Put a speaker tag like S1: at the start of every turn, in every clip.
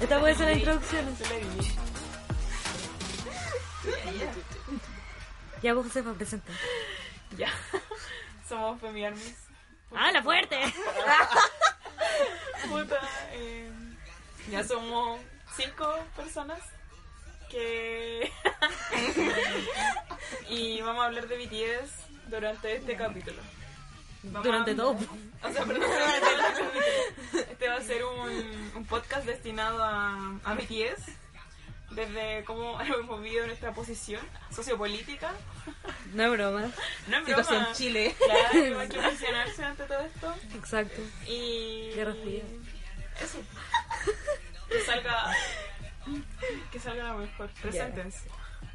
S1: Esta puede ser la introducción. Ya vos, Josefa, presenta.
S2: Ya. Somos Femi Armis.
S1: ¡Ah, la fuerte!
S2: Puta, eh, ya somos cinco personas que... y vamos a hablar de BTS durante este capítulo. Vamos
S1: Durante
S2: a-
S1: todo.
S2: O sea, perdón, durante el capítulo. Este va a ser un, un podcast destinado a, a BTS. Desde cómo hemos vivido nuestra posición sociopolítica.
S1: No es broma.
S2: No es broma.
S3: Situación Chile.
S2: Claro, hay que mencionarse ante todo esto.
S1: Exacto.
S2: Y.
S1: Guerra Fría.
S2: Eso. Que salga. Que salga lo mejor. Preséntense.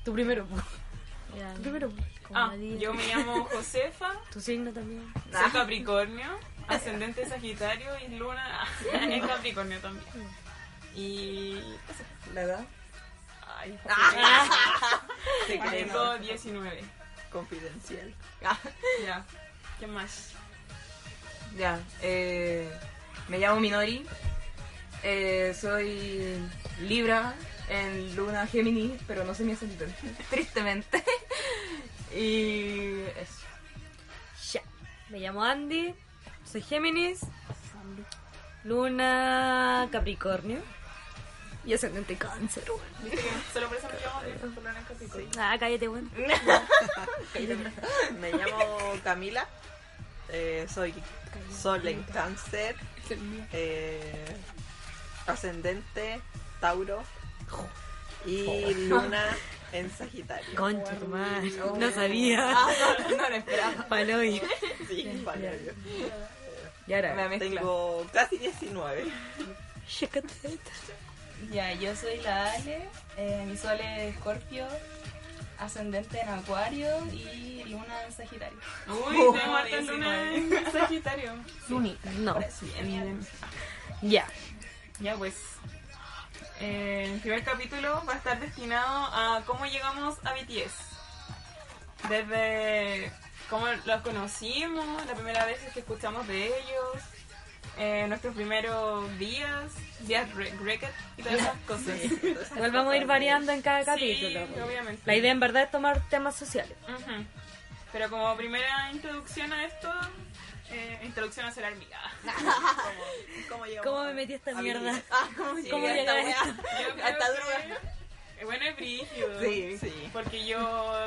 S1: Tú primero. po.
S3: Ya.
S1: Tú primero. po.
S2: Ah, yo me llamo Josefa,
S1: Tu signo también.
S2: soy Capricornio, ascendente Sagitario y Luna en Capricornio también. Y. eso.
S3: La edad.
S2: Ay, Ah.
S3: Te creen,
S2: tengo
S3: no.
S2: 19.
S3: Confidencial.
S2: Ya. ¿Qué más?
S3: Ya, eh, me llamo Minori, eh, soy Libra en Luna Géminis, pero no sé mi ascendente, tristemente. y eso.
S1: Ya. Me llamo Andy. Soy Géminis. Luna Capricornio. Y ascendente cáncer, weón.
S2: Viste que Solo por eso me llamo Luna en Capricornio.
S1: Ah, cállate, weón.
S4: Me llamo Camila, eh, soy Sol en Cáncer, eh, Ascendente, Tauro y Luna en Sagitario.
S1: Concha, tu madre. No sabía.
S3: no, no lo esperaba.
S1: Paloy.
S4: Sí, Valerio.
S1: Y ahora.
S3: Me mezcla.
S4: Tengo casi 19.
S1: Chécate.
S5: Ya, yo soy la Ale, eh, mi sol es Escorpio, ascendente en Acuario y luna en Sagitario.
S2: Uy, tengo harta Luna en Sagitario.
S1: No.
S2: Bien, bien.
S1: Ya.
S2: Ya pues. Eh, el primer capítulo va a estar destinado a cómo llegamos a BTS. Desde cómo los conocimos, la primera vez que escuchamos de ellos, eh, nuestros primeros días, días re- record y todas esas cosas.
S1: Igual vamos a ir variando en cada capítulo.
S2: Sí, obviamente.
S1: La idea en verdad es tomar temas sociales.
S2: Ujú. Pero como primera introducción a esto, eh, introducción a ser hormiga.
S4: ¿Cómo, llegamos
S1: ¿Cómo
S4: a-
S1: me metí a esta
S4: a
S1: mierda?
S4: vivir? Ah, ¿cómo,
S1: ¿Cómo
S4: llegué a esta
S1: llegué a
S4: weá?
S2: Yo creo
S4: Hasta
S2: que-
S4: droga.
S2: eh, Bueno, es brígido.
S4: Sí, sí.
S2: Porque yo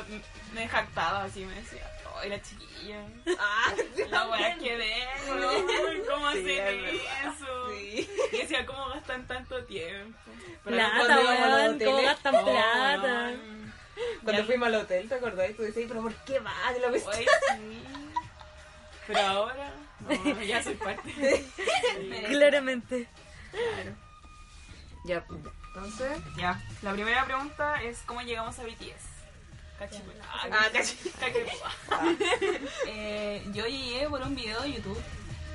S2: me jactaba así, me decía, ¡ay, la chiquilla!
S4: Ah,
S2: La weá que vengo, ¿cómo
S4: Sí,
S2: hacen
S4: es verdad.
S2: eso?
S4: sí.
S2: Y decía, ¿cómo gastan tanto tiempo?
S1: Plata,
S3: cuando íbamos a los
S1: weón. ¿Cómo
S3: hoteles-
S1: gastan
S2: no,
S1: plata?
S2: no,
S3: Cuando
S2: Ya.
S3: fuimos al hotel, ¿te acordás? Y tú decías, pero ¿por qué va? Que la
S2: Ay,
S3: cuestión-
S2: sí. Pero ahora, no, ya soy parte.
S1: Claramente.
S3: Ya, entonces.
S2: Ya, la primera pregunta es, ¿cómo llegamos a BTS? Cachipú. Ah, cachipú.
S5: pues. Eh, yo llegué por un video de YouTube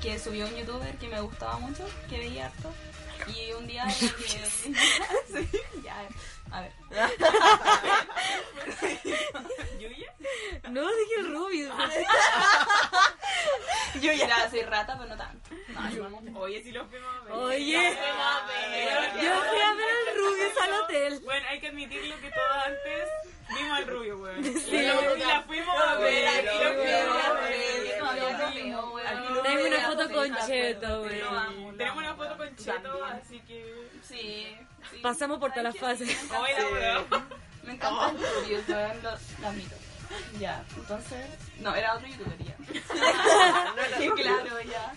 S5: que subió un youtuber que me gustaba mucho, que veía harto. Y un día vi el video. Sí, ya, a ver.
S2: ¿Yuya?
S1: No, dije el Rubius.
S5: Ah, Yo ya soy rata, pero no tanto. No, yo no.
S2: Oye, si los fuimos a ver.
S1: Oye.
S2: Los fuimos a ver.
S1: Yo fui a ver al Rubius al hotel.
S2: Bueno, hay que admitirlo que todos antes vimos al rubio, weón. Y, lo- y la fuimos a ver,
S4: Pero,
S2: aquí lo fuimos a
S4: pero,
S2: ver.
S4: pero,
S5: No, yo no
S2: Sí.
S5: veo, weón.
S2: Aquí lo
S1: Tengo
S2: veo.
S1: una foto con
S5: Sí,
S1: Cheto,
S5: lo
S1: weón.
S5: amo, lo
S2: Tenemos
S5: amo,
S2: una
S5: lo
S2: foto
S5: amo.
S2: con Cheto,
S5: También.
S2: así que...
S5: Sí, sí.
S1: Pasamos por todas las fases.
S2: Hoy la weón.
S5: Me
S6: Oh.
S5: encanta el rubio, weón, lo, lo admito. Ya, entonces. No, era otro youtuber ya. Sí, claro, ya.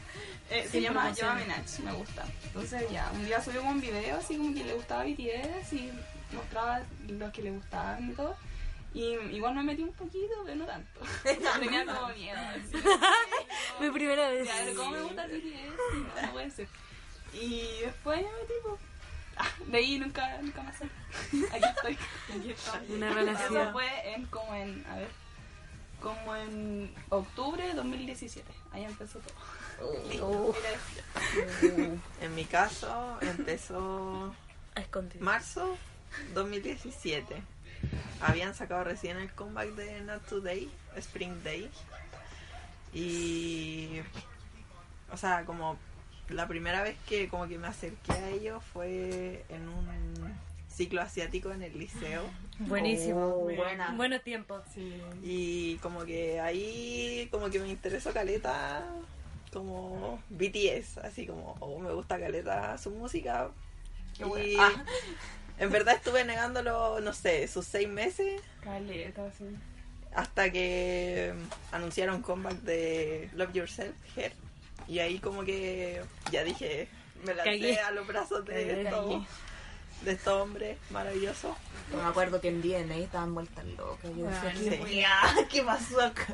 S5: Eh, se
S1: Sin
S5: llama
S1: promoción.
S5: Joa Menach, me gusta. Entonces ya, un día subimos un video así como que le gustaba BTS y mostraba los que le gustaban y todo. Y igual me metí un poquito, pero no tanto. Tenía como miedo. así.
S1: Mi primera vez.
S5: Claro, ¿cómo me gusta el BTS? No, no puede ser. Y después ya me tipo. Ah, de ahí nunca, nunca más salí. Aquí estoy. Aquí estoy.
S1: Una
S5: Eso
S1: relación.
S5: fue en, como en, a ver, como en octubre de 2017. Ahí empezó todo.
S1: Oh,
S4: En mi caso, empezó
S1: a escondidas.
S4: marzo 2017. Habían sacado recién el comeback de Not Today, Spring Day. Y. O sea, como la primera vez que como que me acerqué a ellos fue en un ciclo asiático en el liceo
S1: Buenísimo.
S3: Oh, buena.
S1: Buenos tiempos.
S2: Sí.
S4: y como que ahí como que me interesó Caleta como BTS, así como oh, me gusta Caleta su música.
S2: Qué
S4: y
S2: bueno.
S4: en verdad estuve negándolo, no sé, sus seis meses
S5: Caleta, sí.
S4: hasta que mm, anunciaron comeback de Love Yourself, Her. Y ahí como que ya dije, me lancé
S1: Cagué.
S4: a los brazos de
S1: Cagué.
S4: estos, de este estos hombres maravillosos.
S3: No me acuerdo que en DNA estaban vueltas locas. Yo decía,
S4: Bueno,
S3: ¿qué,
S4: Ah, sí.
S3: weá? ¿Qué pasó acá?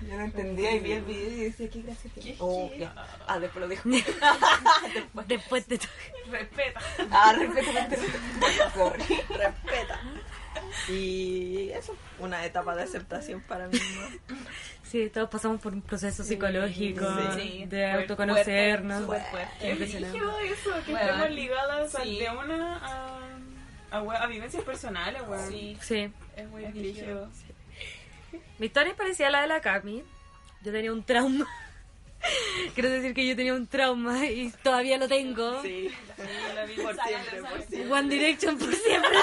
S5: Yo no
S3: Entendía y vi el video y decía, qué gracia tiene.
S4: Qué
S3: Oh,
S4: chido.
S3: ya. Ah, después lo dijo.
S1: Después de todo.
S2: Respeta.
S3: Ah, respeto, Sorry.
S4: Respeta. Y eso, una etapa de aceptación para mí misma.
S1: Sí, todos pasamos por un proceso psicológico
S4: Sí.
S1: de autoconocernos.
S4: fuerte,
S2: Qué
S1: Impresionante.
S2: brígido eso, que
S5: Bueno,
S2: estamos ligadas a-
S5: sí.
S2: de una a, a, we- a vivencias personales, weón.
S5: Sí.
S1: Sí.
S2: Es muy
S5: Es
S2: brígido.
S1: Mi historia es parecida a la de la Cami. Yo tenía un trauma. Quiero decir que yo tenía un trauma y todavía lo tengo.
S4: Sí,
S2: Sí, la vida
S4: por
S2: sana,
S4: siempre,
S2: sana.
S4: por siempre.
S1: One Direction por siempre.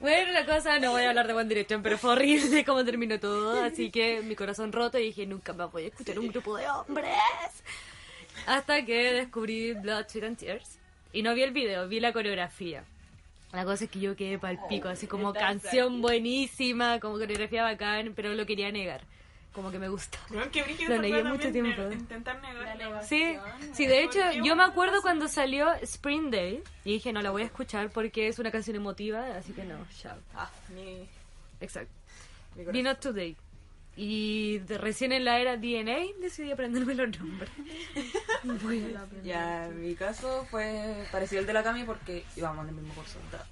S1: Bueno, la cosa, no voy a hablar de One Direction, pero fue horrible cómo terminó todo. Así que mi corazón roto y dije, nunca más voy a escuchar un grupo de hombres. Hasta que descubrí Blood, Sweat and Tears. Y no vi el video, vi la coreografía. La cosa es que yo quedé pal pico, así como canción buenísima, como coreografía bacán, pero lo quería negar. Como que me gustaba.
S2: Weón, qué brígido
S1: Lo
S2: esa
S1: negué
S2: weá
S1: mucho
S2: también,
S1: tiempo.
S2: ne- Intentar negar la weá.
S1: Sí, sí, de hecho, yo me acuerdo cuando salió Spring Day y dije, no la voy a escuchar porque es una canción emotiva, así que no, chao.
S3: Ah, mi,
S1: Exacto.
S3: mi
S1: Be Not Today. Y de- recién en la era DNA decidí aprenderme los nombres. Bueno,
S3: Ya, en mi caso fue parecido al de la Cami porque íbamos en el mismo curso. ¿verdad?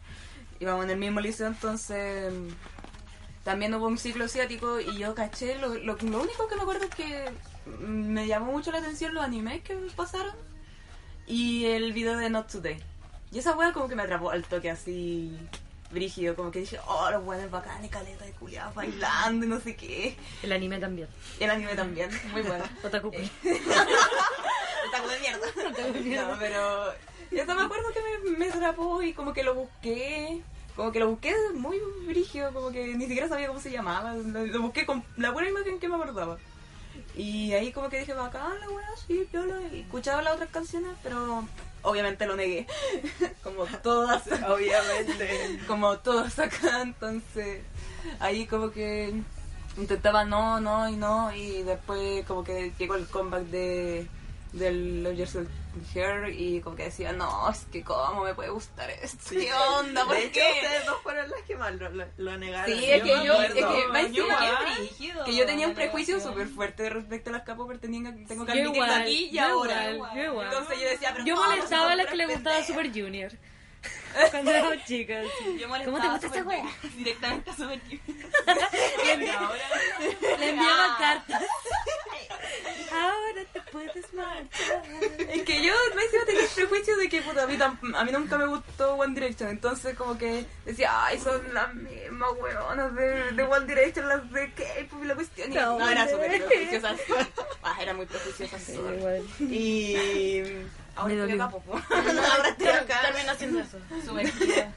S3: Íbamos en el mismo liceo, entonces mm, también hubo un ciclo asiático y yo caché, lo, lo, que- lo único que me acuerdo es que mm, me llamó mucho la atención los animes que pasaron y el video de Not Today. Y esa wea como que me atrapó al toque así brígido, como que dije, oh, los buenos bacanes, caleta de culiados bailando y no sé qué.
S1: el anime también.
S3: El anime también, muy bueno.
S1: Otaku.
S3: Eh, Taco de mierda. No, pero yo no me acuerdo que me, me atrapó y como que lo busqué. Como que lo busqué muy brígido, como que ni siquiera sabía cómo se llamaba. Lo, lo busqué con la buena imagen que me acordaba. Y ahí como que dije, bacán, la buena, sí, piola. Y escuchaba las otras canciones, pero obviamente lo negué. como todas,
S4: obviamente.
S3: como todas acá, entonces ahí como que intentaba no, no y no y después como que llegó el comeback de del Love Yourself Hair y como que decía, no, es que cómo me puede gustar esto, qué onda, ¿por
S4: De hecho,
S3: qué?
S4: ustedes dos fueron las que más lo, lo- lo negaron.
S3: Sí, es
S2: Yo
S3: que
S2: me
S3: yo, es
S2: acuerdo.
S3: que, más
S2: Yo
S3: encima
S2: igual.
S3: que- que yo tenía un prejuicio súper fuerte respecto a las capas pertenecientes, tengo que
S1: Yo
S3: admitirlo
S1: igual,
S3: aquí y
S1: yo
S3: ahora.
S1: igual, yo igual.
S3: Entonces yo decía, pero
S1: Yo
S3: ¿cómo
S1: molestaba a
S3: son
S1: las que le
S3: puras
S1: gustaba
S3: pendejas?
S1: Super Junior. Cuando éramos chicas.
S3: Yo
S1: ¿Cómo te
S3: molestaba
S1: gusta esta
S3: Super
S1: wea?
S3: Directamente a Super
S1: Le enviaba cartas. Ahora te puedes marchar.
S3: Es que yo me encima tenía el prejuicio de que puta, a, mí tam- a mí nunca me gustó One Direction, entonces como que decía, ay, son las mismas huevonas de, de One Direction, las de K-pop y la cuestión. Y
S1: No,
S3: no, era
S1: hombre.
S3: súper prejuiciosa. Ah, era muy prejuiciosa. sorry.
S4: Y
S3: Ahora
S1: Me
S3: estoy
S1: dolió.
S3: acá, popo.
S4: ahora estoy acá.
S2: Termino haciendo eso.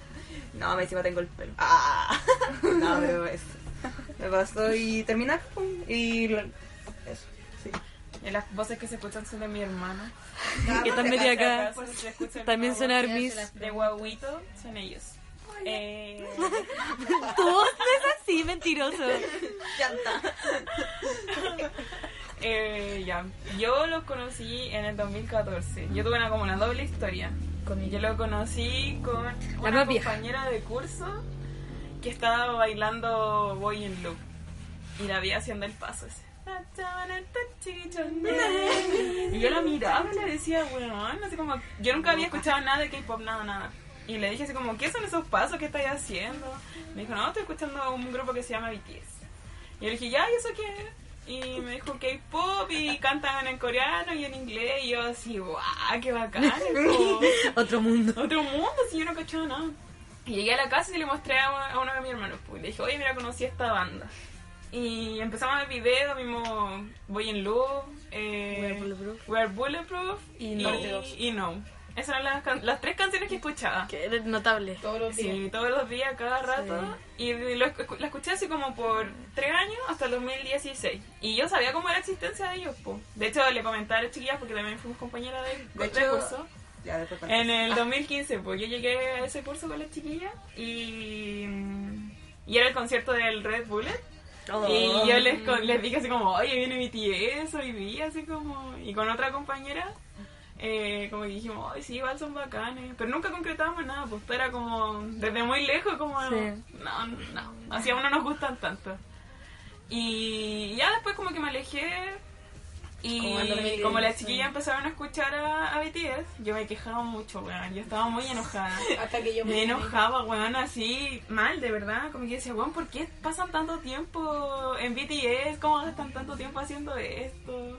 S3: No, me encima tengo el pelo.
S4: Ah,
S3: No, pero eso. Me pasó y terminar pum, y... lo- Eso.
S2: Y las voces que se escuchan son de mi hermano.
S1: Que están medio acá.
S2: Por si se escucha el
S1: También son
S2: agua.
S1: armis.
S2: De guaguito son ellos. Eh,
S1: Tu voz no es así, mentiroso.
S2: eh, ya. Yo los conocí en el 2014. Yo tuve una, como una doble historia. Yo lo conocí con una
S1: más vieja.
S2: compañera de curso que estaba bailando Boy in Loop. Y la vi haciendo el paso ese. Y yo la miraba y le decía, weón, así como, yo nunca había escuchado nada de K-pop, nada, nada. Y le dije así como, ¿qué son esos pasos que estáis haciendo? Me dijo, no, estoy escuchando un grupo que se llama BTS. Y yo le dije, ya, ¿y eso qué? es?". Y me dijo K-pop y cantan en coreano y en inglés. Y yo así, guau, qué bacán. po".
S1: Otro mundo.
S2: Otro mundo, si yo no cachaba nada. Y llegué a la casa y le mostré a a uno de mis hermanos. pues, y le dije, oye, mira, conocí esta banda. Y empezamos el video, vimos Boy in Love, eh,
S1: We Are Bulletproof.
S2: We Are Bulletproof
S6: Y
S2: y,
S6: No de Dos.
S2: y No. Esas eran las, can- las tres canciones que escuchaba.
S6: Que es notable.
S5: Todos los días.
S2: Sí, todos los días, cada rato. Y lo escu- la escuché así como por tres años hasta el 2016. Y yo sabía cómo era la existencia de ellos, po. De hecho, le comentaba a las chiquillas porque también fuimos compañeras de,
S3: De
S2: de
S3: hecho,
S2: curso.
S3: Ya, después para-
S2: En el 2015, pues yo llegué a ese curso con las chiquillas y, mm, y era el concierto del Red Bullet. Y yo les, con- les dije así como, oye, viene BTS hoy día, así como, y con otra compañera, eh, como que dijimos, ay, sí, igual son bacanes, pero nunca concretábamos nada, pues era como, desde muy lejos, como,
S1: Sí.
S2: no, no, no, así aún no nos gustan tanto. Y ya después como que me alejé y
S6: Como en 2010,
S2: como las
S6: sí.
S2: chiquillas empezaron a escuchar a, a BTS, yo me quejaba mucho, weón, yo estaba muy enojada.
S5: Hasta que yo
S2: Me enojaba, weón, así mal, de verdad. Como que decía, weón, ¿por qué pasan tanto tiempo en BTS? ¿Cómo gastan tanto tiempo haciendo esto?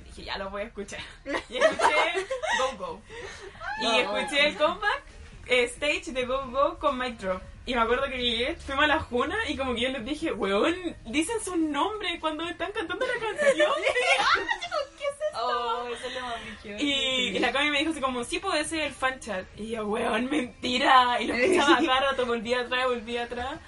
S2: Y dije, ya lo voy a escuchar. Y escuché Go Go. Y escuché el comeback eh, stage de Go Go con Mike Drop. Y me acuerdo que llegué, fuimos a la Juna y como que yo les dije, weón, dicen su nombre cuando están cantando la canción.
S5: Ah, Oh, eso es lo más brillo.
S2: Y, y la Cami me dijo así como, sí puede ser el fan chat. Y yo, weón, mentira. Y lo escuchaba cada rato, volvía atrás, volvía atrás.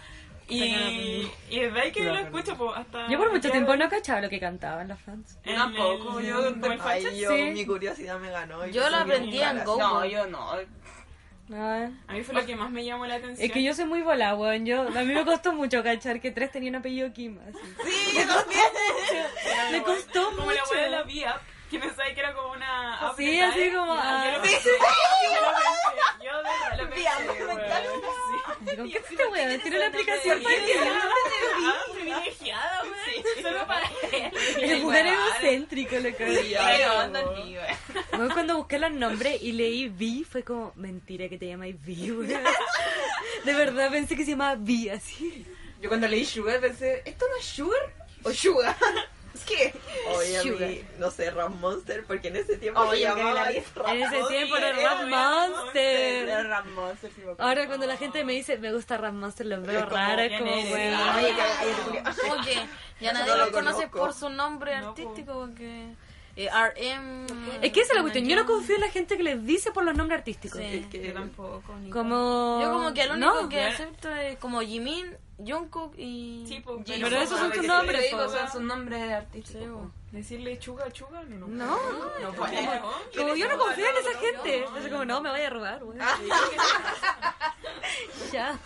S2: Y, y desde ahí que lo escucho pues, hasta...
S1: Yo por mucho tiempo no cachaba lo que cantaban las fans.
S2: En
S3: Tampoco,
S2: el-
S3: yo-
S2: como el fan
S4: Ay,
S2: chat.
S4: yo,
S1: Sí.
S4: mi curiosidad me ganó. y pensé
S6: Yo la
S4: que era
S6: aprendí
S4: un
S6: en
S4: balazo.
S6: Go.
S3: No, yo no.
S1: Ah.
S2: A mí fue lo que más me llamó la atención.
S1: Es que yo soy muy volada, weón. Yo, a mí me costó mucho cachar que tres tenían apellido Kim. Así.
S3: Sí, yo también.
S1: Me costó
S2: Como la
S1: mucho.
S2: weá de la vía, que pensaba que era como una... app
S1: Sí,
S2: de
S1: así
S2: Tinder.
S1: como,
S2: No,
S1: ah.
S2: Yo lo pensé, yo lo pensé, yo de verdad lo pensé, weón. Sí.
S1: Digo, ¿qué es este weón? Tiene una aplicación para
S2: Ah, privilegiada, weón. Solo para él.
S1: Es un egocéntrico, lo que
S5: Qué onda, tío.
S1: Weón, cuando busqué los nombres y leí Vi, fue como, mentira que te llamáis Vi, weón. De verdad pensé que se llamaba Vi, así.
S3: Yo cuando leí Sugar pensé, ¿esto no es Sugar? ¿O Sugar? Es que.
S4: Oye, a
S1: Sugar.
S4: mí, no sé, Ram Monster, porque en ese tiempo
S3: Oye,
S4: se llamaba
S3: que
S4: Ram
S1: En ese
S4: Monster.
S1: tiempo era
S2: era
S1: Rap Monster.
S3: Ramón, se equivocó.
S1: Ahora cuando la gente me dice, me gusta Rap Monster, lo veo
S2: como,
S1: raro, es
S2: ¿quién
S1: como,
S2: eres? Ah,
S1: weón.
S4: Oye, que- ay, Julia.
S6: Como que ya nadie
S4: no lo
S6: lo conoce
S4: conozco.
S6: por su nombre
S2: No, po.
S6: artístico, porque eh, RM.
S1: Es que esa es la cuestión. Yo no confío en la gente que les dice por los nombres artísticos.
S6: Sí.
S4: Es que
S2: Yo tampoco, ni
S1: Como.
S6: Yo como que el único
S1: No.
S6: que acepto es como Jimin, Jungkook y...
S2: Sí, po,
S6: Jisoo.
S1: Pero esos son sus nombres,
S3: digo,
S1: po.
S3: son sus nombres artísticos. po.
S2: Decirle chuga, chuga, no.
S1: No.
S3: No,
S2: Como-
S3: pues.
S1: Como yo no confío en esa gente. Es como, no, me vaya a robar, weón.
S6: Ah.
S1: Ya.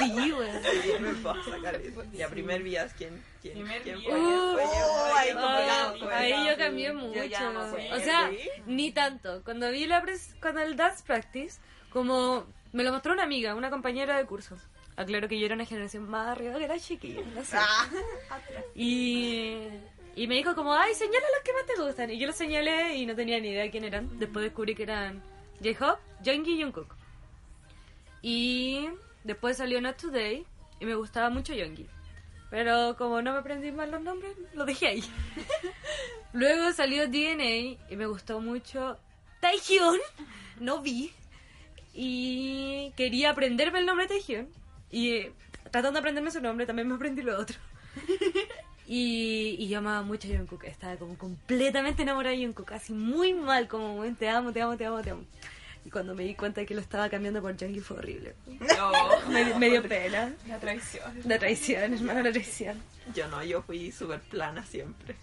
S1: Vi, weón.
S4: Sí, me pasa, Karen. Ya, primer vías, ¿quién? ¿Quién?
S2: Primer
S4: quién
S2: Vías.
S4: fue?
S1: Pues Uh,
S4: Oye,
S3: oh,
S4: ay,
S3: ahí
S4: no,
S1: Ay,
S4: no,
S1: ahí
S4: no.
S1: yo cambié
S3: Yo ya
S1: mucho.
S3: no sé.
S1: O sea,
S4: ¿Sí?
S1: ni tanto. Cuando vi la pres- cuando el dance practice, como me lo mostró una amiga, una compañera de curso. Aclaro que yo era una generación más arriba que la chiquilla. no sé.
S3: Ah.
S1: Y, y me dijo como, ay, señala los que más te gustan. Y yo los señalé y no tenía ni idea de quién eran. Después descubrí que eran J-Hop, Jungkook y Jungkook. Y después salió Not Today y me gustaba mucho Yongi. Pero como no me aprendí mal los nombres, lo dejé ahí. Luego salió DNA y me gustó mucho Taehyung. No vi. Y quería aprenderme el nombre de Taehyung. Y eh, tratando de aprenderme su nombre, también me aprendí lo otro. Y, y yo amaba mucho a Jungkook, estaba como completamente enamorada de Jungkook, así muy mal, como "Weón, te amo, te amo, te amo, te amo. Y cuando me di cuenta que lo estaba cambiando por Jungkook fue horrible. Me, me dio pena.
S2: La traición.
S1: La traición, hermano, la traición.
S4: Yo no, yo fui súper plana siempre.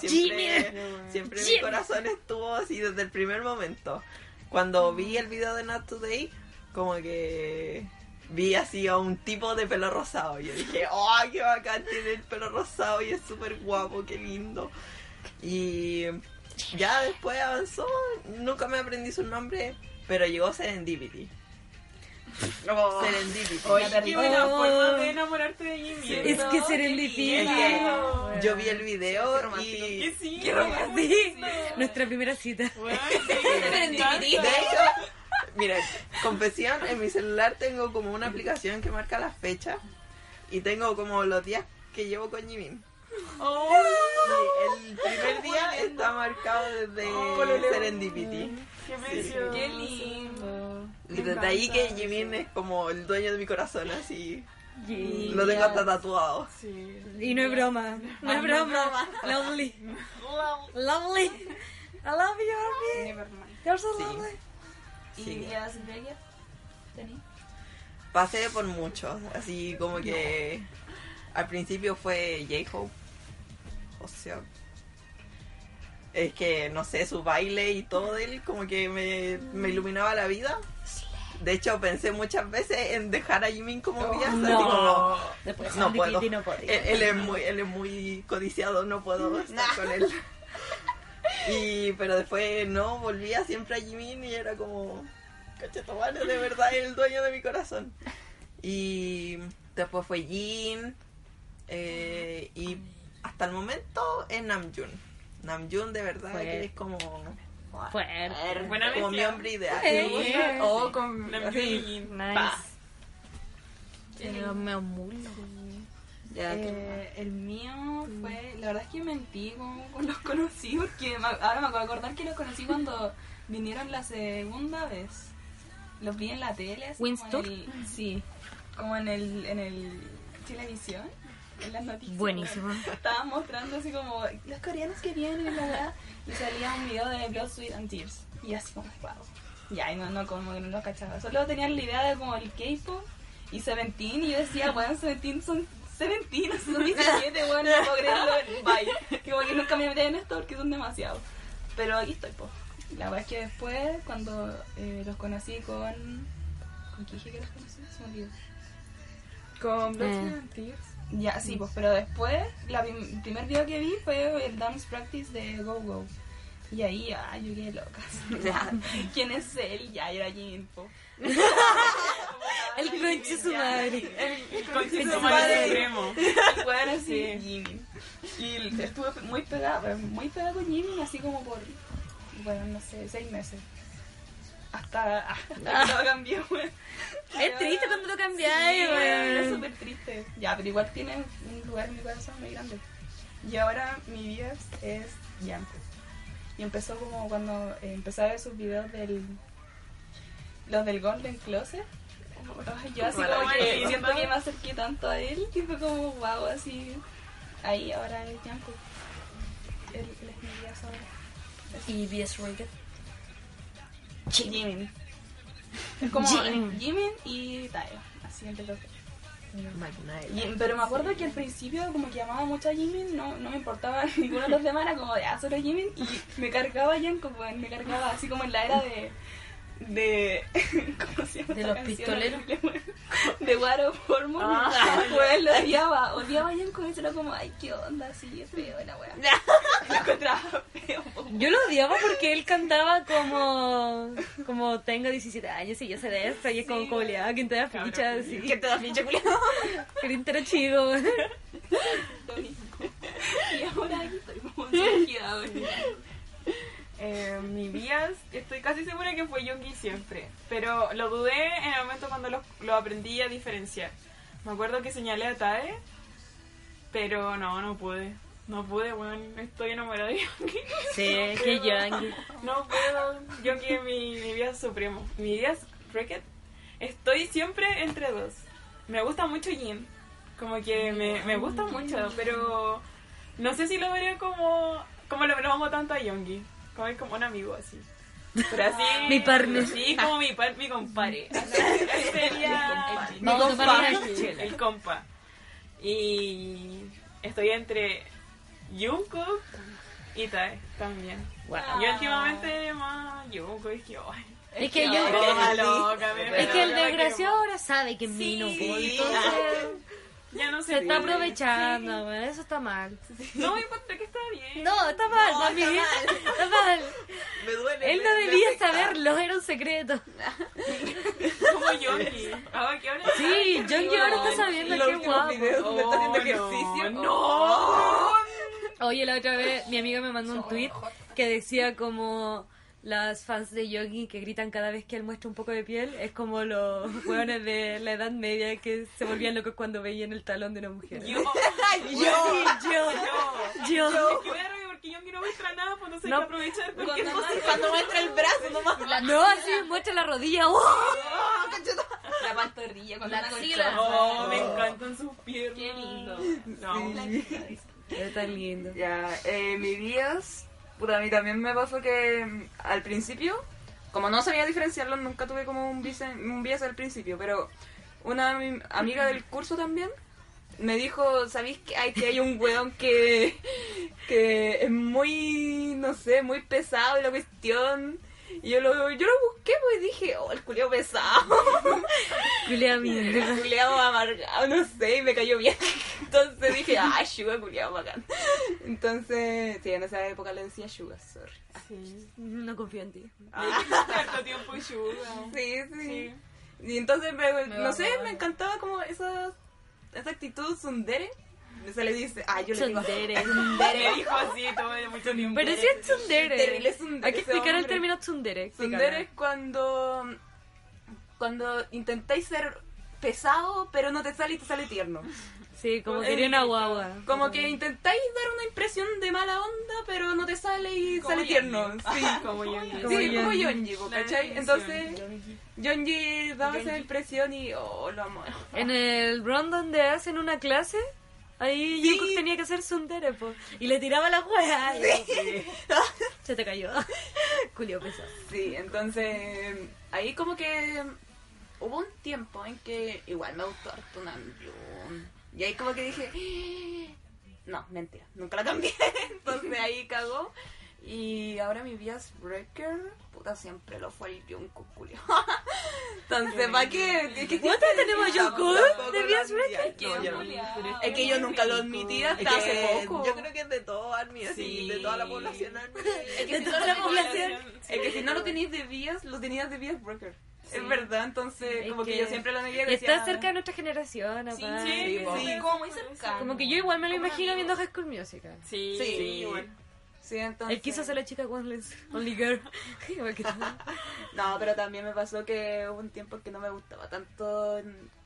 S1: Jimmy.
S4: Siempre, siempre mi corazón estuvo así desde el primer momento. Cuando vi el video de Not Today, como que vi así a un tipo de pelo rosado. Yo dije, ¡oh, qué bacán tiene el pelo rosado! Y es súper guapo, qué lindo. Y ya después avanzó, nunca me aprendí su nombre, pero llegó Serendipity. Serendipity.
S2: Oye, qué buena
S1: Oh.
S2: forma de enamorarte de Jimmy. ¿eh?
S4: Sí.
S1: Es que ser en
S4: Es que yo vi el
S3: Qué
S4: video
S3: romántico.
S4: y
S2: Que sí.
S4: Qué romántico.
S1: Sí, nuestra primera cita.
S2: Bueno, sí, me encanta.
S4: De hecho, mira, confesión, en mi celular tengo como una aplicación que marca las fechas y tengo como los días que llevo con Jimin.
S2: Oh,
S4: Y el primer día está marcado desde
S2: Pololeo.
S4: Serendipity.
S2: qué precioso.
S5: Qué lindo.
S4: Y desde ahí que Jimin es como el dueño de mi corazón, así.
S6: Y,
S4: Lo tengo hasta tatuado.
S2: Sí.
S6: y no es broma. Ah, No es broma. Lovely. Lovely. I love you, Armin.
S3: Nevermind.
S6: You're so
S4: Sí.
S6: lovely.
S4: Sí.
S3: ¿Y las bellas? ¿Tení?
S4: Pasé por muchos, así como que al principio fue J-Hope. O sea, es que no sé, su baile y todo de él como que me, me iluminaba la vida. De hecho, pensé muchas veces en dejar a Jimin como vías. así como,
S6: Después
S4: no
S6: de
S4: puedo.
S6: Kitty
S4: Él,
S6: no podía.
S4: él es muy, él es muy codiciado, no puedo estar con él. Y, pero después no, volvía siempre a Jimin y era como, cachetomane, de verdad es el dueño de mi corazón. Y después fue Jin. eh, y hasta el momento es Namjoon. Namjoon de verdad
S6: Fue-
S4: que es como,
S6: Fuerte.
S2: Buena
S4: como mi
S2: mezcla.
S4: hombre ideal.
S6: Sí.
S1: O con...
S2: Namjoon y
S1: Así.
S2: Jin.
S6: Nice.
S2: Pa.
S7: Pero me amulo.
S1: Ya, que-
S3: Eh, el mío fue, la verdad es que mentí con, con los conocí porque me- ahora me acabo de acordar que los conocí cuando vinieron la segunda vez. Los vi en la tele. así como en
S6: ¿Winstock?
S3: el- Sí, como en el, en el televisión, en las noticias.
S6: Buenísimo.
S3: Estaban mostrando así como los coreanos que vienen y la verdad. Y salía un video de Blood, Sweet and Tears. Y así como, wow. Ya, y no, no, como que no lo cachaba. Solo tenían la idea de como el K-pop y Seventeen. Y yo decía, bueno, Seventeen son Seventeen, son 17, bueno, no puedo creerlo. Bye. Que como que nunca me metí en esto porque son demasiados. Pero aquí estoy, po. La verdad es que después, cuando eh, los conocí con. ¿Con quién dije que los conocí? Se me olvidó.
S2: Con Blood,
S6: Eh.
S2: Sweat and Tears.
S3: Ya, sí, pues, pero después, la prim- el primer video que vi fue el dance practice de Go Go. Y ahí, ah, yo quedé loca. así, ya, ¿Quién es él? Ya, era Jimin, po.
S6: El crunch es su madre.
S2: Con
S6: su
S2: su
S6: madre.
S2: madre extremo.
S3: Y bueno, sí, Jimin. Y estuve muy pegada, pero muy pegada con Jimin, así como por, bueno, no sé, seis meses. Hasta, hasta que lo cambié, weón.
S6: Es triste cuando lo cambiáis,
S3: Sí, era
S6: weón.
S3: súper triste. Ya, pero igual tiene un lugar en mi corazón muy grande. Y ahora mi vida es llanto. Y empezó como cuando eh, empecé a ver sus videos del... Los del Golden Closet. Ay, Yo así como que
S2: Maravilloso.
S3: siento que me acerqué tanto a él que fue como wow, así... Ahí ahora es Jungkook. Él, él es mi vida ahora.
S7: Y BS Rocket.
S3: Jimin. Es como
S6: Jimin.
S3: Jimin y Tayo. Así empezó.
S7: Mm,
S4: Magnite.
S3: Y- pero me acuerdo que al principio como que llamaba mucho a Jimin, no, no me importaba ninguno de los demás, era como ya solo Jimin y me cargaba ya como en- me cargaba así como en la era de de ¿cómo se llama?
S7: De
S3: esta
S7: los
S3: canción
S7: pistoleros.
S3: horrible, weón? de War of Hormone Weón, lo odiaba, odiaba a Jimin y era como ay qué onda, así es feo la weá. Lo encontraba feo. po.
S6: Yo lo odiaba porque él cantaba como. Como tengo 17 años y yo sé de esto. Y es como coleada, quien te da ficha. así.
S1: Que te da ficha, culiao.
S6: Quería era chido.
S3: Y ahora aquí estoy como surgida, weón.
S2: Eh, mi bias, estoy casi segura que fue Yongi siempre, pero lo dudé en el momento cuando lo, lo aprendí a diferenciar. Me acuerdo que señalé a Tae, pero no, no pude. No pude, weón. Estoy enamorada de Yongi.
S6: Sí, que yankee.
S2: No puedo. Yongi es mi, mi bias supremo. Mi bias Rocket. Estoy siempre entre dos. Me gusta mucho Jin. Como que me, me gusta mucho, pero no sé si lo vería como. Como lo, lo amo tanto a Yongi. Como es como un amigo así. Pero así.
S6: Mi partner.
S2: Sí, como mi, par, mi compadre. Así sería.
S6: Vamos a tomar una chela.
S2: El compa. Y. Estoy entre Jungkook y Tae también.
S6: Wow.
S2: Yo últimamente más Yunko, es que ay,
S6: Es que
S2: me
S6: yo.
S2: quedé más loca, me-
S6: Es que el
S2: me quedé
S6: desgraciado ahora sabe que es mío. Entonces.
S2: como- ya no sé.
S6: Se está aprovechando, weón. Eso está mal.
S2: No, yo encontré que está bien.
S6: No, está mal, mami. Está mal.
S4: Me duele.
S6: Él
S4: me-
S6: no
S4: me
S6: debía
S4: afecta.
S6: saberlo, era un secreto.
S2: Como Yonki. Ah, Ahora que ahora
S6: Sí, John ahora está sabiendo
S1: Los
S6: qué
S1: últimos
S6: guapo.
S1: videos donde está haciendo
S2: Oh, no,
S1: ejercicio.
S2: No.
S6: Oye, la otra vez mi amiga me mandó un tweet que decía como las fans de Yogi que gritan cada vez que él muestra un poco de piel es como los hueones de la edad media que se volvían locos cuando veían el talón de una mujer.
S2: Yo.
S6: yo, yo,
S2: Yo.
S6: yo.
S2: Es que voy a reír porque Yonki no muestra nada, pues no sé qué
S6: No.
S2: aprovechar. Porque
S1: Cuando muestra el brazo nomás.
S6: No, así muestra la rodilla. ¡oh!
S5: la pantorrilla, con
S6: La
S5: una
S6: axila.
S5: colchonza.
S2: Oh, me encantan sus piernas.
S5: Qué lindo.
S2: No.
S1: Es tan lindo.
S3: Ya, eh, mi bias, puta, a mí también me pasó que mm, al principio, como no sabía diferenciarlo, nunca tuve como un bias, en- un bias al principio, pero una ami- amiga del curso también me dijo, ¿sabéis que hay, que hay un weón que, que es muy, no sé, muy pesado y la cuestión? Y yo lo, yo lo busqué pues, y dije, oh, el culeo pesado,
S1: Julia, mi-
S3: el culiao amargado, no sé, y me cayó bien. Entonces dije, ah, Suga, culiao, bacán. Entonces, sí, en esa época le decía Suga, sorry.
S2: Sí.
S1: No confío en ti.
S2: Harto tiempo y sugar.
S3: Sí, sí.
S2: Sí.
S3: Y entonces, me- no
S6: va,
S3: sé,
S6: me va,
S3: me
S6: me
S3: encantaba como esa, esa actitud tsundere. Se le dice, ah, yo le digo,
S1: Tsundere.
S2: Me dijo así todo de mucho tiempo.
S1: Pero sí es
S3: terrible
S1: tsundere.
S3: tsundere.
S1: Hay que
S3: ese
S1: explicar el
S3: hombre.
S1: término tsundere.
S3: Tsundere es cuando, cuando intentáis ser pesado, pero no te sale y te sale tierno.
S1: Sí, como
S3: Es
S1: quería una guagua.
S3: Como que intentáis dar una impresión de mala onda, pero no te sale y
S2: Como
S3: sale
S2: Yonji.
S3: tierno. Sí,
S2: Como yo.
S1: Como
S3: sí, como
S1: Yonji.
S3: Yonji, po,
S2: La
S3: ¿cachai?
S2: definición.
S3: Entonces, Yonji daba esa impresión y, oh, lo amo.
S1: En el round donde hacen una clase, ahí
S3: Sí.
S1: Jungkook tenía que hacer tsundere, po. Y le tiraba la hueá. Se te cayó. Julio pesado.
S3: Sí, entonces, ahí como que hubo un tiempo en que igual me gustó harto Namjoon. Y ahí como que dije, "Ah, no, mentira, nunca la cambié. Entonces ahí cagó. Y ahora mi bias breaker, puta, siempre lo fue el Jungkook, culio. Entonces, ¿para qué? Es que siempre-
S1: tenemos Jungkook? ¿De Bias Breaker?
S4: No, yo no.
S3: Es que yo nunca lo admití
S4: Es
S3: hasta hace
S4: que
S3: poco.
S4: Yo creo que es de todo Army, así,
S2: Sí.
S4: de toda la población Army.
S1: De toda la población.
S3: Es que si no lo tenías de vías, lo tenías de vías broker. Es verdad, entonces
S1: Es
S3: como que,
S1: que-
S3: yo siempre lo negué.
S1: Y está
S6: "Ah".
S3: decía-
S1: cerca de nuestra generación, aparte.
S2: sí,
S4: po.
S2: sí.
S5: como muy cercano.
S1: Como que yo igual me lo imagino viendo High School Musical.
S2: Sí,
S3: Sí.
S2: sí, bueno.
S3: Sí, entonces...
S1: Él quiso ser la chica One Lens, Only Girl. Igual que tú.
S3: No, pero también me pasó que hubo un tiempo que no me gustaba tanto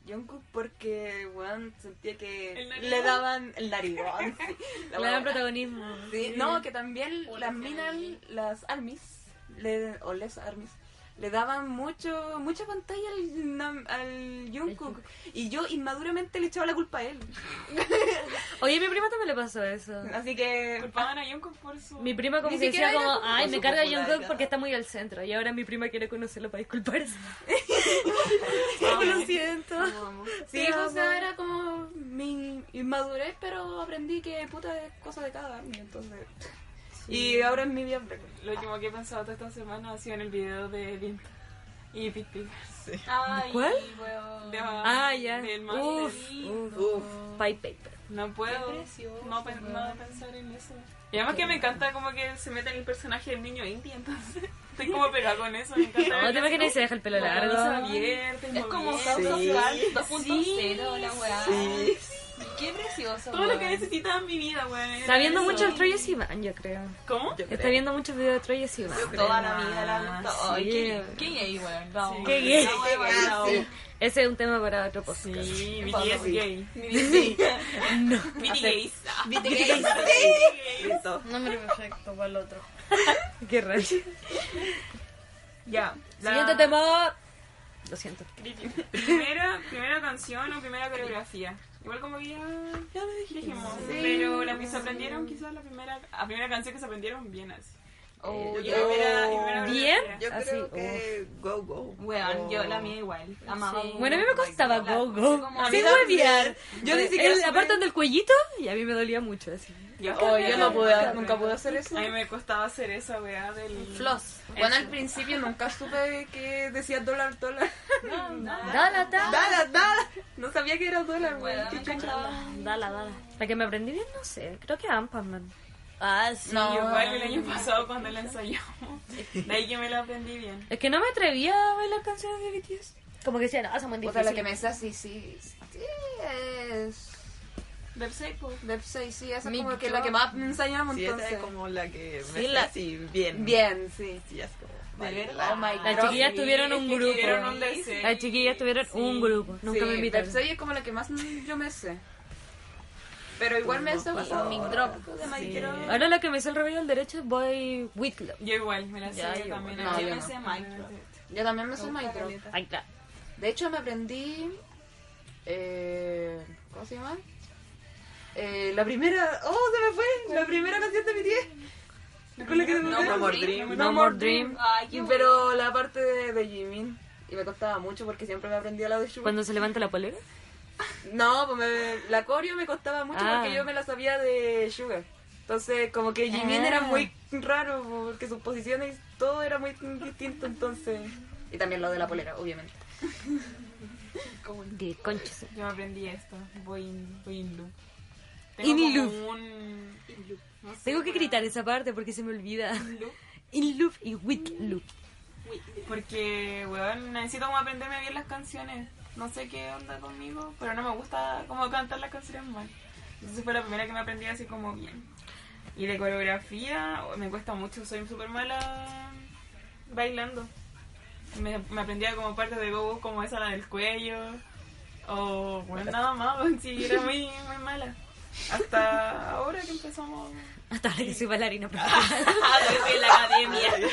S3: Jungkook porque, weón, sentía que
S2: ¿El narigón?
S3: le daban el narigón. sí. La
S1: Le dan
S3: weá-
S1: protagonismo.
S3: Sí, no, que también las minas, las armies, le- o les armies, le daban mucho, mucha pantalla al, Nam- al Jungkook. Y yo inmaduramente le echaba la culpa a él.
S1: Oye, a mi prima también le pasó eso.
S3: Así que...
S2: Culpaban a Jungkook por su...
S1: Mi prima como
S3: Ni
S1: que decía
S3: siquiera
S1: como,
S3: era
S1: ay, me
S4: su
S1: carga
S4: popularidad".
S1: Jungkook porque está muy al centro. Y ahora mi prima quiere conocerlo para disculparse. lo siento.
S3: Sí, o sea, era como mi inmadurez, pero aprendí que puta es cosa de cada army, entonces... Y ahora es mi vida.
S2: Lo último que he pensado toda esta semana ha sido en el video de Vinta y Big Big.
S5: Ay,
S1: ¿Cuál?
S5: weón.
S2: De-
S1: Ah, ya.
S2: Del máster.
S1: Uf, uf,
S4: Uf.
S1: Pipe paper.
S2: No puedo
S5: Qué precioso,
S2: no, pe- no
S5: weón.
S2: pensar en eso. Y además que me encanta como que se mete en el personaje del niño indie, entonces estoy como pegada con eso. Me encanta
S1: No,
S2: ver
S1: te
S2: las
S1: imaginas se deja el pelo
S2: cosas
S1: largo.
S2: abiertas,
S5: Es como House
S2: moviendo.
S5: of
S4: Sí.
S5: Cards 2.0, la weá.
S4: Sí.
S5: Qué precioso.
S2: Todo lo
S5: weón.
S2: que necesitaba en mi vida, weón. era
S1: Está viendo
S2: eso.
S1: mucho el Troy Sivan, yo creo.
S2: ¿Cómo?
S4: Yo
S1: Está
S4: creo.
S1: viendo muchos videos de Troy Sivan.
S5: Toda la vida la
S1: Ah,
S5: gustó. Ay,
S1: sí.
S5: qué, qué gay, weón. Vamos.
S2: Sí.
S1: Qué gay.
S5: La weá, la weá.
S1: Ese es un tema para otro podcast.
S2: Sí, BTS gay.
S5: Mi bici.
S2: BTS gays.
S4: Listo.
S6: Nombre perfecto para el otro.
S1: Qué rayo.
S2: Ya. Este
S1: Siguiente tema. Lo siento.
S2: Primera, primera canción o primera coreografía. Igual como que ya, ya lo dijimos. Pero la que se aprendieron, quizás la primera, la primera canción que se aprendieron bien así.
S5: Oh,
S2: Y
S5: yo-
S2: primera- y primera
S1: ¿Bien?
S2: coreografía.
S4: Yo
S1: Así,
S4: creo que Go Go.
S5: Weón, yo la mía
S4: mía
S5: igual. Amaba.
S6: Sí.
S1: Bueno, a
S3: Oh,
S1: mí me costaba
S5: La-
S1: go go.
S5: como- A mí
S1: Sin hueviar.
S3: Yo ni
S1: El-
S3: siquiera
S1: La
S3: supe-
S1: parte del cuellito y a mí me dolía mucho así.
S2: Yo,
S3: Oh, yo no pude,
S2: aprendí.
S3: nunca pude hacer eso.
S2: A mí me costaba hacer esa weá del.
S3: Floss. Bueno, al principio nunca supe que decía dólar, dólar.
S1: Dala, dala.
S3: Dala, dala. No sabía que era dólar,
S5: Weón,
S3: weón.
S5: me
S3: Qué chucha.
S5: encantaba.
S1: Dala, dala. La que me aprendí bien, no sé. Creo que Ampanman.
S6: Ah, sí.
S3: No.
S2: Igual el año pasado cuando la ensayamos. De ahí que me la aprendí bien.
S1: Es que no me atrevía a bailar canciones de BTS. Como que decían, ah, son muy
S3: O sea,
S1: difíciles.
S3: la que me decía, sí, sí. Sí, es.
S2: Website, pues.
S3: Website, sí, esa
S6: Mi
S3: como que es la
S6: yo-
S3: que más me enseñamos
S4: Sí, esta
S3: entonces.
S4: es como la que me
S6: Sí,
S4: sé
S6: la-
S4: así, bien.
S3: Bien, sí.
S4: Sí, es como,
S5: De
S4: vale.
S5: verdad.
S3: Oh my
S1: Las
S3: God.
S1: chiquillas tuvieron un grupo.
S2: Tuvieron un deseo.
S1: Las chiquillas tuvieron un grupo. Nunca
S3: Sí,
S1: me invitaron.
S3: Website es como la que más yo me sé. Pero igual me sé
S4: pasó.
S3: Mic Drop. De Mic
S1: Sí.
S3: Drop.
S1: Ahora la que me hizo el revés del derecho es Boy Whitlow.
S2: Yo igual, me la sé
S6: Ya, yo
S2: también.
S3: igual. No,
S2: Yo
S3: yo
S2: me
S3: no.
S2: sé Minecraft.
S3: Yo también me sé Mic Drop.
S1: Ay, claro.
S3: De hecho, me aprendí. eh, ¿Cómo se llama? Eh, la primera. ¡Oh, se me fue! La primera canción de mi tía. Con la que me
S4: No
S3: fue.
S4: More Dream.
S1: No More Dream.
S5: Ay, qué
S3: Pero la parte de, de Jimin. Y me costaba mucho porque siempre me aprendía la de Sugar.
S1: Cuando se levanta la polera.
S3: No, pues me- la coreo me costaba mucho
S1: Ah.
S3: porque yo me la sabía de Sugar. Entonces, como que Jimin
S1: Ah.
S3: era muy raro porque sus posiciones, todo era muy distinto. Entonces, y también lo de la polera, obviamente.
S1: De conchas.
S2: Yo aprendí esto. Voy in, voy in loop.
S1: In
S2: como
S1: loop.
S2: un...
S1: Tengo que gritar esa parte porque se me olvida. In loop y with loop.
S2: Porque, weón, necesito como aprenderme bien las canciones. No sé qué onda conmigo, pero no me gusta como cantar las canciones mal. Entonces fue la primera que me aprendí así como bien. Y de coreografía, oh, me cuesta mucho, soy súper mala bailando. Me, me aprendía como parte de bobo, como esa la del cuello. O, bueno, nada más, sí, era muy, muy mala. Hasta ahora que empezamos.
S1: Hasta ahora que soy bailarina profesional.
S2: Ah, en la academia.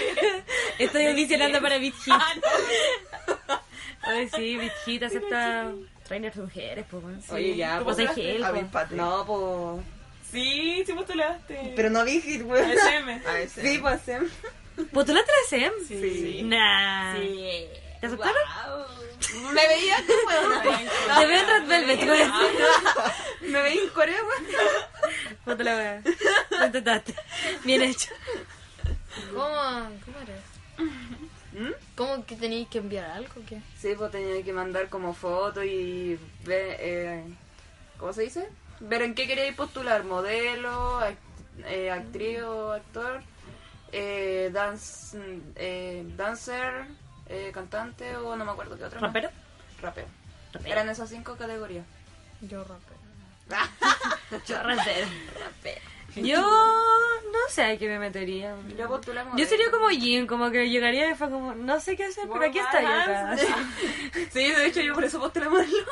S1: Estoy audicionando para Beat Hit. Ah, Oye, sí, Beat Hit acepta trainers mujeres, pues. bueno.
S3: Oye, ya,
S1: O
S3: pues.
S1: sea, gel,
S4: A
S1: pues.
S4: Bimpate.
S3: No, pues.
S2: Sí, sí postulaste.
S3: Pero no vi hit, weón.
S2: SM.
S4: A ese.
S3: Sí, pues, Sam.
S1: ¿Postulaste la SEM?
S4: Sí.
S1: Nah. ¿Te aceptaron?
S3: Me veía, weón.
S1: Te veo en Red Velvet, güey.
S3: Me veía en Corea, weón.
S1: Ponte la weá. Lo intentaste. Bien hecho.
S6: ¿Cómo, cómo eres?
S1: ¿Mm?
S6: ¿Cómo que tenéis que enviar algo? o ¿Qué?
S3: Sí, pues tenía que mandar como fotos y ver, eh, ¿cómo se dice? Ver en qué queríais postular, modelo, act- eh, actriz o actor, eh, dance, eh, dancer, eh, cantante o no me acuerdo qué otro. más.
S1: ¿Rapero?
S3: Rapero. Eran esas cinco categorías.
S6: Yo rapero.
S1: Yo rapero. Yo no sé a qué me metería.
S3: Yo postulé
S1: Yo sería como Jim, como que llegaría y fue como, no sé qué hacer, pero aquí está yo. acá.
S3: Sí, de hecho yo por eso postulé modelo.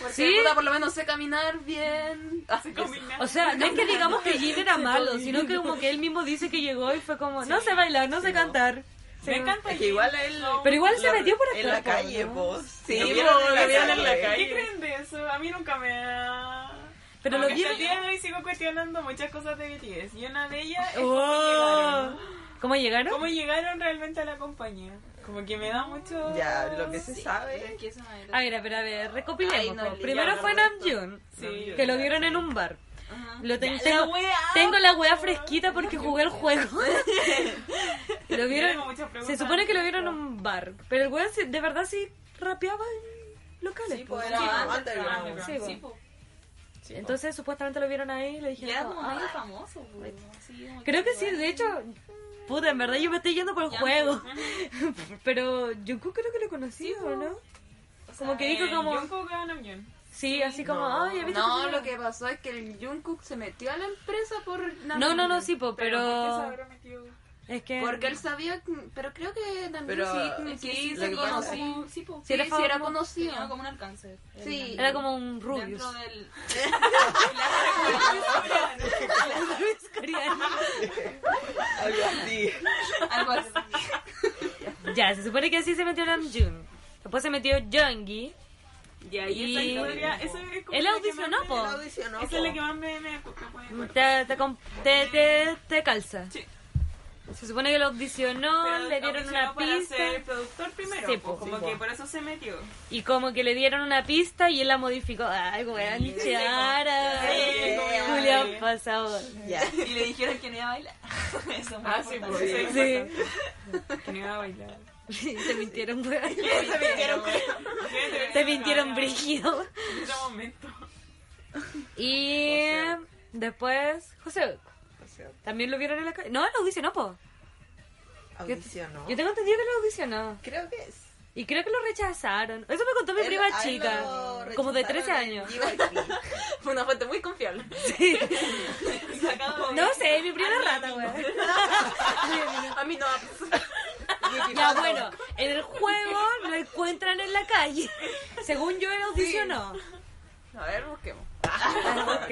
S3: Porque
S1: ¿Sí?
S3: puta, por lo menos sé caminar bien. Así
S1: O sea, no es que digamos que Jim era malo, sino que como que él mismo dice que llegó y fue como, no sé bailar, no sé cantar.
S2: Me encanta
S4: Es que igual él.
S1: Pero igual se
S4: lo-
S1: metió por acá.
S4: En la
S1: po,
S4: calle,
S1: ¿no?
S4: vos.
S3: Sí,
S4: Lo
S3: po,
S4: vieron
S3: lo vieron en la
S2: ¿Qué creen de eso? A mí nunca me ha...
S1: Pero lo
S2: Aunque
S1: vieron-
S2: Hasta el día de hoy sigo cuestionando muchas cosas de BTS. Y una de ellas es cómo
S1: Oh.
S2: llegaron.
S1: ¿Cómo llegaron?
S2: cómo llegaron realmente a la compañía. Como que me da mucho...
S4: Ya, lo que se sabe.
S1: A ver, a ver, a ver, recopilemos.
S3: Ay, no,
S1: po.
S3: Lili,
S1: Primero
S3: habla
S1: fue
S3: de esto.
S1: Namjoon,
S2: Sí.
S1: que lo vieron en un bar. Lo ten-
S2: Ya, la
S1: tengo,
S2: weá.
S1: tengo la weá fresquita porque jugué el juego. lo vieron,
S2: Tengo muchas preguntas.
S1: se supone que lo vieron en un bar, pero el weón se- de verdad sí rapeaba en locales. po.
S4: Sí, po, underground.
S1: Sí, po.
S5: Sí, po.
S1: Entonces supuestamente lo vieron ahí y le
S5: Ya era
S1: dijeron...
S5: como
S1: "Ah".
S5: medio famoso, po. Así como
S1: Creo que sí, de hecho, puta, en verdad yo me estoy yendo por el juego. pero Jungkook creo que lo conocí, ¿o no? Como que
S2: Eh,
S1: dijo como...
S2: Jungkook a Namjoon.
S1: Sí, así como, ay, ¿viste
S3: No,
S1: cómo-
S3: lo que pasó es que el Jungkook se metió a la empresa por...
S1: No, no, no, sí, po,
S2: ¿Por qué se
S1: pero...
S2: habrá metido?
S1: Es que...
S3: Porque él sabía, pero creo que también
S4: Pero,
S3: sí, sí,
S5: Sí,
S4: lo
S5: se
S4: que
S3: conocí.
S4: pasa-
S5: conocía. Sí, po.
S1: Sí, era
S3: Sí, sí era
S1: famoso.
S3: conocido.
S5: Tenía como un alcance.
S3: Sí.
S1: Era como un Rubius.
S5: Dentro del...
S1: Rubius coreano.
S4: Algo así.
S5: Algo así.
S1: ya, se supone que así se metió Namjoon. Después se metió Youngi.
S2: Y ahí esa
S1: Y-
S2: historia... Eso es como
S1: Él
S2: la que más
S1: audicionó,
S2: me-
S1: po.
S4: Él audicionó,
S2: Esa es la
S4: po.
S2: que más me... me, me pone-
S1: Te, te, com- te, te, te calza.
S2: Sí.
S1: Se supone que lo audicionó,
S2: Pero
S1: le dieron
S2: audicionó
S1: una
S2: para
S1: pista.
S2: ser productor primero,
S1: Sí,
S2: po,
S1: po.
S2: como
S1: Sí, po.
S2: que por eso se metió.
S1: Y como que le dieron una pista y él la modificó. Ay, weón, Chiara.
S2: Sí, como-
S1: Julián pasado.
S4: Ya.
S5: Y le dijeron que no iba a bailar. Eso me
S2: Ah, sí, po,
S5: importante.
S2: eso
S1: Sí.
S2: es importante. Que no iba a bailar.
S1: Te mintieron, weón.
S2: Se mintieron,
S1: Te mintieron brígido.
S2: En otro momento.
S1: Y después, José.
S4: O sea,
S1: También lo vieron en la calle. No, lo audicionó, po.
S4: Audicionó.
S1: Yo tengo entendido que lo audicionó.
S4: Creo que es.
S1: Y creo que lo rechazaron. Eso me contó mi
S4: Él-
S1: prima
S4: a él
S1: chica.
S4: lo
S1: Como de
S4: rechazaron
S1: 13
S4: en
S1: años.
S4: GYP.
S3: Fue una fuente muy confiable.
S1: Sí.
S2: Sacado de-
S1: No sé, mi prima es rata, weón.
S3: A mí no.
S1: Ya bueno, en el juego lo encuentran en la calle. Según yo, él audicionó.
S3: A ver, busquemos.
S1: Ah, ok.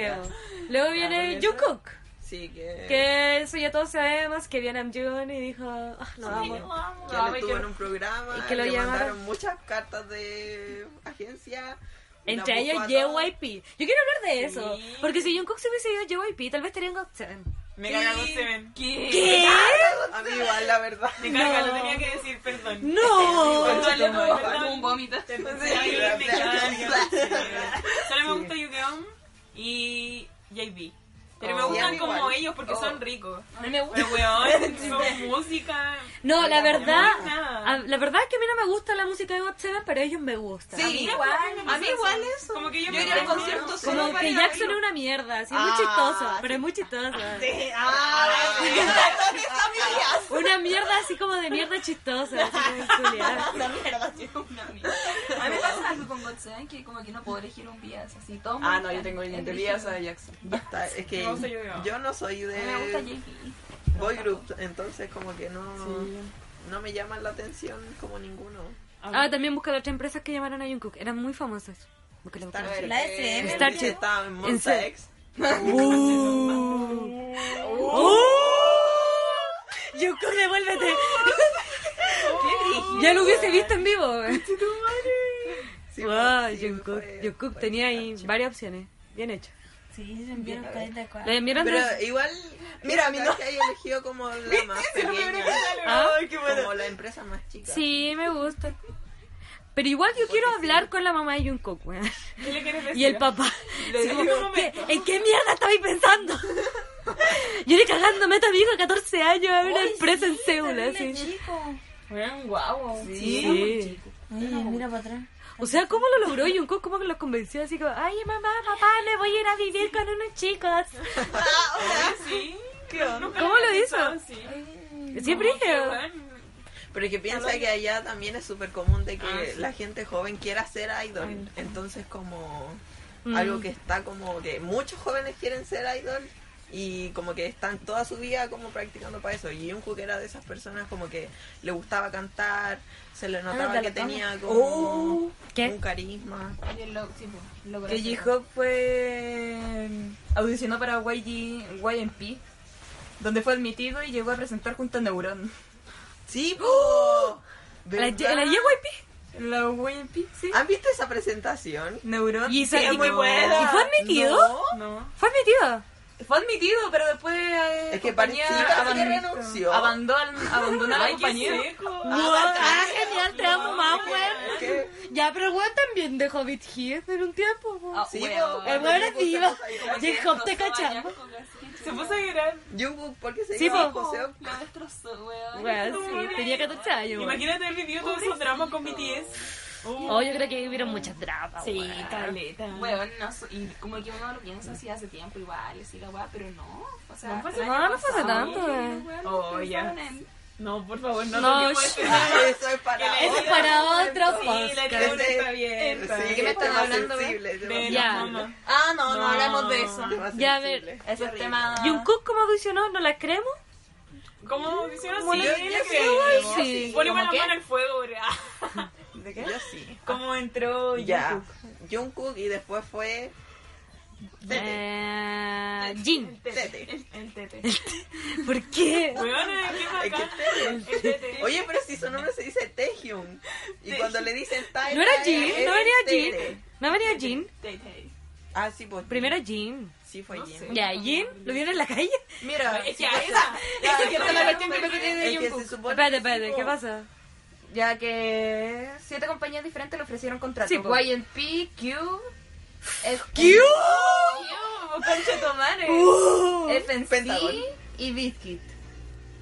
S1: Luego viene Jungkook.
S4: Así que.
S1: Que eso ya todos sabemos que viene Amjoon y dijo, "Ah, lo amo.
S4: Que él estuvo en un programa.
S1: y que lo
S4: le
S1: llamaron-
S4: mandaron muchas cartas de agencia.
S1: Entre
S4: una
S1: ellos
S4: bufanda.
S1: JYP. Yo quiero hablar de eso. Porque si Jungkook se hubiese ido a JYP, tal vez estaría en God Seven.
S2: Me caga God Seven.
S1: ¿Qué?
S4: A mí igual, la verdad.
S2: Me caga,
S1: No.
S2: lo tenía que decir, perdón.
S1: ¡No!
S2: Perdón,
S4: no,
S2: perdón,
S4: no,
S5: Como un vómito.
S2: Ay, me caga God Seven. Solo me
S4: Sí.
S2: gusta Yugeon y JB. Pero me
S4: Oh.
S2: gustan
S4: Ya,
S2: como
S4: igual.
S2: ellos porque son ricos.
S5: A mí me gusta.
S2: Pero weón, son música.
S1: No, la verdad,
S2: no, nada.
S1: a- la verdad es que a mí no me gusta la música de God Seven, pero ellos me gustan.
S3: Sí, igual. A mí igual eso.
S2: Como que yo,
S3: Yo
S2: me
S3: iría al
S2: imagino-
S3: concierto solo
S1: Como
S3: para
S1: que
S3: ir a
S1: Jackson es
S3: verlo.
S1: una mierda, así, muy
S4: Ah,
S1: chistoso,
S4: sí.
S1: pero es muy chistoso.
S4: Ah,
S1: Una mierda así como de mierda chistosa, así como peculiar.
S5: A mí me pasa algo con God Seven que como que no puedo elegir un bias así. Todo
S3: Ah, no, yo tengo el de Vías a
S5: A mí
S3: Jackson.
S4: Basta, es que
S2: Me gusta Yu-Gi-Oh.
S4: yo no soy
S5: me gusta
S4: de
S5: JB.
S4: boy group, entonces como que no, no me llaman la atención como ninguno.
S1: Ah, también busca las otras empresas que llamaron a Jungkook, eran muy famosas. Búscala, búscala.
S4: Starship.
S8: La SM.
S1: Starship.
S4: Estaba en
S1: En
S4: Monsta
S1: serio.
S4: X.
S1: Jungkook, devuélvete. ya lo hubiese visto en vivo.
S4: Sí, pues,
S1: wow,
S4: sí,
S1: Jungkook.
S4: fue-
S1: Jungkook
S4: fue
S1: tenía ahí
S4: Starship.
S1: varias opciones. Bien hecho.
S8: Sí, se enviaron caritas
S1: La de Miranda
S4: Pero igual, mira, mi que hay elegido como la más pequeña.
S1: Ah.
S4: Ay, qué bueno. Como la empresa más chica.
S1: Sí, me gusta. Pero igual yo quiero hablar con la mamá de Jungkook, weón.
S2: ¿Qué le quieres decir?
S1: Y el papá. Así
S2: digo,
S1: como,
S2: "Un
S1: ¿qué-
S2: momento".
S1: ¿En qué mierda estabais pensando? Yo le cagando, meta a mi hijo de 14 años a una empresa en Seúl, así.
S8: chico.
S2: Weón, guau.
S1: Sí.
S8: Ay, mira para atrás.
S1: O sea, ¿cómo lo logró Jungkook? ¿Cómo que los convenció? Así como, ay, mamá, papá, me voy a ir a vivir con unos chicos.
S4: Ah,
S2: Sí.
S1: ¿Cómo lo hizo?
S2: Sí.
S1: Siempre dije,
S4: Pero es que piensa que allá también es súper común de que
S2: Ah, sí.
S4: la gente joven quiera ser idol. Entonces como
S1: Mm.
S4: algo que está como que muchos jóvenes quieren ser idol y como que están toda su vida como practicando para eso. Y Jungkook era de esas personas como que le gustaba cantar, se
S1: Ah,
S4: le notaba que tenía como
S1: Oh, ¿Qué?
S4: un carisma.
S5: Y el lo- sí, pues, lo
S3: Que
S5: conozco.
S3: J-Hope fue em, audicionó para YG, YMP, donde fue admitido y llegó a presentar junto a Neuron.
S4: Sí, po!
S1: ¡Oh! la,
S4: ¿Verdad?
S1: la YYP.
S3: La YMP, sí.
S4: ¿Han visto esa presentación?
S3: Neuron.
S1: Y se- y-
S3: muy
S1: ¿Y
S3: buena.
S1: fue admitido?
S2: No.
S1: ¿Fue admitido?
S3: Fue admitido, pero después eh,
S4: Es que
S3: compañía
S4: parece- sí, parece que
S3: abandonó-
S4: renunció.
S3: abandonó- abandonó la
S2: Ay, qué
S3: compañía.
S2: seco.
S1: Ah, genial, te amo más, weón.
S4: Es que-
S1: Ya, pero el weón también dejó Beat Heath en un tiempo, weón.
S5: Ah,
S4: Sí,
S5: weón.
S4: po,
S1: El weón es
S4: Jungkook se
S1: vivo.
S4: puso ahí como-
S1: J-Hop te
S5: Destrozó a
S1: cachamos.
S5: Jacob, así que
S2: Se puso a llorar.
S4: Jungkook, ¿por qué se
S1: Sí,
S4: llama
S1: po.
S4: Joseo?
S5: Lo destrozó, weón.
S1: Weón, sí, tenía 14 años, weón.
S2: Imagínate haber vivido todos esos dramas con BTS.
S1: Oh, yo creo que vivieron muchas dramas,
S2: Sí,
S1: weón.
S2: caleta.
S5: Weón, no, so- y como que uno lo piensa así hace tiempo igual, así la weá, pero no. O sea,
S2: No fue
S5: el
S1: hace-
S5: año
S1: no fue hace
S5: pasado,
S1: tanto,
S5: weón,
S2: Oh,
S5: pensaron
S2: ya.
S5: en-
S2: No, por favor, no.
S1: No,
S2: toquemos
S1: sh-
S2: este tema.
S4: Eso es para
S2: Que le-
S1: Eso es
S4: otro
S1: para
S4: momento.
S1: otro
S2: Sí, la
S1: podcast.
S2: tribuna está abierta.
S4: Sí,
S2: ¿Qué me
S4: tema sensible, tema
S2: De
S4: sensible.
S1: Ya.
S2: las mamas.
S3: Ah, no, no,
S2: No.
S3: hablamos de eso.
S4: Tema
S1: Ya, a
S4: sensible.
S1: ver.
S3: Ese es tema.
S1: Jungkook como audicionó, ¿no la creemos?
S2: ¿Cómo hicieron así?
S4: Bueno, yo- yo
S2: que-
S4: creo,
S1: Ay, sí.
S2: Ponle una
S3: qué?
S2: mano al fuego, ¿verdad?
S3: ¿De qué?
S4: Yo sí.
S2: ¿Cómo entró
S4: Ya.
S2: Jungkook?
S4: Jungkook y después fue
S1: Eh, Jin.
S4: Tete.
S2: El tete.
S1: ¿Por qué?
S2: Weón, qué
S4: Ay, qué
S2: bacán.
S4: tete.
S2: El tete.
S4: Oye, pero si su nombre se dice Taehyung. Y cuando le dicen Tae
S1: ¿No era
S4: Tae,
S1: Jin?
S4: es
S1: ¿No venía
S4: Tete.
S1: Jin? ¿No venía Jin?
S5: Tete.
S4: Ah, sí, pues.
S1: Primero Jin.
S4: Sí, fue Jin.
S1: Ya, Jin, ¿lo vieron en la calle?
S3: Mira,
S2: Ya, esa.
S3: ya, que está la cuestión que me tiene de
S4: El que pues. se
S3: Jungkook.
S4: supone.
S1: Espérate, espérate, ¿qué pasa?
S3: Ya que siete compañías diferentes le ofrecieron contrato.
S1: Sí, po.
S3: YNP, Q,
S1: ¡Q!
S3: Concha Tomares,
S4: Uh, Pentagon.
S3: FNC y Biscuit.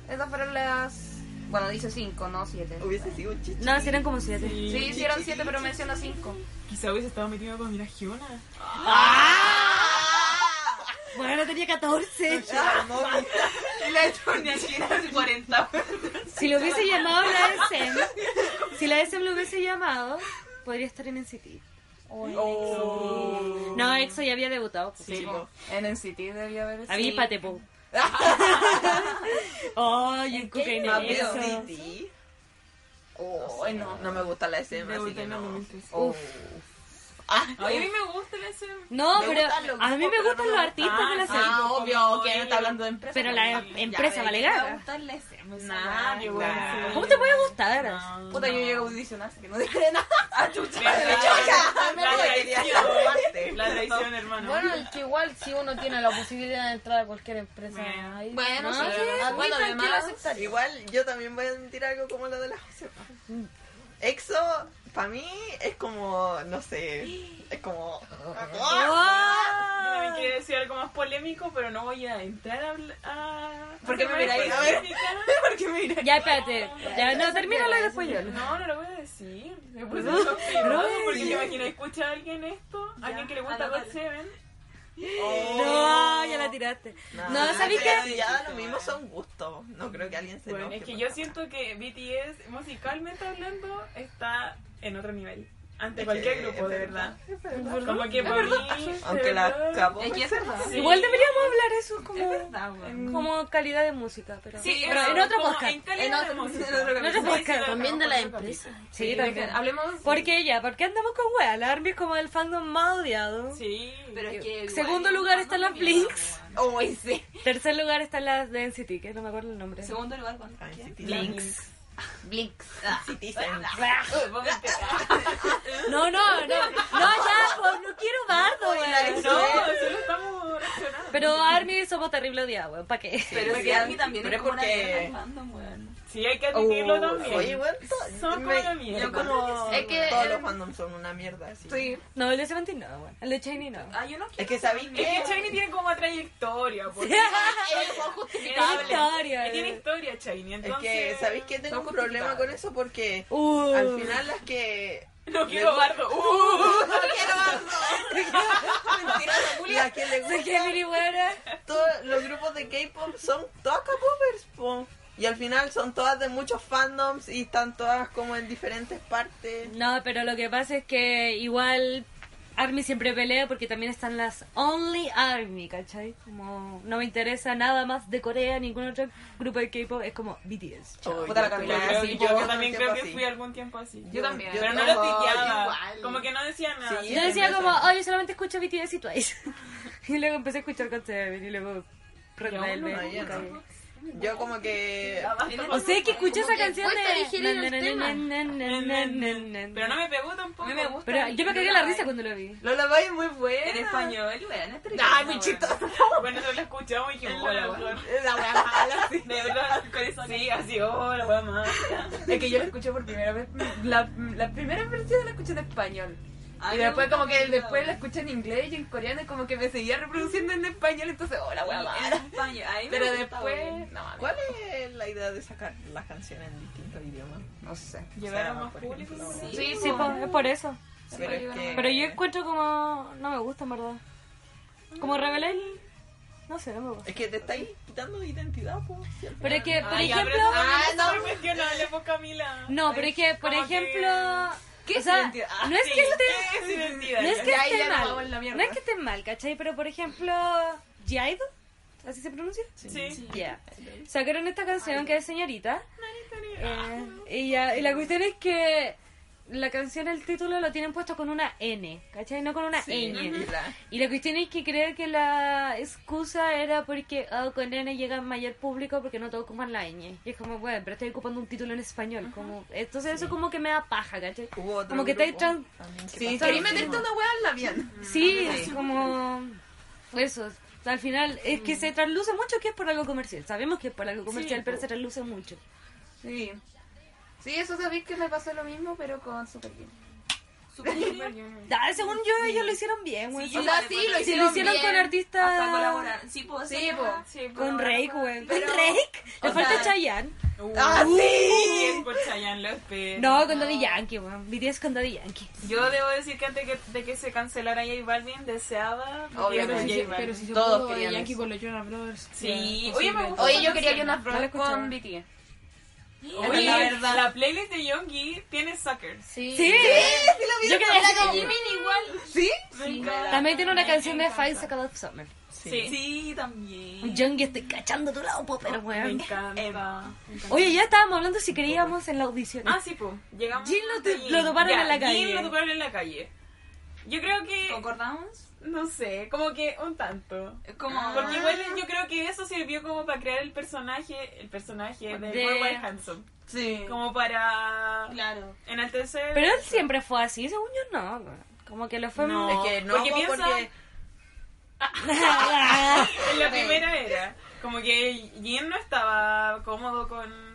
S3: Esas fueron las. Bueno, dice cinco, no siete.
S4: Hubiese sido un chiste.
S1: No, si eran como siete.
S3: Sí, hicieron siete, pero menciona cinco.
S2: Quizá hubiese estado metido con Mira Giona.
S1: Bueno, tenía 14.
S4: Ah,
S5: La historia china de 40.
S1: Si lo hubiese llamado la SM, si la SM lo hubiese llamado, podría estar en NCT. Oh. No, EXO ya había debutado. pues.
S4: Sí, po.
S3: En NCT debía haber sido.
S1: Avípate, po. oh, Jungkook en
S4: Ah, pero
S1: EXO.
S4: Titi. Oh, no. No me gusta la escena, así que no.
S2: en el 2013.
S4: Oh.
S2: A mí me gusta ese.
S1: No,
S4: Me
S1: pero
S4: gustan los
S1: a mí me gustan
S4: grupos, pero no
S1: los
S4: me
S1: artistas
S2: gustan.
S1: de la serie.
S4: Ah, obvio, que no está hablando de empresa.
S1: pero la em- empresa vale
S5: Me
S1: gaga.
S5: gusta el SM. esa
S2: Nah,
S5: weá,
S2: yo
S5: weá.
S2: weá.
S1: ¿Cómo te puede gustar?
S3: Puta, yo llego a audicionar, así que no dije nada. Ah, chucha.
S2: La-
S4: ¡Chucha!
S2: Ah, la traición. La traición, hermano.
S6: Bueno, el que igual si uno tiene la posibilidad de entrar a cualquier empresa
S2: Bueno.
S6: ahí.
S5: Bueno,
S6: ¿no?
S5: sí,
S4: Ah,
S6: admitan
S5: bueno,
S6: que
S5: además-
S6: lo aceptaría.
S4: Igual yo también voy a admitir algo como lo de la Josefa. EXO, para mí, es como, no sé, es como... ¡Ah!
S2: Yo también quiero decir algo más polémico, pero no voy a entrar a. habl- a
S3: ¿Por qué me
S2: a
S3: miráis?
S2: la
S3: A ver.
S2: polémica.
S3: Porque mira.
S1: Ya, espérate. Ya, no, termínalo y después yo.
S2: No, no lo voy a decir. Me puse conflicto,
S1: no,
S2: porque me imagino, escucha a alguien esto, alguien que le gusta God Seven.
S1: No, ya la tiraste. No, ¿sabes
S4: pero
S1: qué?
S4: Ah, Ya lo mismo son gustos. No creo que alguien se
S2: Bueno,
S4: enoje
S2: es que
S4: por
S2: yo
S4: esa
S2: siento que BTS, musicalmente hablando, está en otro nivel. Ante
S4: Es
S2: cualquier
S4: que
S2: grupo,
S4: es
S2: de
S4: verdad,
S2: verdad. Como que para mí. de
S4: Aunque la
S2: verdad,
S4: acabó.
S5: Es que es verdad.
S2: sí.
S1: Igual deberíamos hablar eso
S5: Es
S1: como,
S5: verdad, weón.
S1: como calidad de música, pero,
S2: Sí,
S1: pero en
S2: eso,
S1: otro
S2: como
S1: podcast.
S2: En, calidad
S1: En
S2: de
S1: otro-
S2: música.
S1: en otro podcast.
S2: Sí, sí, lo
S6: También de la
S2: hagamos por otro
S6: empresa.
S2: capítulo.
S1: Sí, también.
S5: Hablemos.
S1: Porque ya, porque andamos con wea. La Army es como el fandom más odiado.
S2: Sí.
S5: Pero es que.
S1: Segundo lugar están las Blinks.
S3: Oh, sí.
S1: Tercer lugar están las de NCT, que no me acuerdo el nombre.
S5: Segundo lugar, ¿cuándo?
S4: Ay, Ah, sí, tiene-
S2: Blinks.
S4: Citizen.
S2: Ah,
S1: No, no, no. No, ya, pues, no quiero bardo,
S2: No,
S1: weón.
S2: solo estamos reaccionando.
S1: Pero Army somos terrible odiados, weón. ¿Para qué?
S5: Pero
S4: Porque-
S5: si a mí también
S4: pero
S5: es como una
S4: porque-
S5: guerra del fandom, weón.
S2: Sí, hay que
S4: Oh,
S2: admitirlo también.
S4: Oye, bueno,
S2: Son como la mierda.
S4: Yo como...
S6: Es que-
S4: Todos los fandoms son una mierda, así.
S3: Sí.
S1: No, el de Seventeen no, weón. El de Shiny no.
S5: Ah, yo no quiero.
S4: Es que sabéis
S2: Es
S4: que...
S2: que Shiny tiene como una trayectoria. porque
S1: Tiene historia,
S2: Tiene
S1: weón.
S2: historia, Shiny.
S4: Es
S2: Entonces...
S4: que, ¿sabéis que tengo un problema con eso? Porque
S1: Uh.
S4: al final las que...
S2: No quiero bardo.
S4: ¡No quiero Ah, bardo! las que le
S1: ¿De qué,
S4: gustan
S1: Miri, weona?
S4: todos los grupos de K-pop son todas K-popers, po. Y al final son todas de muchos fandoms y están todas como en diferentes partes.
S1: No, pero lo que pasa es que igual Army siempre pelea porque también están las Only Army, ¿cachai? Como no me interesa nada más de Corea, ningún otro grupo de K-pop, es como BTS.
S4: Oh,
S3: Puta la
S4: yo
S3: Camila,
S2: Yo,
S4: creo-
S2: creo,
S3: sí,
S2: yo
S3: po.
S2: también
S4: Yo
S2: creo
S4: también
S2: que fui algún tiempo así.
S3: Yo también.
S2: Pero no
S4: Yo
S2: lo pillaba.
S4: igual.
S2: Como que no decía nada.
S4: Sí.
S1: Yo decía como, oye, yo solamente escucho BTS y Twice. y luego empecé a escuchar con Seven y luego Red
S2: aún no,
S1: Velvet,
S4: yo no.
S1: Kaye.
S4: Yo como que...
S1: O sea, que escuché esa
S6: Como que
S1: canción
S6: cuesta
S1: de...
S6: digerir el
S1: na, na,
S6: tema.
S1: na, na, na, na, na, na.
S2: Pero no me pegó tampoco.
S5: No me gusta.
S1: Pero yo me cagué la risa cuando lo vi.
S3: Lola Bay es muy buena.
S5: En español, weón. Es terrible.
S3: Ay, muy chistosa.
S2: Bueno, no lo escuchamos y que hola, weón.
S3: Es la wea mala, sí.
S2: De verdad, con eso sí, así, "Oh, hola, weón, más.
S3: Es que yo la escuché por primera vez. La, la primera versión la escuché en español.
S5: Ay,
S3: y después
S5: no,
S3: como que
S5: no.
S3: después la escuché en inglés y en coreano y como que me seguía reproduciendo en español, entonces, oh, la wea
S5: En
S3: mala.
S5: español. Ay, me
S3: Pero
S5: gusta,
S3: después,
S5: weón.
S3: no, a mí-
S4: ¿Cuál es la idea de sacar las canciones en distintos idiomas?
S3: no sé.
S2: Llevar a
S4: O sea,
S2: más
S4: por
S2: público.
S4: ejemplo,
S5: Sí,
S1: Sí,
S6: pues,
S1: sí, po, es por eso.
S4: Pero, es que-
S1: Pero yo encuentro como... No me gusta, en verdad. Como revelar... No sé, no me gusta.
S4: Es que te estáis quitando identidad, po. si al
S1: Pero es que, por
S2: Ay, ya,
S1: ejemplo...
S2: pero eso no. es cuestionable, po, Camila.
S1: No, pero es que, por
S2: Como que-
S1: ejemplo...
S3: ¿Qué
S1: o sea,
S3: identidad? Ah,
S1: no es
S2: Sí,
S1: que esté...
S2: es identidad.
S1: No es que
S3: De ahí
S1: esté
S3: ya nos
S1: mal.
S3: vamos en la mierda.
S1: No es que esté mal, ¿cachai? Pero por ejemplo, Jaido, ¿así se pronuncia?
S2: Sí.
S1: Ya. Sacaron esta canción que es Señorita. Eh, y, ya- y la cuestión es que la canción, el título lo tienen puesto con una N, ¿cachai? No con una ñ. Y la cuestión es que creo que la excusa era porque oh, con N llega mayor público porque no todos ocupan la ñ. Y es como, bueno, pero estoy ocupando un título en español. como Entonces eso como que me da paja, ¿cachai?
S4: Hubo otro
S1: Como que
S4: grupo
S1: estáis tran-
S4: también que
S3: Sí,
S4: pasó
S3: querí
S4: lo
S3: meterte
S4: mismo.
S3: una wea en la bien.
S1: Sí, es como eso. Al final es que se trasluce mucho que es por algo comercial. Sabemos que es por algo comercial, pero se trasluce mucho.
S3: Sí. Sí, eso sabéis que me pasó lo mismo, pero con Super Junior.
S1: Ah, según yo ellos lo hicieron bien, güey.
S5: Sí,
S1: O sea,
S5: sí,
S1: sí,
S5: lo
S1: lo hicieron,
S5: hicieron
S1: con artistas
S5: Hasta colaborar. Sí, puedo
S3: Sí, po.
S1: con Rake, güey.
S3: Pero-
S1: con Rake. Le
S5: o
S1: falta
S5: sea-
S1: Chayanne.
S2: Uh,
S4: ¡Ah, sí!
S2: es por Chayanne López.
S1: No, con Daddy Yankee, güey. BTS con Daddy Yankee.
S2: Yo debo decir que antes que- de que se cancelara J Balvin, deseaba vivir
S3: Obvio,
S2: con J Balvin.
S8: Pero si se
S3: Todos
S8: pudo de
S3: querían
S8: Yankee
S3: eso.
S8: con los Jonas Brothers.
S2: Sí.
S8: ya,
S2: Oye,
S8: posible.
S2: me gusta.
S3: Oye, yo
S2: esa
S3: quería
S2: canción.
S3: Jonas
S1: No la
S3: Brothers
S1: escuchaba.
S3: con BTS.
S2: Oye,
S1: La
S2: la,
S1: verdad.
S2: playlist de Youngi tiene Suckers.
S1: Sí.
S3: vi,
S1: yo quería así como-
S5: igual.
S3: ¿Sí?
S1: También tiene una canción de Five Seconds of Summer.
S2: Sí.
S5: Sí, también.
S1: Youngie, estoy cachando tu lado, popper,
S2: Me
S1: güey.
S2: encanta.
S1: Oye, ya estábamos hablando si queríamos en la audición.
S2: Ah, sí, pues. Llegamos.
S1: Jin lo
S2: hasta
S1: tu- lo toparon
S2: Ya,
S1: en la calle.
S2: Jin lo toparon en la calle. Yo creo que,
S5: ¿Concordamos?
S2: no sé, como que un tanto.
S5: Es como...
S1: Ah.
S2: Porque igual yo creo que eso sirvió como para crear el personaje, el personaje de,
S1: De-
S2: Worldwide Handsome.
S3: Sí.
S2: Como para
S5: Claro.
S2: enaltecer.
S1: Pero él siempre fue así, según yo no. weón. Como que lo fue...
S2: No.
S4: Es que no,
S2: porque
S4: po,
S2: piensa-
S4: porque
S2: En la primera era. Como que Jin no estaba cómodo con.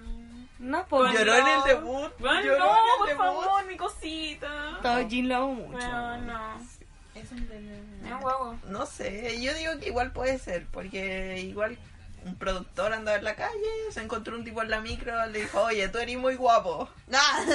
S1: No, pues, porque
S4: lloró en el
S2: no.
S4: debut.
S2: Bueno,
S4: lloró
S2: no,
S4: en el
S2: por
S4: debut.
S2: favor, mi cosita.
S1: todo Jin lo amo mucho.
S2: Bueno, no.
S5: Es un veneno.
S2: No, guau.
S4: No sé, yo digo que igual puede ser, porque igual un productor andaba en la calle, se encontró un tipo en la micro, le dijo, oye, tú eres muy guapo. Ah,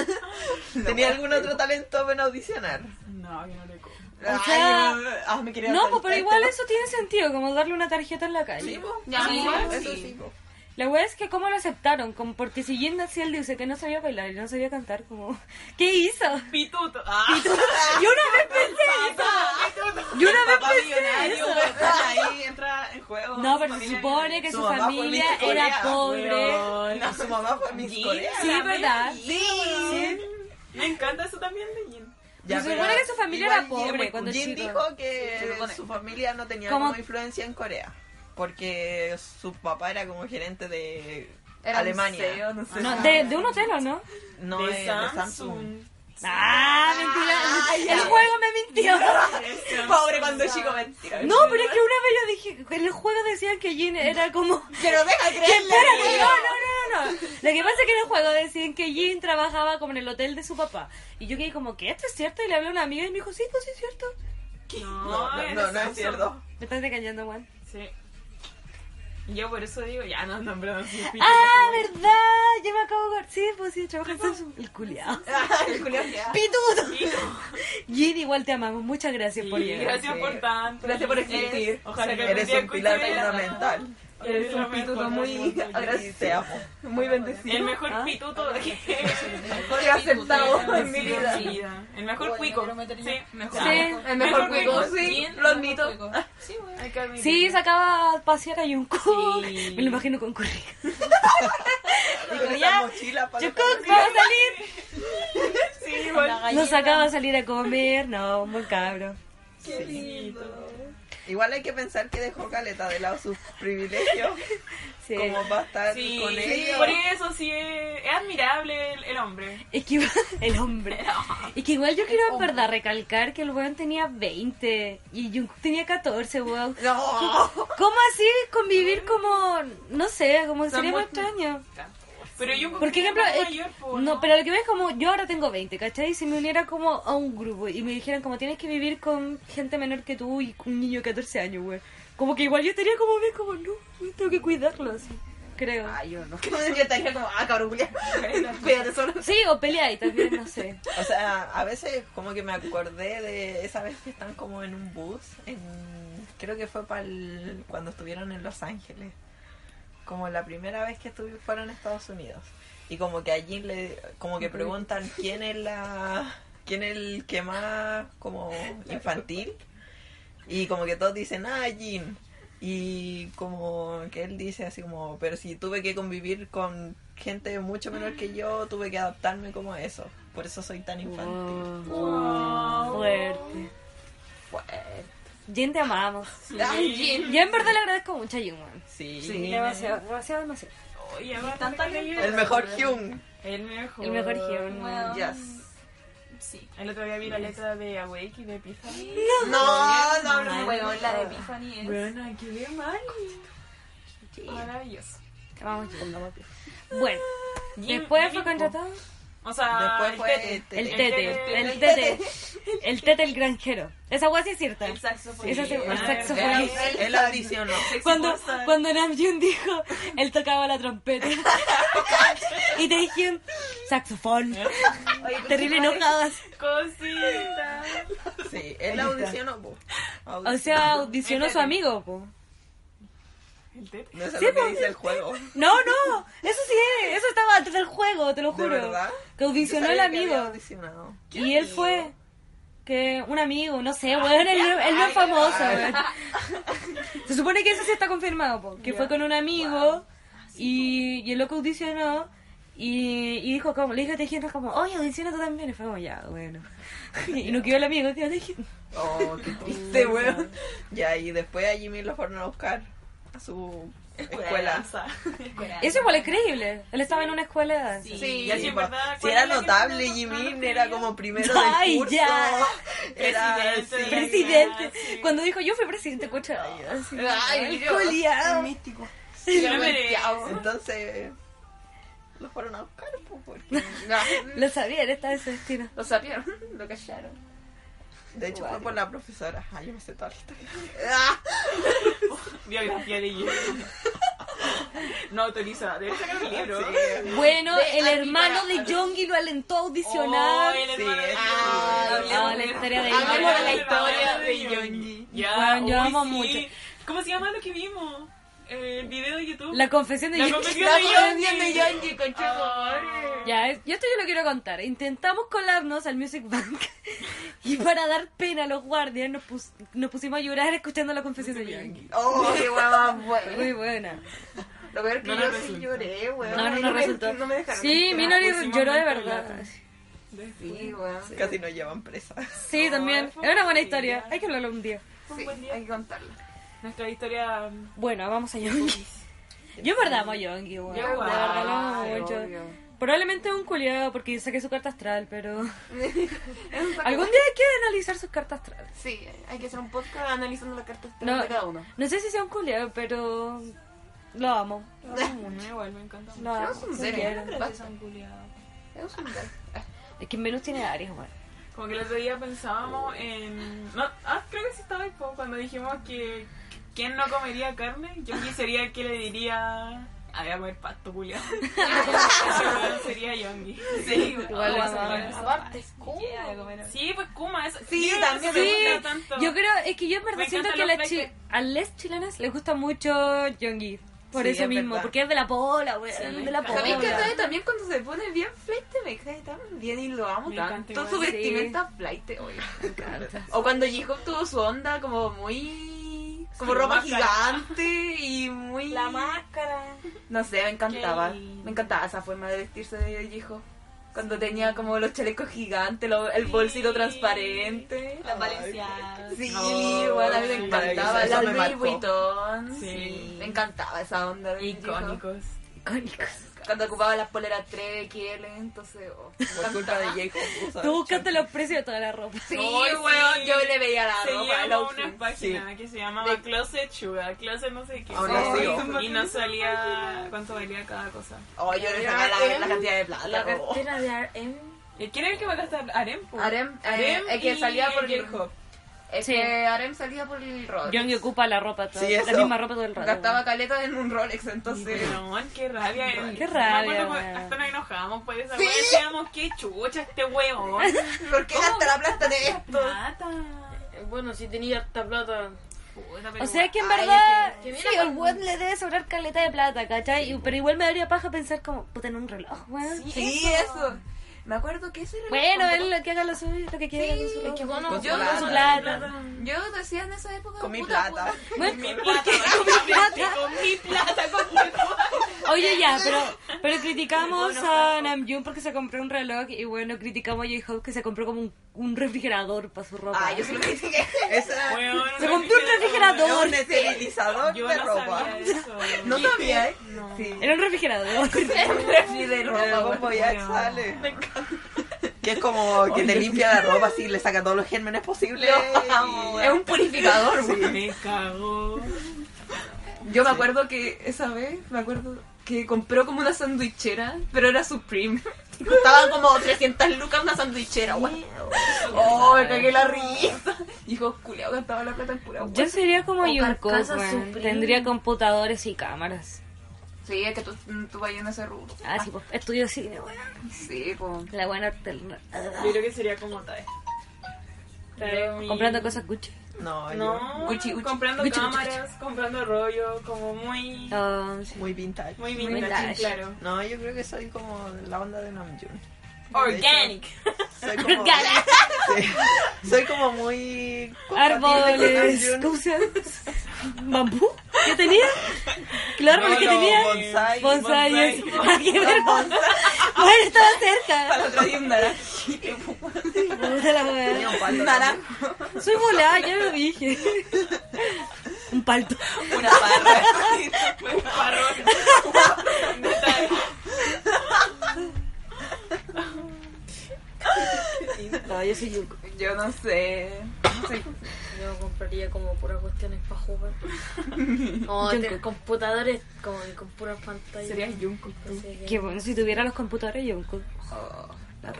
S4: ¿Tenía algún otro talento para audicionar?
S2: No, que no le co-
S1: O sea,
S4: ah, me quería
S1: No, pues,
S4: saltar
S1: pero igual
S4: este-
S1: eso tiene sentido, como darle una tarjeta en la calle.
S2: pues.
S4: Sí, po.
S5: Ya,
S4: Sí,
S5: igual
S4: po, eso
S5: sí.
S4: sí, po.
S1: La wea es que cómo lo aceptaron, como porque si Jin hacía el dice que no sabía bailar y no sabía cantar, como ¿qué hizo?
S2: Pituto. Ah,
S1: Yo una vez pensé eso. Yo una vez pensé
S4: Millonario,
S1: eso.
S4: weón, ahí entra en juego.
S1: No, pero
S4: Su
S1: se
S4: familia-
S1: supone que
S4: su
S1: su
S4: mamá fue
S1: familia
S4: Miss Corea,
S1: era pobre.
S2: weón.
S4: No, su mamá fue Miss Corea.
S1: Sí, ¿verdad?
S4: Sí.
S2: Me encanta eso también de Jin.
S4: Ya,
S1: Se
S4: pero
S1: supone que su familia
S4: igual
S1: era pobre
S4: Jin-
S1: cuando
S4: Jin
S1: chico.
S4: dijo que
S5: Se supone.
S4: su familia no tenía
S1: Como-
S4: como influencia en Corea. Porque su papá era como gerente de
S3: Era
S4: Alemania.
S3: museo, no sé.
S1: No, de, de un hotel o no?
S4: No, es de Samsung.
S1: Ah, mentira. el juego me mintió.
S2: este,
S4: Pobre cuando
S2: ah.
S4: chico, mentira.
S1: No, pero es que una vez yo dije, en el juego decían que Jin era como
S4: Pero deja creer.
S1: Espérate, no, no, no, no. Lo que pasa es que en el juego decían que Jin trabajaba como en el hotel de su papá. Y yo quedé como, ¿qué? ¿Esto es cierto? Y le hablé a una amiga y me dijo, sí, pues sí es cierto.
S2: No,
S4: No, no,
S2: era
S4: no, no
S2: Samsung.
S4: es cierto.
S1: Me estás engañando, Juan.
S2: Sí. Yo por eso digo, ya nos nombramos un pituto.
S1: Ah, ¿verdad? Ya me acabo de... Sí, pues sí, trabaja en Samsung. El culiao.
S4: El Julio ya.
S1: ¡Pitudo!
S2: Sí.
S1: Jin, igual te amamos. Muchas gracias por
S2: Sí,
S1: llegar.
S2: gracias por tanto.
S3: Gracias por existir.
S2: Ojalá que algún
S4: Eres
S2: día
S4: un pilar
S2: escuche-
S4: fundamental.
S2: Eres lo
S3: un pituto
S2: mejor del
S3: muy
S2: mundo.
S4: Gracias, te amo.
S3: Muy bendecido.
S2: El mejor
S1: Ah.
S2: pituto de
S3: He aceptado en mi vida.
S2: El mejor cuico. Sí,
S5: mejor.
S1: Sí,
S3: el mejor cuico, sí,
S5: Bien,
S3: lo
S5: el mejor
S3: admito.
S5: cuico. Sí, güey.
S2: Hay que admitir.
S1: Sí, sacaba a pasear a Jungkook.
S2: Sí.
S1: Me lo imagino con curry.
S4: Con
S1: ya.
S4: esa mochila para
S1: Jungkook, vamos a salir.
S2: Sí, igual.
S1: Lo sacaba a salir a comer. No, un buen cabro.
S4: Qué lindo. Igual hay que pensar que dejó Caleta de lado sus privilegios.
S1: Sí.
S4: Como para estar
S2: Sí,
S4: con ellos.
S2: por eso sí es, es admirable el, el hombre.
S1: Es que igual- el hombre. Es que igual yo quiero en verdad recalcar que el weón tenía 20 y Jungkook tenía 14, weón.
S4: No.
S1: ¿Cómo así convivir como, no sé, como sería muy extraño?
S2: Pero yo
S1: Por ejemplo,
S2: es
S1: eh,
S2: pues.
S1: no, pero lo que ves como yo ahora tengo 20, ¿cachai? Y si me uniera como a un grupo y me dijeran como tienes que vivir con gente menor que tú y con un niño de 14 años, weón. Como que igual yo estaría como bien como, no, tengo que cuidarlo así, creo.
S3: Ay, yo no. Yo estaría como, ah, cabrón, Julia. Cuídate solo.
S1: Sí, o peleáis también, no sé.
S4: O sea, a veces como que me acordé de esa vez que están como en un bus, en, creo que fue para cuando estuvieron en Los Ángeles, como la primera vez que estuvieron fueron a Estados Unidos. Y como que allí le, como que preguntan quién es la, quién es el que más como infantil. Y como que todos dicen, ah, Jin. Y como que él dice así como, pero si tuve que convivir con gente mucho menor que yo, tuve que adaptarme como a eso. Por eso soy tan infantil.
S1: Fuerte.
S4: Fuerte.
S1: Jin, te amamos.
S4: Ay, Jin.
S1: Yo en verdad le agradezco mucho a Jin, weón.
S4: Sí.
S1: Demasiado, demasiado, demasiado.
S5: Tanta
S4: El mejor Hyun.
S2: El mejor.
S1: El mejor Hyun.
S5: Bueno.
S4: Yes.
S5: Sí.
S2: El otro día vi la letra de Awake y de Epiphany.
S4: No, no, no.
S5: Bueno, la de Epiphany es...
S2: Bueno, qué bien, mal. Maravilloso.
S1: Te amamos, Jin. Bueno, después fue contratado
S2: O sea,
S4: Después fue
S2: el
S4: Tete.
S1: el
S2: El
S1: Tete.
S2: Tete.
S1: El Tete. El Tete, el granjero. Esa weá sí es cierta.
S5: El saxofón.
S1: Esa sí- el
S2: ah,
S1: saxofonista.
S4: Él- Él audicionó.
S1: Cuando, cuando Namjoon dijo, él tocaba la trompeta. y te dijeron, saxofón. Terrible enojadas.
S2: Cosita.
S4: Sí, él audicionó. po.
S1: O sea, audicionó a su amigo, po.
S2: El Tete.
S4: No es
S1: sí,
S4: lo
S1: po.
S4: que dice el juego.
S1: No, no, eso sí es, eso estaba antes del juego, te lo
S4: ¿De
S1: juro.
S4: verdad?
S1: Que audicionó
S4: Yo
S1: el
S4: sabía que había
S1: amigo.
S4: audicionado.
S1: Y él fue que un amigo, no sé,
S4: Ah,
S1: weón, el, el más famoso, weón. Se
S4: Ah,
S1: supone que eso sí está confirmado, po, que fue con un amigo y, y el loco audicionó Y, y dijo como, le dijo a Tejera como, oye, audiciona tú también. Y fue como, ya, bueno. y no quedó el amigo, tío, Tejera.
S4: Oh, qué triste, weón. Ya, y después a Jimmy lo fueron a buscar a su escuela.
S1: Eso igual es creíble. Él estaba en una escuela de danza.
S4: Sí,
S2: y así, en verdad,
S4: si
S2: ¿cuál
S4: era
S2: es la que
S4: notable
S2: nos
S4: Jimmy,
S2: mostraron
S4: era
S2: que
S4: como primero
S1: Ay,
S4: del curso.
S1: ya.
S4: Era
S2: Presidente de
S4: sí.
S2: la
S1: Presidente.
S2: Sí.
S1: Cuando dijo, yo fui presidente, cocha. Así,
S4: Ay, Dios.
S1: coleado.
S3: místico.
S2: Yo lo merezco.
S4: Entonces, lo fueron a buscar, po, porque
S1: Lo sabía, él estaba en su destino.
S5: Lo sabieron, lo callaron.
S4: de hecho fue por la profesora. Ay, yo me sé toda la historia.
S1: Ah.
S2: Biografía de Jimmy. No autoriza, debe sacar un libro.
S4: Sí.
S1: Bueno, el
S6: Andy
S1: hermano de
S6: para-
S1: Yongi lo alentó a audicionar.
S2: Oh, el hermano de
S4: Sí.
S2: Jimmy.
S4: Ay,
S1: no, Ah, la historia de Jimmy.
S6: Hablemos de la
S2: historia de
S4: Yongi.
S2: Ya,
S1: Bueno, yo
S2: uy,
S1: amo
S2: sí.
S1: mucho.
S2: ¿Cómo se llama lo que vimos? El video de YouTube.
S1: La confesión de
S2: La
S1: Yongi.
S2: confesión de Yongi.
S1: Ya, es- yo esto yo lo quiero contar. Intentamos colarnos al Music Bank y para dar pena a los guardias nos, pus- nos pusimos a llorar escuchando la confesión de Yongi.
S3: Oh, qué guapa, bueno.
S1: Muy buena.
S3: Lo peor que
S2: No, no
S3: yo sí
S2: resulta.
S3: lloré, weón.
S1: No, no,
S3: Ay,
S1: no
S3: me-
S1: resultó.
S3: No me dejaron.
S1: Sí,
S3: entrar.
S1: Minori
S2: pusimos
S1: lloró de
S2: en
S1: verdad.
S2: colata.
S3: Sí, weón.
S4: Casi nos llevan presa.
S1: Sí, también. Es una buena historia. Hay que hablarlo un día.
S3: Sí, hay que contarlo.
S2: Nuestra historia. mm,
S1: Bueno, vamos a Yongi. Yo en verdad amo a Yongi, weón.
S2: Yo
S1: De
S2: igual,
S1: verdad lo amo
S3: Ay,
S1: mucho.
S3: obvio.
S1: Probablemente es un culiado porque saqué su carta astral, pero... Algún día hay que analizar sus cartas astrales.
S3: Sí, hay que hacer un podcast analizando las cartas
S1: No,
S3: de cada uno.
S1: no sé si sea un culiado, pero lo amo.
S2: No, igual, me encanta.
S1: Lo amo.
S3: Es un
S1: lo
S3: serio,
S1: quiero.
S3: Es un
S1: Es que menos tiene Aries, weón.
S2: Como que el otro día pensábamos en. No, ah, creo que sí estaba ahí po, cuando dijimos que. ¿Quién no comería carne? Yo aquí sería el que le diría. A ver, a comer pasto, culiao. Ese weón sería Yongi. Sí,
S1: Igual lo amaba.
S6: Aparte, es como.
S2: Sí, pues Kuma es.
S3: Sí,
S2: yo
S3: también
S2: no sé
S1: Sí,
S2: si me gusta tanto.
S1: yo creo, es que yo en verdad
S2: Me
S1: siento
S2: encantan
S1: que
S2: los
S1: las
S2: flaites.
S1: chi- a las chilenas les gusta mucho Yongi. Por
S4: Sí,
S1: eso
S4: es
S1: mismo,
S4: verdad.
S1: porque es de la pola, weón. de la pola.
S3: ¿Sabéis que sabe también cuando se pone bien flight me cae tan bien y lo amo
S2: Me encanta
S3: tanto?
S2: igual.
S3: Su
S1: Sí.
S3: vestimenta flight, oye. O cuando Jacob tuvo su onda como muy... Como
S2: Sí,
S3: ropa
S2: máscara.
S3: gigante y muy...
S8: La máscara.
S3: No sé, me encantaba.
S2: Qué lindo.
S3: Me encantaba esa forma de vestirse de Jacob. Cuando tenía como los chalecos gigantes, lo- el bolsito
S2: Sí.
S3: transparente.
S4: Ay,
S5: Valencianas.
S3: Sí,
S2: Ay,
S3: bueno, a mí me
S2: sí,
S3: encantaba.
S4: eso
S3: La
S4: me
S3: Louis
S4: marcó.
S3: Vuitton.
S2: Sí.
S3: Sí. Me encantaba esa onda. de Jacob.
S2: Icónicos.
S3: Cuando ocupaba las poleras 3XL, entonces. oh, me
S4: Por culpa
S3: encantaba.
S4: de Jacob.
S1: Tú buscaste los precios de toda la ropa.
S3: Sí,
S2: Ay,
S3: weón,
S2: sí.
S3: yo le veía la ropa, el
S2: Seguíamos una
S3: outfit.
S2: página que se llamaba Closet Sugar, Closet no sé qué.
S4: Ahora
S2: Sí.
S4: sí.
S2: Y nos salía cuánto valía cada cosa.
S4: Oh, yo
S3: Yo le
S4: les
S3: sacaba la, la cantidad de plata.
S8: La
S3: oh.
S8: cartera de RM.
S2: ¿Y Eh, quién era el que va a gastar? Arem. po.
S3: Arem, eh,
S2: Arem
S3: es que
S2: y
S3: salía por el
S2: J-Hope.
S3: Es
S1: Sí.
S3: que Arem salía por el Rolex.
S1: Yongi ocupa la ropa toda,
S4: Sí, eso.
S1: la misma ropa todo el rato.
S3: Gastaba caleta en un Rolex, entonces.
S2: Weón, qué rabia.
S1: Qué
S2: No
S1: rabia,
S2: me acuerdo,
S1: weón.
S2: Hasta nos enojábamos por esa
S3: Sí.
S2: weón. Decíamos, qué chucha este weón.
S3: ¿Por qué gasta la plata de esto?
S2: Plata.
S6: Eh, Bueno, si tenía harta plata.
S2: Puta,
S1: O
S2: pero
S1: sea que en
S3: Ay,
S1: verdad,
S6: que- que
S1: sí,
S6: mira,
S1: el web le debe sobrar caleta de plata, ¿cachai? Y- pero igual me daría paja pensar como, puta, en un reloj, weón.
S3: Sí, eso. Me acuerdo que ese reloj
S1: Bueno,
S3: cuando-
S1: él lo que haga lo suyo, lo que quiera con su
S6: Es que
S1: reloj.
S6: bueno,
S4: Con
S6: yo
S4: su
S6: no
S4: plata.
S1: plata.
S3: Yo decía en esa época.
S4: Con mi
S3: puta,
S4: plata.
S3: puta.
S1: Bueno,
S2: Mi
S1: ¿por
S2: plata,
S1: qué con mi plata?
S2: con mi plata, con mi plata.
S1: Oye, ya, pero, pero criticamos a Namjoon porque se compró un reloj y bueno, criticamos a J-Hope que se compró como un, un refrigerador para su ropa.
S3: Ah, yo sí lo critiqué.
S4: Esa es
S2: Weón,
S1: Se
S2: no
S1: compró un
S2: me quiero-
S1: refrigerador.
S4: un esterilizador
S2: Yo
S4: de
S2: no
S4: ropa.
S2: sabía eso.
S3: No sabía, ¿eh? Sí.
S1: Era un refrigerador.
S3: Ni de
S4: Pero
S3: ropa.
S4: como ya sale. Que es como que te limpia la ropa así, le saca todos los gérmenes posibles.
S3: Amo,
S4: y-
S3: Es un purificador, güey.
S2: Me cagó.
S3: Yo me acuerdo que esa vez, me acuerdo que compró como una sandwichera, pero era Supreme. Y Costaba como 300 lucas una sandwichera, güey. Oh, me cagué la risa. Dijo, culiao, gastaba la plata en pura
S1: Yo
S3: güey.
S1: sería como
S6: O
S1: Yurko,
S6: carcasa
S1: weón.
S6: Supreme.
S1: tendría computadores y cámaras.
S3: Sí, es que tú, tú vas en ese rubro.
S1: Ah, sí, pues estudio cine, weón.
S3: Sí, pues.
S1: La buena alterna.
S2: Yo creo que sería como Tae. Tae mi-
S1: Comprando cosas Gucci.
S4: No, yo-
S2: No,
S3: Gucci, Gucci.
S2: comprando
S1: Gucci, Gucci,
S2: cámaras, comprando rollo, como muy.
S1: Ah, sí.
S4: Muy vintage.
S2: Muy vintage,
S1: vintage.
S2: claro.
S4: No, yo creo que soy como la onda de Namjoon.
S2: Organic.
S4: Soy como, Sí. soy como muy compatible con
S1: Árboles.
S4: Namjoon.
S1: ¿Cómo se llama? ¿Bambú? ¿Qué tenía? Claro,
S2: No,
S1: el que
S4: no,
S1: tenía?
S4: bonsai.
S1: Bonsai.
S2: Bonsai.
S1: Hay que ver bonsai. Bueno, estaba cerca.
S3: Al otro día un naranjo.
S1: Puta la wea.
S4: un
S3: Un
S4: palo.
S3: naranjo.
S1: Soy volada, ya lo dije. Un palto.
S3: Una parra.
S1: No, yo soy Yuko.
S3: Yo no sé.
S6: Yo compraría como puras cuestiones para jugar. Como
S1: Junko.
S6: de computadores, como que con puras pantallas.
S3: Serías Junko.
S6: Así que-
S1: Qué bueno, si tuviera los computadores, Yunko.
S3: Oh.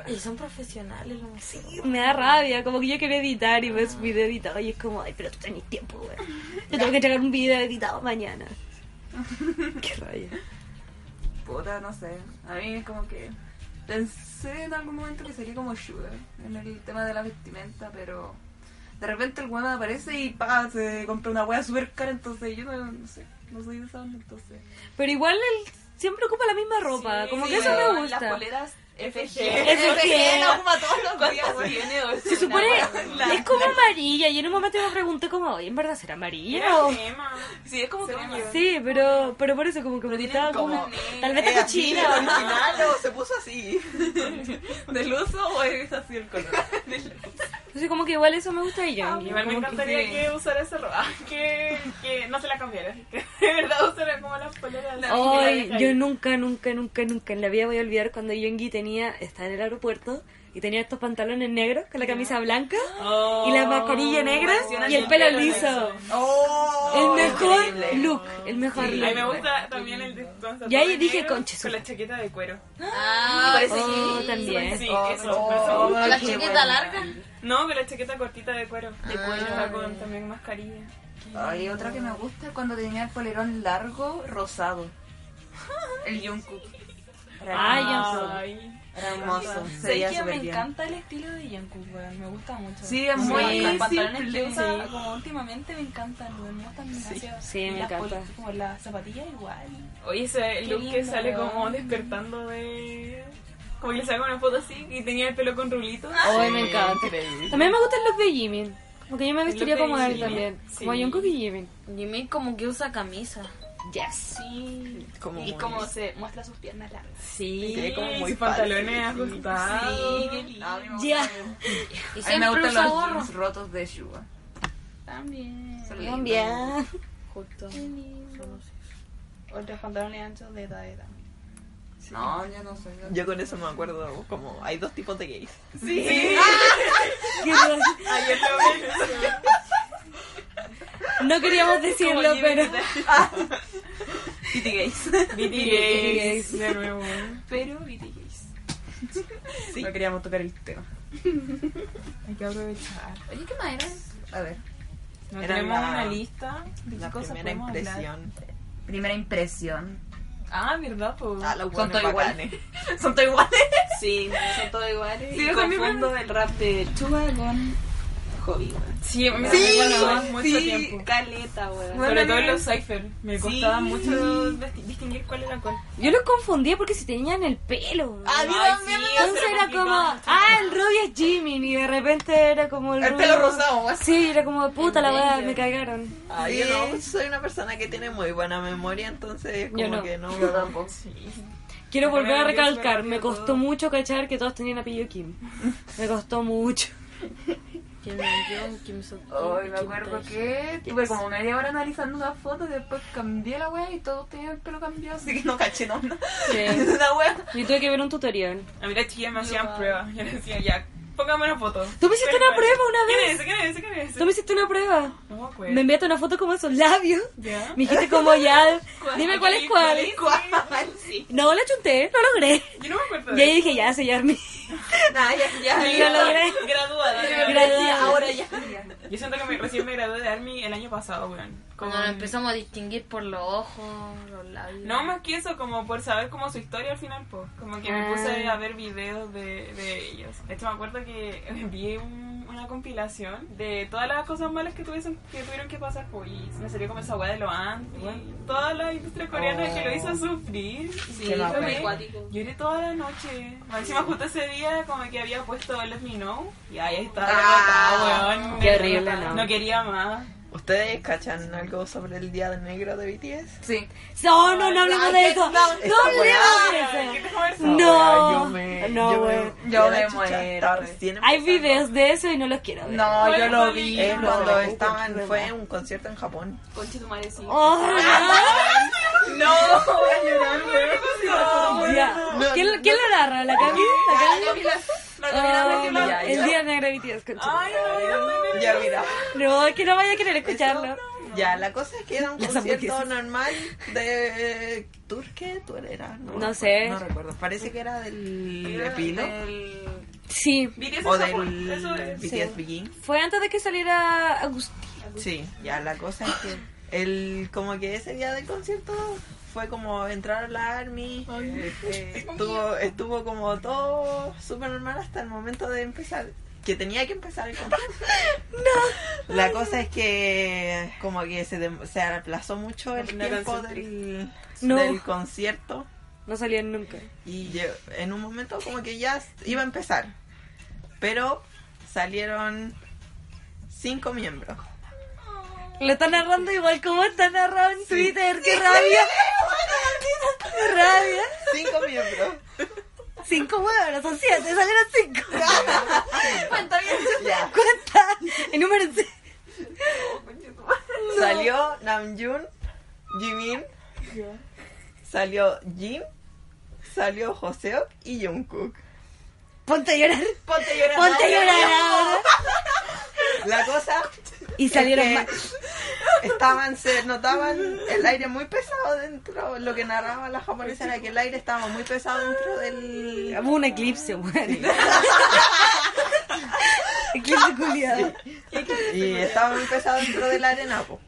S6: Y son profesionales los museos.
S1: Me da rabia, como que yo quería editar y ves video editado y es como, ay, pero tú tenés tiempo, weón. Yo tengo que entregar un video editado mañana. Qué rabia.
S3: Puta, no sé. A mí como que pensé en algún momento que sería como Sugar en el tema de la vestimenta, pero de repente el weón aparece y pa, se compra una wea súper cara, entonces yo no, no sé, no soy de esa onda, entonces.
S1: Pero igual él siempre ocupa la misma ropa, como que eso me
S9: Las
S1: gusta.
S9: poleras FG.
S1: Eso que-
S3: como todos los días,
S9: ¿eh? ¿Cuántas tiene? O sea,
S1: Se supone
S9: una- la-
S1: es como amarilla y en un momento me pregunté como, oye, ¿en verdad será amarilla? o-
S2: Emma.
S9: Sí, es como que
S1: Sí, pero pero por eso como que me gustaba como, tal vez
S2: eh,
S1: está cochina.
S4: Al final o se puso así.
S3: ¿Del uso o es así el color?
S1: Entonces como que igual eso me gusta y yo.
S2: Ah, Igual me
S1: como que-
S2: encantaría
S3: sí.
S2: que usara ese ropa. Que, que no se la cambiara. Que de verdad usara como las poleras. La
S1: Ay, yo nunca, nunca, nunca, nunca en la vida voy a olvidar cuando Yongi tenía, estaba en el aeropuerto y tenía estos pantalones negros con la camisa blanca y la mascarilla negra y el pelo liso.
S4: ¡Oh!
S1: El mejor
S4: increíble.
S1: look, el mejor
S2: A mí me
S1: look.
S2: gusta también el de Tonsa
S1: Y ahí
S2: todo
S1: dije,
S2: negro
S1: "Conche su-
S2: Con la chaqueta de cuero.
S6: Ah,
S1: Oh, también.
S2: Sí,
S4: Oh,
S2: eso.
S4: oh,
S2: eso.
S4: oh,
S6: La
S4: qué
S6: chiquita
S4: buena.
S6: larga.
S2: No, con la chaqueta cortita de cuero. De
S6: cuero.
S9: Ah.
S2: con también mascarilla.
S3: Ay, otra que me gusta es cuando tenía el polerón largo rosado. El Jungkook.
S9: Ah,
S3: Era
S1: Ay,
S3: hermoso.
S2: Ay.
S3: Era hermoso. Se
S9: Sé
S3: veía
S9: que me
S3: súper bien.
S9: encanta el estilo de Jungkook, weón. Me gusta mucho.
S3: Sí, es
S9: Como
S3: muy
S9: Los pantalones
S3: simple.
S9: que usa, como últimamente, me encantan, weón. Me gustan demasiado.
S1: Sí,
S9: Y
S1: me
S9: las
S1: encanta.
S9: pol- Como las zapatillas igual.
S2: Oye, ese
S9: Qué
S2: look que
S9: lindo,
S2: sale
S9: weón.
S2: como despertando de... Como que le saca una foto así y tenía el pelo con rulitos.
S9: Ah,
S1: Ay, me encanta.
S4: Increíble.
S1: También me gustan los de Jimin. Porque yo me vestiría
S2: look de
S1: como él
S2: Jimin,
S1: también.
S2: sí.
S1: Como Jungkook y Jimin.
S6: Jimmy como que usa camisa.
S1: Yes.
S9: Sí.
S4: Como
S9: y
S4: muy-
S9: como se muestra sus piernas largas.
S4: Sí,
S1: Sí.
S4: como muy
S2: sus pantalones
S4: fácil, sí.
S2: ajustados.
S3: Ah, A mí me
S1: Ya.
S3: gusta el-
S6: Y
S3: A mí me
S6: siempre
S3: gustan
S6: usa
S3: los
S6: gorro.
S3: jeans rotos de Shuba.
S9: También.
S3: Son lindos.
S1: Colombia.
S6: Justo.
S9: Otros pantalones anchos de edad también.
S3: No, yo no soy.
S4: Yo con eso me acuerdo, como hay dos tipos de gays.
S2: Sí.
S1: Qué raro.
S2: Ayer lo vi.
S1: No queríamos decirlo, pero.
S3: Pity gays.
S2: BTS. De nuevo.
S9: Pero BTS.
S3: No queríamos tocar el tema.
S2: Hay que aprovechar.
S9: Oye, ¿qué más era?
S3: A ver.
S2: No
S4: Era
S2: tenemos
S4: la-
S2: una lista de
S4: La
S2: qué cosas
S4: primera
S2: podemos hablar.
S4: impresión.
S3: Primera impresión.
S2: Ah, ¿verdad? Pues?
S4: Ah, los
S3: Son
S4: buenos
S3: todos
S4: bacanes.
S3: iguales. Son todos iguales.
S9: Sí, son todos iguales.
S3: Sí,
S9: y
S3: o sea, a mí me-
S9: confundo el rap de Chuba con Hobby, weón.
S2: Sí, me
S3: Sí,
S2: costaba mucho
S3: sí.
S2: tiempo.
S9: Caleta, weón.
S2: Sobre
S3: Bueno,
S2: todo
S3: yo-
S2: los cipher. Me costaba mucho disti- distinguir cuál era cuál.
S1: Yo los confundía porque se tenían el pelo.
S4: A mí
S2: Ay,
S4: también
S2: sí,
S4: me
S1: Entonces era como, ah, el rubio es Jimin y de repente era como el,
S4: El
S1: rubio-
S4: pelo rosado, así.
S1: Sí, era como puta la weá, me cagaron.
S4: Ah, yo no, soy una persona que tiene muy buena memoria, entonces como
S1: Yo no.
S4: que no.
S1: Quiero volver a
S2: Ay, Dios,
S1: recalcar,
S2: me
S1: me
S2: cambió
S1: costó
S2: todo.
S1: mucho cachar que todos tenían apellido Kim. Me costó mucho.
S6: Kim Jong, Kim Suk.
S3: Hoy me acuerdo que tuve como media hora analizando las fotos, después cambié la wea y todos tenían el pelo cambiado, así que no caché no, no.
S1: Sí.
S3: La wea.
S1: Y tuve que ver un tutorial.
S2: A mí las chicas me hacían pruebas. Yo les decía, ya, póngame una foto.
S1: Tú me hiciste
S2: ¿Cuál
S1: una
S2: es cuál?
S1: prueba una
S2: ¿Quién
S1: vez.
S2: es? ¿Quién es? ¿Quién es?
S1: Tú me hiciste una prueba.
S2: No me acuerdo.
S1: Me enviaste una foto como esos labios.
S2: ¿Ya?
S1: Me dijiste como ya, dime cuál es cuál.
S3: ¿Cuál? Sí.
S1: No, la chunté, no logré.
S2: Yo no me acuerdo.
S1: Y ahí dije, ya, sellar mi...
S3: Nah, ya, ya.
S1: Yo logré.
S2: Graduada.
S1: Graduada.
S3: Ahora ya.
S2: Yo siento que me, recién me gradué de Army el año pasado, weón.
S6: Cuando
S2: Con-
S6: nos empezamos a distinguir por los ojos, los labios.
S2: No, más que eso, como por saber como su historia al final, pues. Como que me puse
S1: Ah.
S2: a ver videos de, de ellos. De hecho, me acuerdo que vi un- una compilación de todas las cosas malas que, tuviesen, que tuvieron que pasar, pues. Y me salió como esa weá de lo antes. Toda la industria coreana que lo
S1: Oh.
S2: hizo sufrir.
S3: Qué
S9: Sí,
S3: la
S9: fue muy
S3: wea.
S9: acuático.
S2: Lloré toda la noche. Más Encima justo ese día como que había puesto Let Me Know y ahí estaba
S3: Ah,
S2: botada, weón.
S1: qué horrible, ¿no?
S2: quería más.
S4: ¿Ustedes cachan algo sobre el Día Negro de BTS?
S3: Sí.
S1: No, no, no hablemos de eso. No
S4: esa
S1: hablemos de eso. Ah, No.
S4: Yo me,
S1: No,
S4: yo
S1: güey.
S4: me,
S3: Yo
S4: la
S3: me
S4: chucha,
S3: muero.
S4: estaba recién
S1: Hay
S4: empezando.
S1: videos de eso y no los quiero ver.
S3: No, yo lo vi
S4: Eh,
S3: cuando
S4: cuando
S3: estaba.
S4: estaban, fue un concierto en Japón.
S10: Conche tu madre,
S1: Oh,
S10: sí.
S1: Ah, Ya. ¿Quién, lo- quién lo narra? ¿La Cami? ¿La Cami? Ah,
S3: ya,
S1: el día negro de BTS, concha.
S4: Ya, mira.
S1: No, es que no vaya a querer escucharlo.
S4: Ya, la cosa es que era un
S1: Las
S4: concierto
S1: hamburguesas.
S4: normal de... eh, ¿Tur qué? ¿Tú era?
S1: No
S4: No, recuerdo,
S1: sé.
S4: No recuerdo. Parece que era del Epino
S1: Sí.
S2: BTS
S4: o
S2: en Japón,
S4: del
S2: eso es.
S4: BTS Begin.
S1: Fue antes de que saliera Agustín.
S4: Sí, ya, la cosa es que el, como que ese día del concierto fue como entrar a la ARMY. eh, eh, estuvo, estuvo como todo súper normal hasta el momento de empezar. Que tenía que empezar el concierto. La cosa es que como que se, dem- se aplazó mucho el
S2: Una
S4: tiempo
S2: canción
S4: del,
S1: No.
S4: del concierto
S1: No salían nunca.
S4: y yo- en un momento como que ya iba a empezar. Pero salieron cinco miembros.
S1: Lo está narrando igual como está narrado en Twitter. ¡Qué rabia! ¡Qué rabia!
S4: Cinco miembros.
S1: Cinco huevos, son siete, salieron cinco.
S4: Ya.
S1: ¿Cuántas? Enumérense.
S4: Salió Namjoon, Jimin, salió Jim, salió Joseok y Jungkook.
S1: Ponte a llorar.
S4: Ponte a llorar.
S1: Ponte a
S4: ahora.
S1: llorar ahora.
S4: La cosa
S1: Y salieron
S4: es
S1: más.
S4: que Estaban, se notaban el aire muy pesado dentro. Lo que narraba la japonesa era que el aire estaba muy pesado dentro del
S1: Hubo un eclipse, weón. eclipse culiado.
S4: y estaba muy pesado dentro de la arena, po.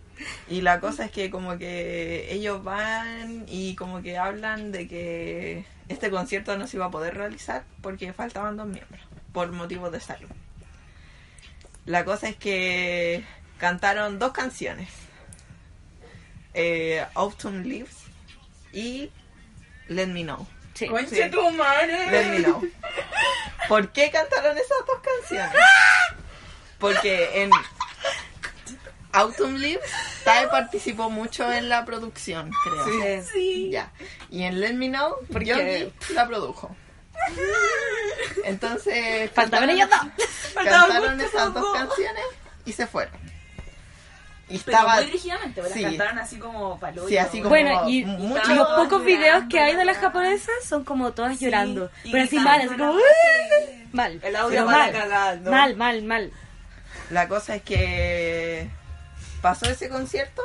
S4: Y la cosa es que como que ellos van y como que hablan de que este concierto no se iba a poder realizar porque faltaban dos miembros por motivos de salud. La cosa es que cantaron dos canciones. Eh, Autumn Leaves y Let Me Know.
S1: Sí.
S2: Conche tu madre.
S4: Let me know. ¿Por qué cantaron esas dos canciones? Porque en Autumn Leaves, Tae participó mucho en la producción, creo. Ya. Y en Let Me Know, Yogi la produjo. Entonces,
S1: Faltaban ellos dos.
S4: cantaron esas dos canciones y se fueron. Y estaba.
S10: muy dirigidamente, ¿verdad?
S4: Sí.
S10: Cantaron así como paloyo.
S4: Sí, así como
S1: Bueno, y, y
S4: mucho-
S1: los pocos videos que hay de las japonesas son como todas llorando.
S2: y
S1: Pero así
S2: gritando
S1: mal, así
S2: una
S1: como.
S2: cosa
S1: "Uh", Mal.
S2: El audio
S1: pero
S2: va
S1: mal.
S2: cagando.
S1: Mal, mal, mal.
S4: La cosa es que pasó ese concierto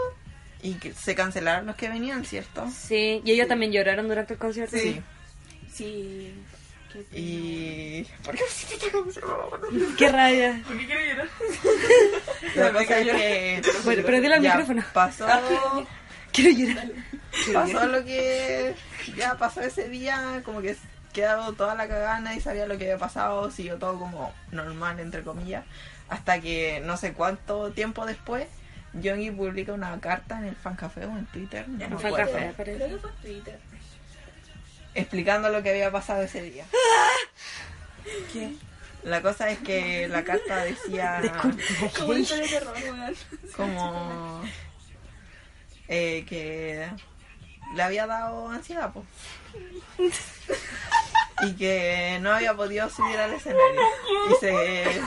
S4: y que se cancelaron los que venían, ¿cierto?
S1: Sí. Y ellos también lloraron durante el concierto.
S10: Sí.
S4: Y... ¿Por qué
S1: Qué rabia.
S2: ¿Por qué quiere llorar?
S4: La cosa es que...
S1: Bueno, pero dile al
S4: ya
S1: micrófono.
S4: Pasó,
S1: Quiero llorar.
S4: pasó lo que... Ya pasó ese día, como que quedó toda la cagana y sabía lo que había pasado, siguió todo como normal, entre comillas, hasta que no sé cuánto tiempo después... Yogi publica una carta en el fan café o en Twitter, no me
S1: Fue al
S4: acuerdo,
S1: café, parece.
S10: Creo que fue en Twitter.
S4: explicando lo que había pasado ese día. La cosa es que la carta decía
S10: Como un historia de terror, weón.
S4: como eh, que le había dado ansiedad po. y que no había podido subir al escenario y se,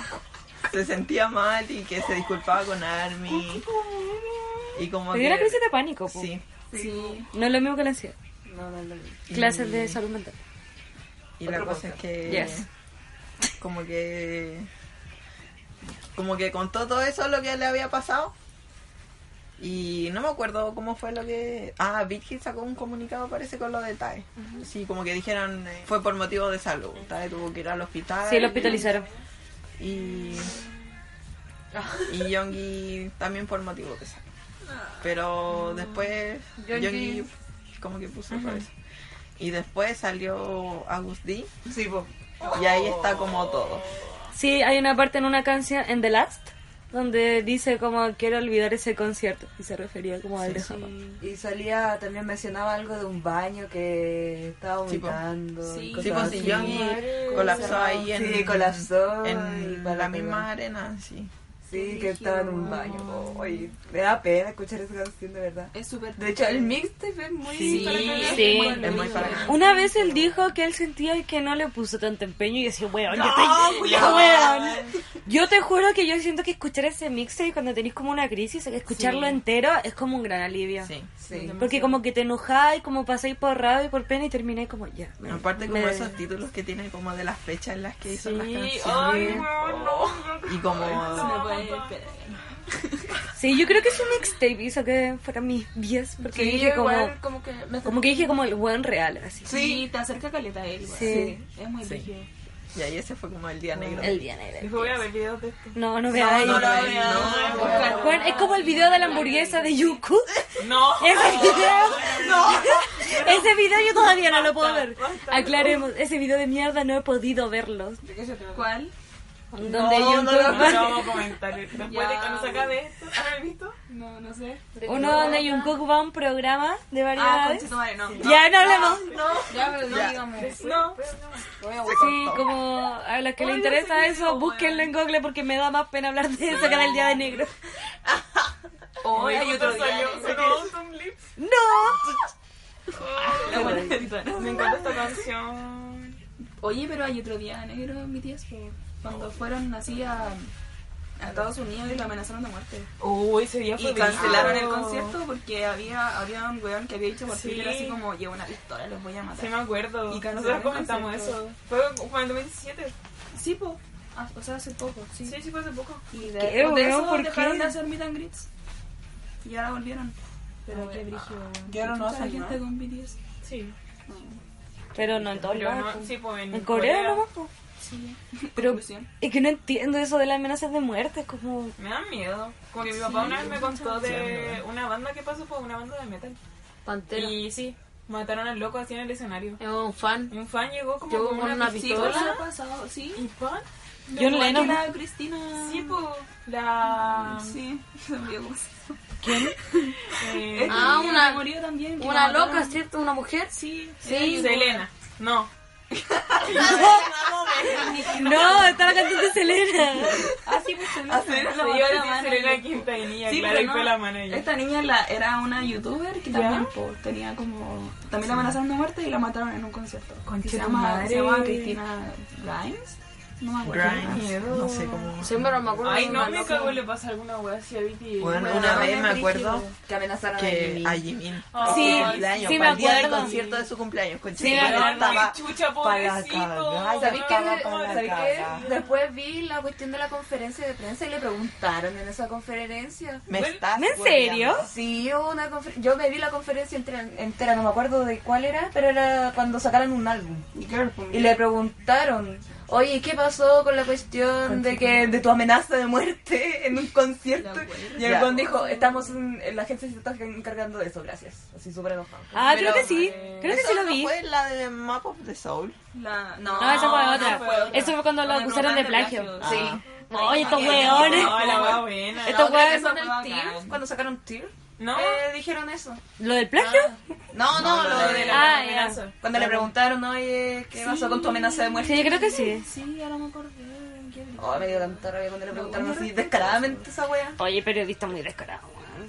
S4: se sentía mal y que se disculpaba con Army y como
S1: Me dio una
S4: que
S1: crisis de pánico. po.
S4: sí
S10: Sí.
S1: No es lo mismo que la ansiedad.
S10: No, no, no.
S1: Clases de salud mental.
S4: Y la cosa es que.
S1: Yes.
S4: Como que. Como que contó todo eso lo que le había pasado. Y no me acuerdo cómo fue lo que. Ah, Big Hit sacó un comunicado, parece, con lo de Tae. Sí, como que dijeron. eh, fue por motivo de salud. Tae tuvo que ir al hospital.
S1: Sí, lo hospitalizaron.
S4: Y. Y Yongi también por motivo de salud. Pero después.
S11: Yoongi-
S4: Yongi. Como que puso todo eso. Y después salió Agus D.
S2: Sí, po.
S4: Y ahí está como todo.
S1: Sí, hay una parte en una canción, en The Last, donde dice como quiero olvidar ese concierto. Y se refería como al de Japón.
S3: Y salía, también mencionaba algo de un baño que estaba
S4: Sí, po.
S3: vomitando. y
S10: Sí.
S3: cosas
S4: Sí, pues si
S3: así.
S4: Yogi colapsó ahí en,
S3: Sí, colapsó. y
S4: en
S3: para
S4: la
S3: que-
S4: misma arena, sí.
S3: Sí, que estaba en un baño. Oye, me da pena escuchar esa canción, de verdad.
S12: Es súper
S3: De hecho, el mixtape es muy...
S4: Sí,
S3: para cagar.
S13: sí.
S4: Es muy para cagar.
S1: Una vez él dijo que él sentía que no le puso tanto empeño y decía, weón, yo, te... weón. yo te juro que yo siento que escuchar ese mixtape cuando tenéis como una crisis, escucharlo entero es como un gran alivio.
S4: Sí.
S3: Sí.
S1: Porque como que te enojáis, como pasáis por rabia y por pena y termináis como ya. me-
S4: Aparte como
S1: me-
S4: esos títulos que tiene como de las fechas en las que hizo las
S2: Sí,
S4: canciones.
S2: ay, weón, no.
S4: Y como...
S2: No puede
S1: Sí, yo creo que su mixtape hizo que fuera mis 10 porque
S3: Sí,
S1: dije como,
S3: igual, como que... me-
S1: como que dije como el buen real, así.
S12: Sí, te acerca caleta a él, güey.
S1: Sí.
S12: Es muy
S4: Sí.
S12: rígido.
S4: Y ahí ese fue como el día negro.
S1: El día negro.
S2: Después voy a ver videos de este. esto.
S1: No, no veáis.
S4: No, no,
S2: no,
S4: no.
S1: Bueno, es como el video de la hamburguesa de Yuku.
S2: No.
S1: Ese video. Ese video yo todavía no lo puedo ver. Aclaremos, ese video de mierda no he podido verlo.
S12: ¿Cuál?
S1: Donde Jungkook
S2: No,
S1: va-
S2: no vamos a comentar. Después de cuando se acabe esto, ¿habéis visto?
S12: No, no sé.
S1: Uno donde Jungkook va a un programa de
S2: Ah,
S1: variedades.
S12: madre, no.
S1: ya no hablemos.
S12: Ya, pero no digamos.
S2: No.
S1: Sí, como a los que les interesa eso, búsquenlo en Google porque me da más pena hablar de eso que del día de negro.
S12: Hoy hay otro día.
S2: salió. Salió Autumn Lips.
S1: ¡No!
S2: Me encanta esta canción.
S12: Oye, pero hay otro día negro en mi tiempo. Cuando fueron así a, a Estados Unidos y lo amenazaron de muerte.
S2: Uy, ese día fue
S12: Y
S2: brillo.
S12: cancelaron el concierto porque había, había un weón que había dicho por
S2: Sí.
S12: Twitter así como llevo una pistola, los voy a
S2: Sí,
S12: matar.
S2: me acuerdo.
S12: Y cancelaron
S2: Nosotros
S12: el
S2: comentamos
S12: concierto.
S2: eso. Fue como en 2017.
S12: Sí, po. Ah, o sea, hace poco, sí.
S2: Sí, sí, fue hace poco.
S12: Y de,
S1: ¿Qué,
S12: de eso
S1: weón? ¿Por
S12: dejaron
S1: qué?
S12: de hacer meet and greets. Y ahora volvieron. Pero qué brillo,
S3: Y ahora no hacen
S12: gente con BTS.
S2: Sí.
S1: Pero no en todos
S2: Pero
S1: lados.
S2: no, sí, pues en,
S1: En Corea nomás. po.
S12: Sí.
S1: Pero
S12: Conclusión.
S1: es que no entiendo eso de las amenazas de muerte. Es como.
S2: Me da miedo. Como que mi papá una vez me contó de una banda que pasó por una banda de metal.
S6: Pantera.
S2: Y sí, mataron al loco así en el escenario.
S6: Es un fan.
S2: Y un fan llegó como
S6: Llegó
S2: con
S6: con
S2: una,
S6: una
S12: Sí,
S2: pistola.
S12: pues, eso ha pasado, sí.
S2: ¿Y pan?
S1: John
S12: Igual que
S1: Lennon.
S12: la Cristina.
S2: Sí, pues, la...
S12: Sí, se murió.
S2: eh,
S6: Ah,
S12: Sí,
S6: una-
S12: se murió también. que
S6: Una
S12: la mataron.
S6: loca, ¿cierto? Una mujer.
S12: Sí,
S6: Sí.
S2: Selena. No.
S1: No, está la cantante Selena.
S12: Ah, sí, pues Selena.
S2: Se
S12: La
S2: iba a
S12: mataron
S2: decir
S12: a
S2: Selena
S12: mano.
S2: Quintanilla,
S12: Sí,
S2: claro,
S12: pero
S2: y
S12: no,
S2: fue la manager.
S12: Esta niña la- era una youtuber que también po, tenía como. También la amenazaron de muerte y la mataron en un concierto. Que se, llama, se llama Cristina Grimes. No me acuerdo.
S4: Grimes, no sé cómo...
S6: Siempre no me acuerdo.
S2: Ay,
S6: de
S2: no
S6: una
S2: me
S6: loca.
S2: cago le pasa alguna wea así a BTS.
S4: Bueno,
S3: Bueno,
S4: una
S3: no
S4: vez
S3: me
S4: me
S3: brígido.
S4: acuerdo
S3: Que amenazaron a
S4: que
S3: Jimin.
S4: a Jimin.
S1: Sí,
S4: el cumpleaños,
S1: sí, me
S4: para el día del
S1: acuerdo.
S4: concierto de su cumpleaños. Con
S1: Sí, me
S2: Ay,
S1: acuerdo.
S4: estaba...
S2: chucha,
S3: para cagar.
S2: pobrecito.
S3: ¿Sabéis
S2: Ay,
S3: qué?
S2: madre.
S3: ¿Sabéis qué?
S6: Después vi la cuestión de la conferencia de prensa y le pregunté.
S3: Estaron en esa conferencia.
S4: Me estás...
S1: ¿En serio?
S3: Sí, hubo una confer- yo me vi la conferencia entera, entera, no me acuerdo de cuál era, pero era cuando sacaron un álbum.
S12: pues,
S3: Y le preguntaron, oye, ¿qué pasó con la cuestión de que de tu amenaza de muerte en un concierto? Y el
S4: Ya.
S3: Juan dijo, estamos, en- la agencia se está encargando de eso, gracias. Así súper enojado.
S1: Ah, creo que sí. Creo que
S4: ¿Eso
S1: sí lo
S4: no
S1: vi.
S4: fue la de Map of the Soul?
S12: La, no,
S1: No, esa
S3: Ah,
S1: fue otra.
S12: fue otra.
S1: Eso fue cuando lo
S12: Cuando
S1: acusaron de
S12: nos mandan
S1: plagio.
S12: plagio.
S1: Sí. Oye, estos
S2: Ay,
S1: weones.
S2: la wea buena.
S12: Ah,
S1: Estos weones.
S12: Eso fue bacán.
S3: Cuando sacaron Tear,
S2: ¿No?
S3: eh, dijeron eso.
S1: ¿Lo del plagio?
S3: No, no, lo de la-
S1: Ah,
S2: amenaza.
S1: ya.
S3: Cuando le preguntaron, oye, ¿qué pasó con tu amenaza de muerte?
S1: Sí, yo creo que sí.
S12: Sí, ahora me acordé. qué brillo.
S3: Oh, me dio tanta rabia cuando le preguntaron así descaradamente esa wea.
S1: Oye, periodista muy descarado, weón.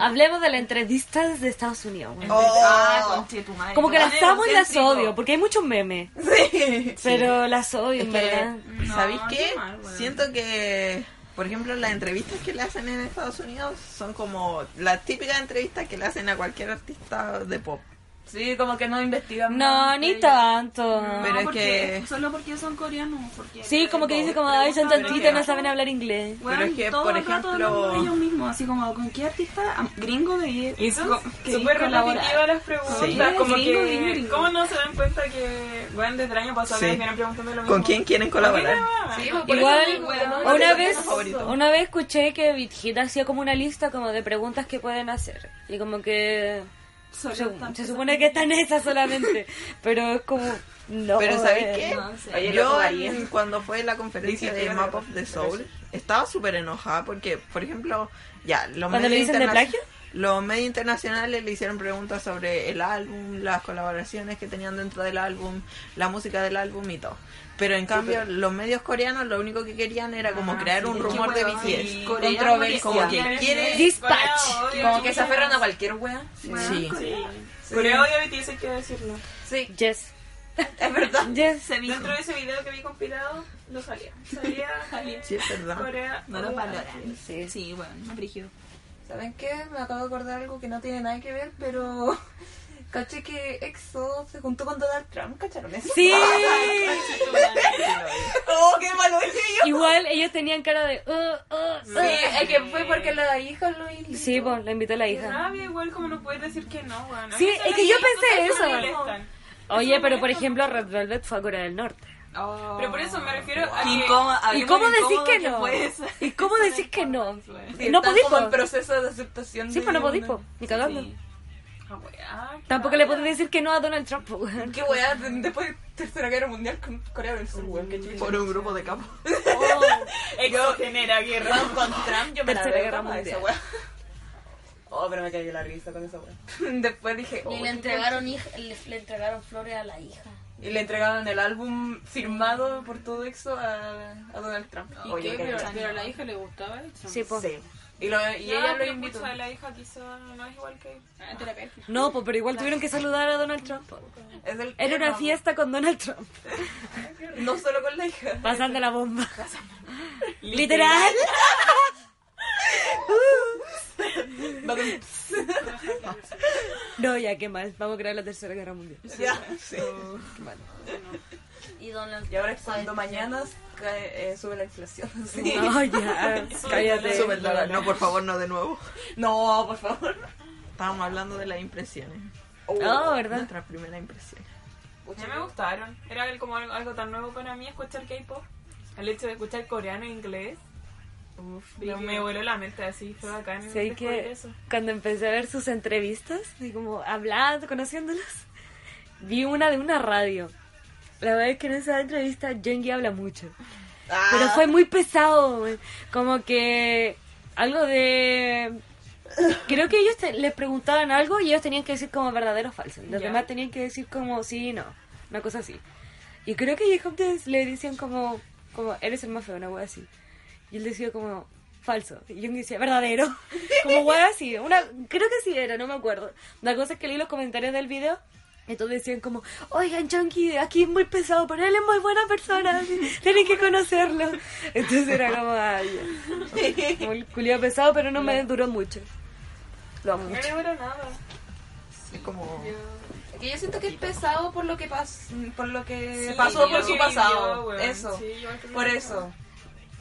S1: Hablemos de las entrevistas de Estados Unidos, weón.
S12: Ah, conche tu madre.
S1: Oh. Como que las
S12: Poner
S1: amo y las
S12: egocéntrico.
S1: odio, porque hay muchos memes.
S3: Sí.
S1: Pero las odio, en verdad.
S4: ¿Sabéis qué?
S12: qué mal, weón.
S4: Siento que, por ejemplo, las entrevistas que le hacen en Estados Unidos son como las típicas entrevistas que le hacen a cualquier artista de pop.
S3: Sí, como que no investigan.
S1: No,
S3: más.
S1: ni tanto.
S12: Ah,
S4: Pero es
S12: porque-
S4: que-
S12: Solo porque son coreanos. Porque
S1: Sí, como que dice como, ay, son tantitos, no saben hablar inglés.
S12: Weón,
S4: Pero es que,
S12: todo
S4: por
S12: el rato
S4: ejemplo-
S12: hablando de ellos mismos, así como con qué artista am- gringo de
S2: Y
S12: ellos.
S2: son súper repetitivas las preguntas.
S12: Sí.
S2: Como
S12: Gringo,
S2: que,
S12: gringo.
S2: ¿Cómo no se dan cuenta que, bueno, desde el año pasado
S4: Sí.
S2: que les vienen preguntando lo mismo?
S4: ¿Con quién quieren colaborar?
S2: Sí,
S1: Igual,
S4: ¿cuál es
S1: una
S4: tu
S1: vez,
S4: artista favorito?
S1: una vez escuché que Big Hit hacía como una lista como de preguntas que pueden hacer. Y como que se, se supone que están esas solamente. Pero es como, no.
S4: Pero ¿sabéis
S1: eh,
S4: qué?
S12: no sé.
S3: Oye,
S4: Yo
S3: loco, Ariel.
S4: en- cuando fue la conferencia
S3: Dice,
S4: de
S3: yo
S4: Map
S3: no-
S4: of the Soul estaba súper enojada porque, por ejemplo, ya, los
S1: ¿Cuando le
S4: medios
S1: dicen de
S4: internac-
S1: plagio?
S4: Los medios internacionales le hicieron preguntas sobre el álbum, las colaboraciones que tenían dentro del álbum, la música del álbum y todo. Pero en cambio, los medios coreanos lo único que querían era como crear un rumor de
S2: huevón,
S4: BTS.
S2: sí.
S4: Controversia. Como que
S2: Coreano,
S4: quiere...
S2: sí.
S1: Dispatch.
S2: Corea odia
S3: Como que se
S2: mucho
S3: aferran a
S2: a
S3: cualquier wea.
S4: Sí.
S2: Corea. Corea odia a BTS, hay que decirlo.
S3: Sí,
S1: Yes.
S3: es verdad.
S1: Yes.
S3: Se dijo.
S2: Dentro de ese video que vi compilado, no salía. Salía, salía.
S4: Sí, es verdad.
S2: Corea.
S14: No lo
S2: odia a
S14: valoran.
S2: BTS.
S14: Sí, bueno, no brígido.
S3: ¿Saben qué? Me acabo de acordar algo que no tiene nada que ver, pero... Caché que EXO se juntó con Donald Trump, ¿cacharon eso?
S1: Sí.
S3: ¡Oh, qué malo dije yo!
S1: Igual ellos tenían cara de. "Uh, uh, uh".
S3: Sí, es que fue porque la hija lo invitó.
S1: Sí, pues, la invitó la
S2: Qué
S1: hija.
S2: rabia, Ah, igual como no puedes decir que no, weón. A
S1: Sí,
S2: mí eso
S1: es
S2: no
S1: que yo
S2: sí,
S1: pensé
S2: cosas que me
S1: eso.
S2: molestan.
S1: Oye, pero por ejemplo, Red Velvet fue a Corea del Norte.
S2: Pero por eso me refiero a
S14: ¿Y
S2: que-
S14: cómo,
S1: ¿Y cómo decís
S14: incómodo
S1: que no?
S14: fue eso.
S1: ¿Y cómo decís que no?
S3: Sí,
S1: No
S3: están
S1: podís,
S3: como
S1: po.
S3: en proceso de aceptación.
S1: Sí,
S3: de
S1: pues no
S3: la
S1: podís,
S3: onda.
S1: po, ni cagando.
S14: Sí.
S2: Ah, weá,
S1: Tampoco le podés decir que no a Donald Trump, po, weón.
S3: Qué weá, de- después de Tercera Guerra Mundial con Corea del Sur, weón, qué chucha.
S4: Por un grupo de capos.
S2: Eso genera guerra.
S3: Weón, con Trump yo me la
S1: Tercera
S3: veo
S1: Guerra
S3: capaz de esa
S1: Mundial.
S3: weá. Oh, pero me caí la risa con esa weá. Después dije, oh,
S6: Y le entregaron, hij- le, le entregaron flores a la hija.
S3: Y le entregaron el álbum firmado por todo EXO a, a Donald Trump. Oye, qué
S14: pero,
S3: chucha.
S14: pero
S15: Pero
S14: a
S15: a
S14: la
S15: la hija le gustaba eso.
S1: Sí, pues.
S3: Sí. Y, lo- y
S2: No,
S3: ella lo
S2: pero
S3: invitó.
S2: pucha, la hija quizá no es igual que...
S14: Ah, terapeuta.
S1: No, pues, pero igual tuvieron que saludar a Donald Trump. po.
S3: Es el
S1: Era una
S3: tema,
S1: fiesta con Donald Trump,
S3: No solo con la hija.
S1: pasando la bomba. Literal. No, ya, qué mal. Vamos a crear la tercera guerra mundial.
S3: Ya. Sí.
S6: Y Donald
S3: Y ahora es cuando mañana cae- eh, sube la inflación. Sí.
S1: No, ya. Cállate.
S4: Súper rara. No, por favor, no de nuevo.
S3: No, por favor. Oh,
S4: Estábamos hablando de las impresiones.
S1: No, ¿verdad?
S4: Nuestra primera impresión.
S2: Ya me gustaron. Era el- como algo, algo tan nuevo para mí escuchar K-pop. El hecho de escuchar coreano e inglés. me, me voló la mente así. Fue bacán
S1: Sé
S2: descubrir
S1: que
S2: eso.
S1: cuando empecé a ver sus entrevistas, y como hablando, conociéndolas, vi una de una radio. La verdad es que en esa entrevista Jengi habla mucho.
S3: Ah.
S4: Ah.
S1: Pero fue muy pesado, güey. como que algo de... Creo que ellos te- les preguntaban algo y ellos tenían que decir como verdadero o falso. Los
S2: Ya.
S1: demás tenían que decir como sí y no, una cosa así. Y creo que Jacob des- le decían como, como, eres el más feo, una wea así. Y él decía como, falso. Y yo decía, verdadero. Como wea así. Una, creo que sí era, no me acuerdo. La cosa es que leí los comentarios del video. Y todos decían como, oigan, Chunky, aquí es muy pesado, pero él es muy buena persona, así, tienen que conocerlo. Entonces era como, ay, ya. como el culiao pesado, pero no me duró mucho. Lo amo
S2: No
S1: mucho.
S2: me duró nada.
S4: Es como...
S3: Que yo siento que es pesado por lo que, pas por lo que
S2: Sí,
S3: pasó,
S2: yo
S3: por su
S2: que
S3: pasado.
S2: vivió, weón.
S3: eso.
S2: Sí, yo creo
S3: por
S2: que-
S3: eso.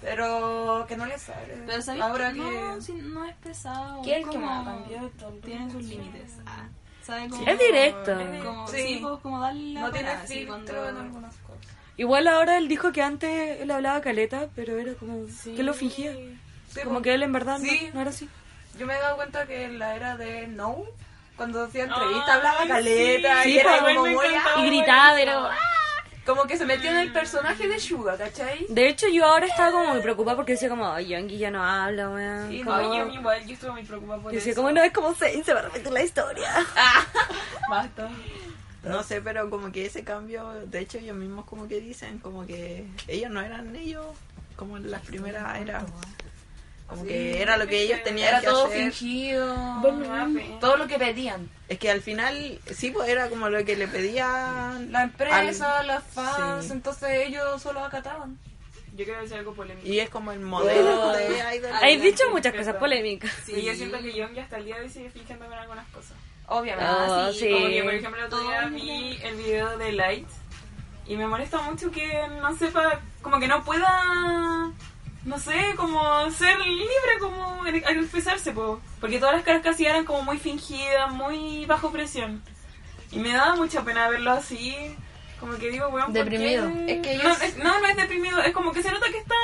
S3: Pero que no le sale.
S14: Pero ¿sabes?
S3: Ahora
S14: no,
S3: que...
S14: sí, no es pesado.
S6: ¿Quién
S14: es
S6: que me ha
S14: como... Tiene sus límites. Ah, ¿sabe cómo?
S1: Es directo.
S14: Como,
S3: Sí.
S14: sí. pues, como darle la
S3: No tiene
S14: parada, así,
S3: filtro
S14: cuando-
S3: en algunas cosas.
S1: Igual ahora él dijo que antes él hablaba caleta, pero era como que lo fingía.
S3: Sí, pues,
S1: Como
S3: po.
S1: que él en verdad no-
S3: Sí.
S1: no, era así.
S3: Yo me he dado cuenta que en la era de No, cuando hacía entrevista,
S2: Ay,
S3: hablaba caleta
S2: sí.
S3: y
S1: Sí,
S3: era
S1: po.
S3: como
S2: Me
S3: muy-
S2: encantaba.
S1: Y
S2: Ah, bueno,
S1: gritaba,
S2: eso.
S1: era como, "Ah".
S3: Como que se metía en el personaje de Suga, ¿cachai?
S1: De hecho, yo ahora estaba como muy preocupada porque decía como, ay, Yankee ya no habla, weón.
S3: Sí,
S1: como...
S2: Ay, yo igual, yo estuve muy preocupada por
S1: Y decía
S2: eso.
S1: como, no, es como Zayn, se va a repetir la historia.
S3: Basta.
S4: No sé, pero como que ese cambio, de hecho ellos mismos como que dicen, como que ellos no eran ellos, como en las primeras eras. Como que era lo que ellos tenían
S3: Era
S4: que
S3: todo
S4: hacer.
S3: fingido.
S2: Ah, pe-
S3: Todo lo que pedían.
S4: Es que al final, sí, pues era como lo que le em-, pedían.
S3: La empresa, las fans,
S4: Sí.
S3: entonces ellos solo acataban.
S2: Yo quiero decir algo polémico.
S4: Y es como el modelo
S3: Oh.
S4: de idol.
S1: Hay dicho muchas
S2: es
S1: cosas
S2: verdad.
S1: polémicas.
S2: Sí, yo siento que Young hasta el día de hoy sigue fingiendo con algunas cosas.
S3: Obviamente.
S1: Ah, sí.
S2: Como que, por ejemplo, el otro día vi el video de Light y me molesta mucho que no sepa, como que no pueda, no sé, como ser libre, como en- al expresarse, po. porque todas las caras casi eran como muy fingidas, muy bajo presión. Y me daba mucha pena verlo así, como que digo, weón, ¿por qué?
S6: Deprimido.
S3: Es que
S2: no,
S3: ellos-
S2: es- no, no es deprimido, es como que se nota que está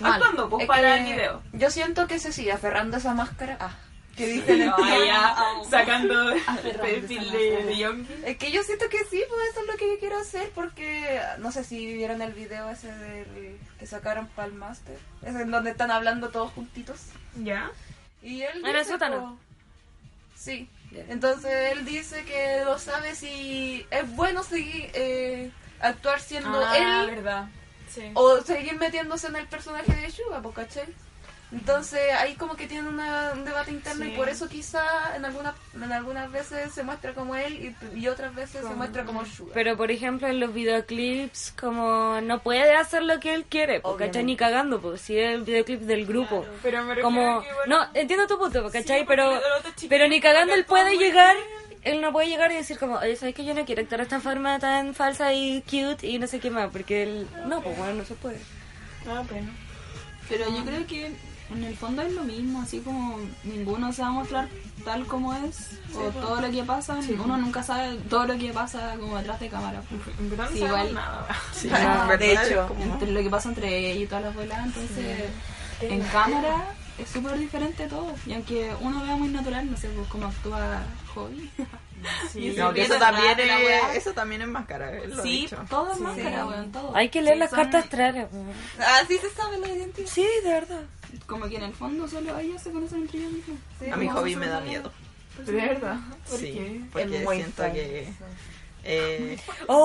S6: Mal.
S2: actuando pues,
S3: Es
S2: para
S3: que
S2: el video.
S3: Yo siento que se sigue aferrando a esa máscara. Ah, que dicen el
S2: Ay,
S3: tío.
S2: ya, sacando el
S14: Aferrándose
S2: perfil
S14: a la
S2: de,
S14: cara.
S2: de Yoongi.
S3: Es que yo siento que sí, pues eso es lo que yo quiero hacer porque no sé si vieron el video ese del que sacaron para el máster. Es en donde están hablando todos juntitos.
S2: ¿Ya?
S3: Y él
S1: En el
S3: dice,
S1: sótano.
S3: po, Sí.
S16: Ya.
S3: Entonces él dice que lo sabe si es bueno seguir eh, actuar siendo
S17: Ah,
S3: él
S17: verdad. Sí.
S3: o seguir metiéndose en el personaje de Yuga, pues, ¿cachai? Entonces ahí como que tienen una- un debate interno
S17: Sí.
S3: y por eso quizá en algunas en algunas veces se muestra como él y, y otras veces se muestra como Yuga.
S1: Pero por ejemplo en los videoclips como no puede hacer lo que él quiere, porque ¿cachai? Ni cagando, porque si es el videoclip del grupo.
S17: Pero me refiero
S1: Como,
S17: a que, bueno,
S1: no, entiendo tu punto, po, ¿cachai?
S17: Sí, porque
S1: pero,
S17: el otro chiquillo
S1: pero ni cagando
S17: acá
S1: él puede
S17: como-
S1: llegar, él no puede llegar y decir como, oye, ¿sabes que yo no quiero actuar de esta forma tan falsa y cute y no sé qué más? Porque él, no, pues bueno, no se puede.
S17: Ah, bueno.
S2: Pero yo creo que en el fondo es lo mismo, así como ninguno se va a mostrar tal como es,
S17: pues.
S2: o todo lo que pasa, uno nunca sabe todo lo que pasa como detrás de cámara.
S17: En verdad no
S2: Sí,
S17: sabemos
S2: igual.
S17: nada.
S16: de hecho,
S2: Entre lo que pasa entre ellos y todas las veladas, entonces en cámara es súper diferente todo. Y aunque uno vea muy natural, no sé pues, cómo actúa Hobby.
S17: Sí.
S4: No, que eso
S2: Piensa
S4: también,
S2: nada, la
S4: es,
S2: weá.
S4: eso también es máscara, él lo ha
S2: Sí, pues,
S4: dicho.
S2: todo es máscara, weón, todo.
S1: Hay que leer
S2: Sí,
S1: las
S2: son-
S1: cartas traras. po.
S3: Así se sabe la identidad.
S1: Sí, de verdad.
S2: Como que en el fondo solo ellos se conocen entre ellos mismos.
S4: A mi hobby me da miedo.
S17: De verdad.
S4: Sí, porque
S16: Es muy
S4: siento
S16: feo.
S4: que... Eh,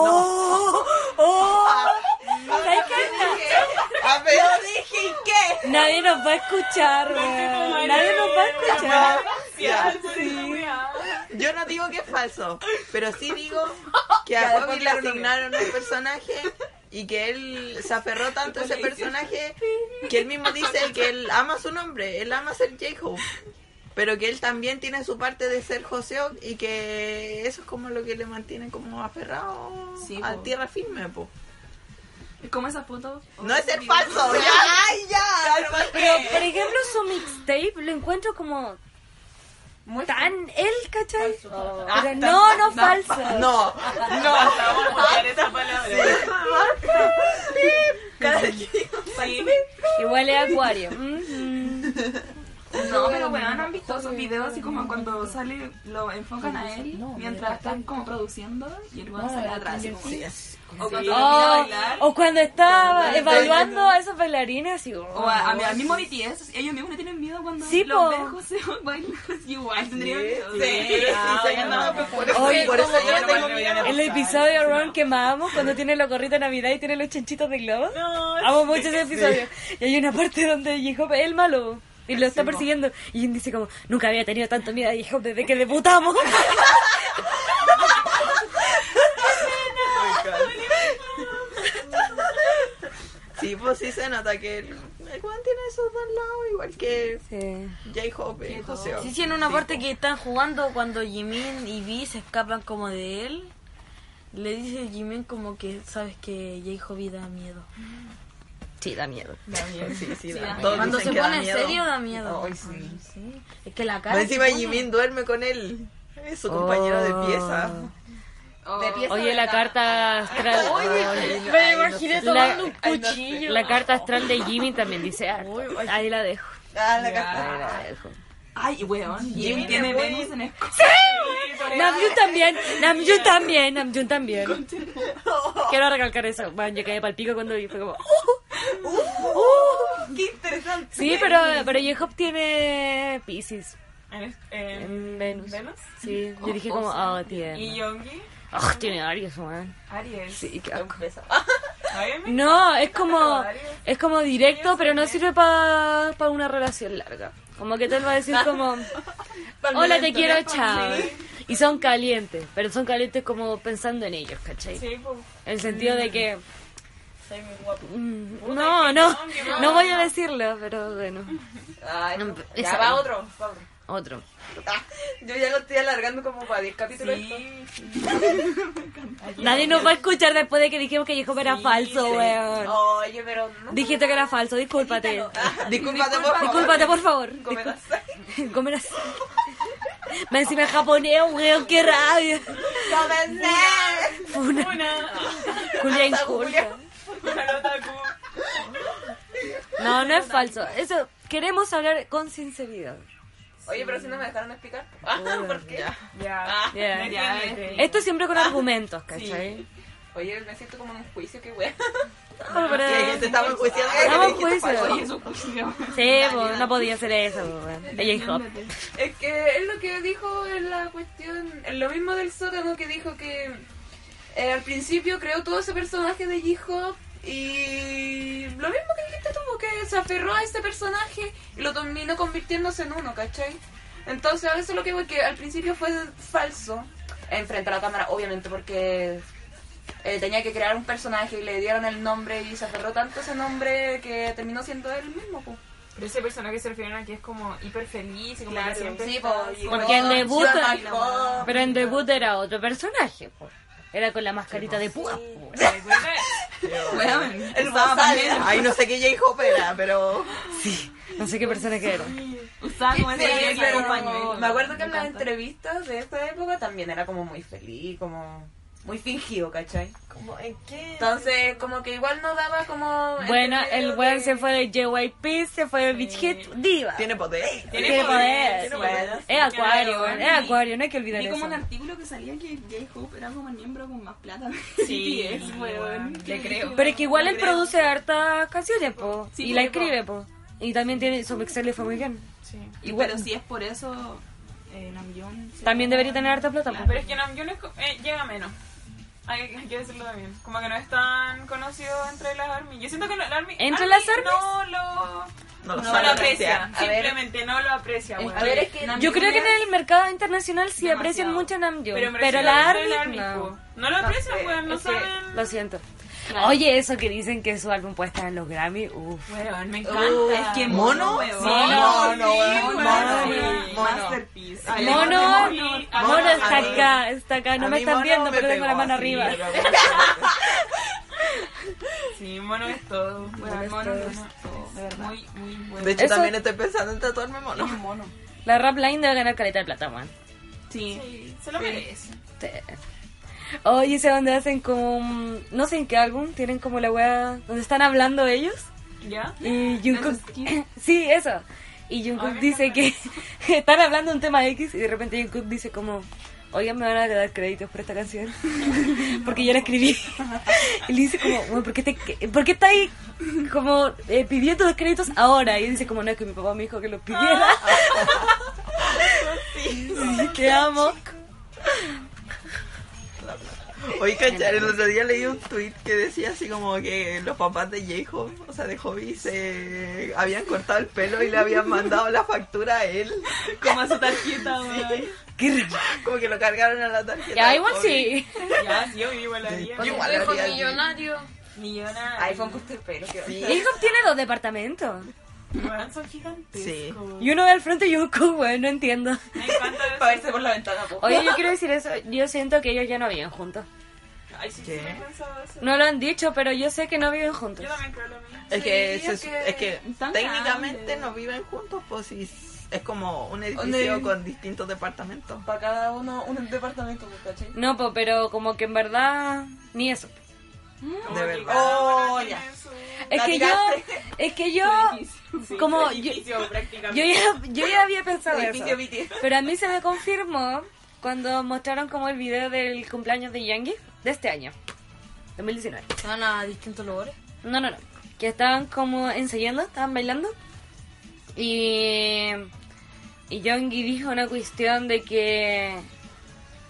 S1: ¡Oh! ¡Oh! ¿Sabes qué?
S4: a ver, dije, ¿y qué?
S1: Nadie nos va a escuchar, weón. Nadie nos va a escuchar.
S4: Ya,
S17: Sí.
S4: Yo no digo que es falso, pero sí digo que a Hobby le asignaron un personaje y que él se aferró tanto a ese personaje que él mismo dice que él ama su nombre, él ama ser J-Hope, pero que él también tiene su parte de ser Joseo y que eso es como lo que le mantiene como aferrado
S2: Sí,
S4: a
S2: po.
S4: tierra firme, po.
S2: Es como esas fotos.
S4: No es ser falso, ya, ay, ya, falso.
S1: Pero, por ejemplo, su mixtape lo encuentro como... Tan él, ¿cachai?
S4: Ah,
S1: Pero no, no falso.
S4: No, no,
S17: Vamos a buscar esa palabra. Sí.
S1: Igual es acuario. Mhm.
S2: No, pero weón, han visto esos videos así como cuando sale, lo enfocan a él mientras están como produciendo y el weón sale atrás. así como- O cuando lo mira
S1: Oh,
S2: bailar.
S1: o cuando está evaluando a esos bailarines y...
S2: O a, a, mi- al mismo BTS, así, ellos mismos le tienen miedo cuando
S1: oh, Sí,
S2: los
S1: po.
S2: ven José bailar. Igual tendrían miedo. Ah,
S17: pues,
S1: Oye,
S4: por eso
S1: como-
S4: yo no tengo miedo.
S1: El episodio Ron que amamos cuando tiene la gorrita de Navidad y tiene los chanchitos de globo.
S17: No,
S1: Amo mucho ese episodio. Y hay una parte donde J-Hope es el malo. Y lo está persiguiendo. Y él dice como, nunca había tenido tanto miedo a J-Hope desde que debutamos.
S4: Sí, pues sí se nota que el, el Juan tiene esos dos lados, igual que J-Hope, José.
S6: Sí, sí, en una parte que están jugando cuando Jimin y Vi se escapan como de él, le dice Jimin como que sabes que J-Hobby da miedo.
S1: Sí, da miedo.
S4: Sí, sí, da-
S2: da
S4: todos
S6: Cuando
S4: dicen
S6: se
S4: que da
S6: pone en
S4: miedo.
S6: serio da miedo.
S16: Ay, sí.
S6: Sí. Es que la cara...
S4: Más encima
S6: que pone-
S4: Jimin duerme con él, es su compañero
S6: Oh.
S4: de pieza.
S2: De pieza
S1: Oye, la carta astral.
S6: Me imaginé tomando un
S1: la,
S6: cuchillo.
S1: la carta astral de Jimmy también dice harto. Ahí la dejo.
S16: Ah, la carta.
S1: Ahí la dejo.
S2: Ay, weón. Jimmy tiene Venus en el
S1: Namjoon también, Namjoon también, Namjoon también. Quiero recalcar eso. Bueno, yo quedé pal pico cuando vi, fue como. ¡uh!
S3: ¡Oh!
S1: ¡uh!
S16: Qué interesante.
S1: Sí, pero, pero J-Hope tiene Pisces
S17: En, en
S1: en Venus.
S17: Venus.
S1: Sí, yo dije como, oh,
S17: Y
S1: tiene.
S17: Yongi,
S1: Oh, tiene Aries, man.
S17: Ariel.
S1: Sí, qué asco.
S17: Ay, a mí me
S1: No, es
S17: encanta
S1: como,
S17: los Aries.
S1: es como directo, pero no sirve para una relación larga. Como que te va a decir como, hola, te quiero, chao. Y son calientes, pero son calientes como pensando en ellos, ¿cachai?
S17: Sí, pues.
S1: En el sentido
S16: Mm.
S1: de que...
S17: Soy muy guapo.
S1: mm,
S17: Puta,
S1: No,
S17: qué
S1: no,
S17: cabrón, qué
S1: no voy a decirlo, pero bueno.
S16: Ay,
S1: No,
S16: ya
S1: esa-
S16: va otro. va otro.
S1: Otro.
S16: Yo ya lo estoy alargando como para 10 capítulos. esto.
S1: Nadie nos va a escuchar después de que dijimos que Jacob era falso, weón.
S16: Oye, pero no.
S1: Dijiste que era falso, discúlpate.
S4: Discúlpate, por favor.
S1: Discúlpate, por favor. Comerás. Me encima en japonés, weón, qué rabia. Funa. Julia inculta.
S17: Una nota Q.
S1: No, no es falso. Eso, queremos hablar con sinceridad.
S16: Oye, pero si no me dejaron explicar.
S3: Ah,
S16: ¿Por qué?
S17: Ya.
S1: Ya.
S17: Ya.
S2: Ah,
S1: Esto siempre con argumentos, ¿cachai?
S3: Oye, me siento como en un juicio, qué wea.
S4: Sí, te estamos enjuiciando.
S1: Estamos
S4: porque dijiste
S1: enjuiciando.
S4: falso.
S18: Oye, su juicio.
S1: Sí, pues, no podía hacer eso, pues, weón. Ella dijo,
S3: Es que es lo que dijo en la cuestión, en lo mismo del sótano que dijo que eh, al principio creó todo ese personaje de G-Hop y lo mismo que dijiste tú, que se aferró a ese personaje y lo terminó convirtiéndose en uno, ¿cachai? Entonces a eso lo que voy, que al principio fue falso enfrente a la cámara, obviamente, porque eh, tenía que crear un personaje y le dieron el nombre y se aferró tanto a ese nombre que terminó siendo él mismo, pues.
S2: Pero ese personaje se refieren a que es como hiper feliz y como que siempre
S3: sí,
S2: está-
S3: pues,
S1: Porque en
S3: G-Hop,
S1: debut-
S3: You're my love.
S1: Pero en debut era otro personaje, po. Era con la mascarita de pues. púa. po.
S2: ¿Te acuerdas?
S3: El Basal.
S4: Ahí no sé qué J-Hop era, pero.
S1: No sé qué personaje era.
S2: Usaba como
S3: Sí,
S2: ese día que
S3: pero
S2: acompañó.
S3: me acuerdo que en las entrevistas de esta época también era como muy feliz, como muy fingido, ¿cachai?
S4: ¿Cómo, ¿En qué?
S3: Entonces, como que igual no daba como...
S1: Bueno,
S3: entendido
S1: el weón
S3: de-
S1: se fue de JYP, se fue de Beach Hit Diva.
S4: Tiene poder.
S1: Tiene
S2: Tiene
S1: poder,
S2: poder,
S1: sí.
S2: poder.
S1: Es acuario,
S2: Claro.
S1: weón. Es acuario, no hay que olvidar
S18: Vi como
S1: eso.
S18: un artículo que salía que J-Hope era como el miembro con más plata.
S2: Sí,
S18: es, weón.
S2: Le creo.
S1: Pero que igual él produce hartas canciones, po.
S18: Sí,
S1: y la
S18: porque,
S1: escribe, po. Y también tiene su mixer le fue muy bien.
S2: Sí.
S1: Igual.
S18: Pero si es por eso, eh, Namjoon... se-
S1: También debería tener harta plata, po.
S2: Pero es que Namjoon es co- eh, llega menos. Hay, hay que decirlo también. Como que no es tan conocido entre las ARMY. Yo siento que la ARMY...
S1: ¿Entre
S2: ARMY
S1: las ARMYs?
S2: No lo...
S4: No lo
S2: No
S4: sabe
S2: lo aprecia.
S4: apreciar.
S3: A ver.
S2: Simplemente no lo aprecia, weón.
S3: A ver, es que...
S1: Yo creo que en el mercado internacional sí
S18: Demasiado.
S1: aprecian mucho a Namjoon, pero,
S2: me
S1: la
S2: refiero
S1: ARMY
S2: a ARMY,
S1: no.
S2: po. No lo aprecian,
S3: sé,
S2: weón. No
S1: Es que-
S2: saben...
S1: Lo siento. Oye, eso que dicen que su álbum puede estar en los Grammy, uff.
S2: Weón, me encanta.
S3: Uh,
S18: es que
S4: ¿Mono?
S2: weón.
S4: Sí, mono,
S2: sí,
S4: weón.
S2: weón,
S4: Mono,
S2: sí.
S4: mono.
S18: Masterpiece.
S2: Ay,
S1: Mono,
S2: a mí- a mí-
S1: Mono
S2: a
S1: está
S2: mí-
S1: acá, está acá, no
S4: A
S1: me
S4: mí
S1: están
S4: mono
S1: viendo,
S4: me
S1: pero tengo la
S4: pegó
S1: mano
S4: así,
S1: arriba.
S4: pero-
S2: Sí, mono es todo. Weón, mono no es todo. Muy, muy bueno.
S4: De hecho,
S1: Eso-
S4: también estoy pensando en tatuarme mono.
S1: La rap line debe ganar caleta de plata, man.
S18: Sí.
S2: Se lo merece.
S1: Oye, ese donde hacen como. un- No sé en qué álbum, tienen como la wea. donde están hablando ellos.
S2: ¿Ya?
S1: Y Jungkook. sí, eso. Y Jungkook dice que están hablando de un tema X y de repente Jungkook dice como, oigan, me van a dar créditos por esta canción. Porque yo la escribí. y le dice como, "Bueno, ¿por qué, te, que- ¿por qué está ahí como eh, pidiendo los créditos ahora? Y él dice como, no, es que mi papá me dijo que los pidiera. Sí, te amo.
S4: Oye, cachar, el otro día leí un tweet que decía así como que los papás de J-Hope, o sea, de Hobby, se habían cortado el pelo y le habían mandado la factura a él.
S2: Como a su tarjeta, weón.
S1: Qué rico.
S4: Como que lo cargaron a la tarjeta.
S1: Ya,
S4: de
S1: igual
S4: Hobby.
S1: sí.
S2: Ya, sí, yo vivo la vida.
S4: Yo igual
S6: Viejo
S4: haría así.
S6: millonario.
S2: Millona.
S3: Ahí fue un gusto el este pelo, qué
S4: Sí.
S1: Hillhop tiene dos departamentos.
S2: Weón, son gigantescos.
S4: Sí.
S1: Y uno ve al frente y Jungkook, güey, no entiendo.
S2: Me encanta eso.
S3: Para irse por la ventana, po.
S1: Oye, yo quiero decir eso. Yo siento que ellos ya no viven juntos.
S2: Ay, sí, sí,
S4: ¿Qué?
S2: me he pensado eso.
S1: No lo han dicho, pero yo sé que no viven juntos.
S2: Yo también creo lo mismo.
S4: Es que, se- es que
S18: tan
S4: técnicamente
S18: grandes.
S4: no viven juntos, pues sí, es como un edificio
S3: Donde-
S4: con distintos departamentos.
S3: Para cada uno un departamento, po, ¿cachai?
S1: No, po, pero como que en verdad ni eso.
S2: Como
S4: De
S2: que
S4: verdad.
S2: cada
S3: Oh,
S2: uno
S3: ya.
S2: tiene su-
S1: Es
S3: La
S1: que yo,
S3: tiraste.
S1: es que yo,
S2: Sí,
S1: como
S2: un
S1: yo,
S2: edificio, prácticamente.
S1: yo ya, yo ya había pensado eso.
S3: Edificio BTS.
S1: Pero a mí se me confirmó cuando mostraron como el video del cumpleaños de Yangi de este año, 2019.
S6: Se van a distintos lugares.
S1: No, no, no. Que estaban como ensayando, estaban bailando. Y. Y Yoongi dijo una cuestión de que.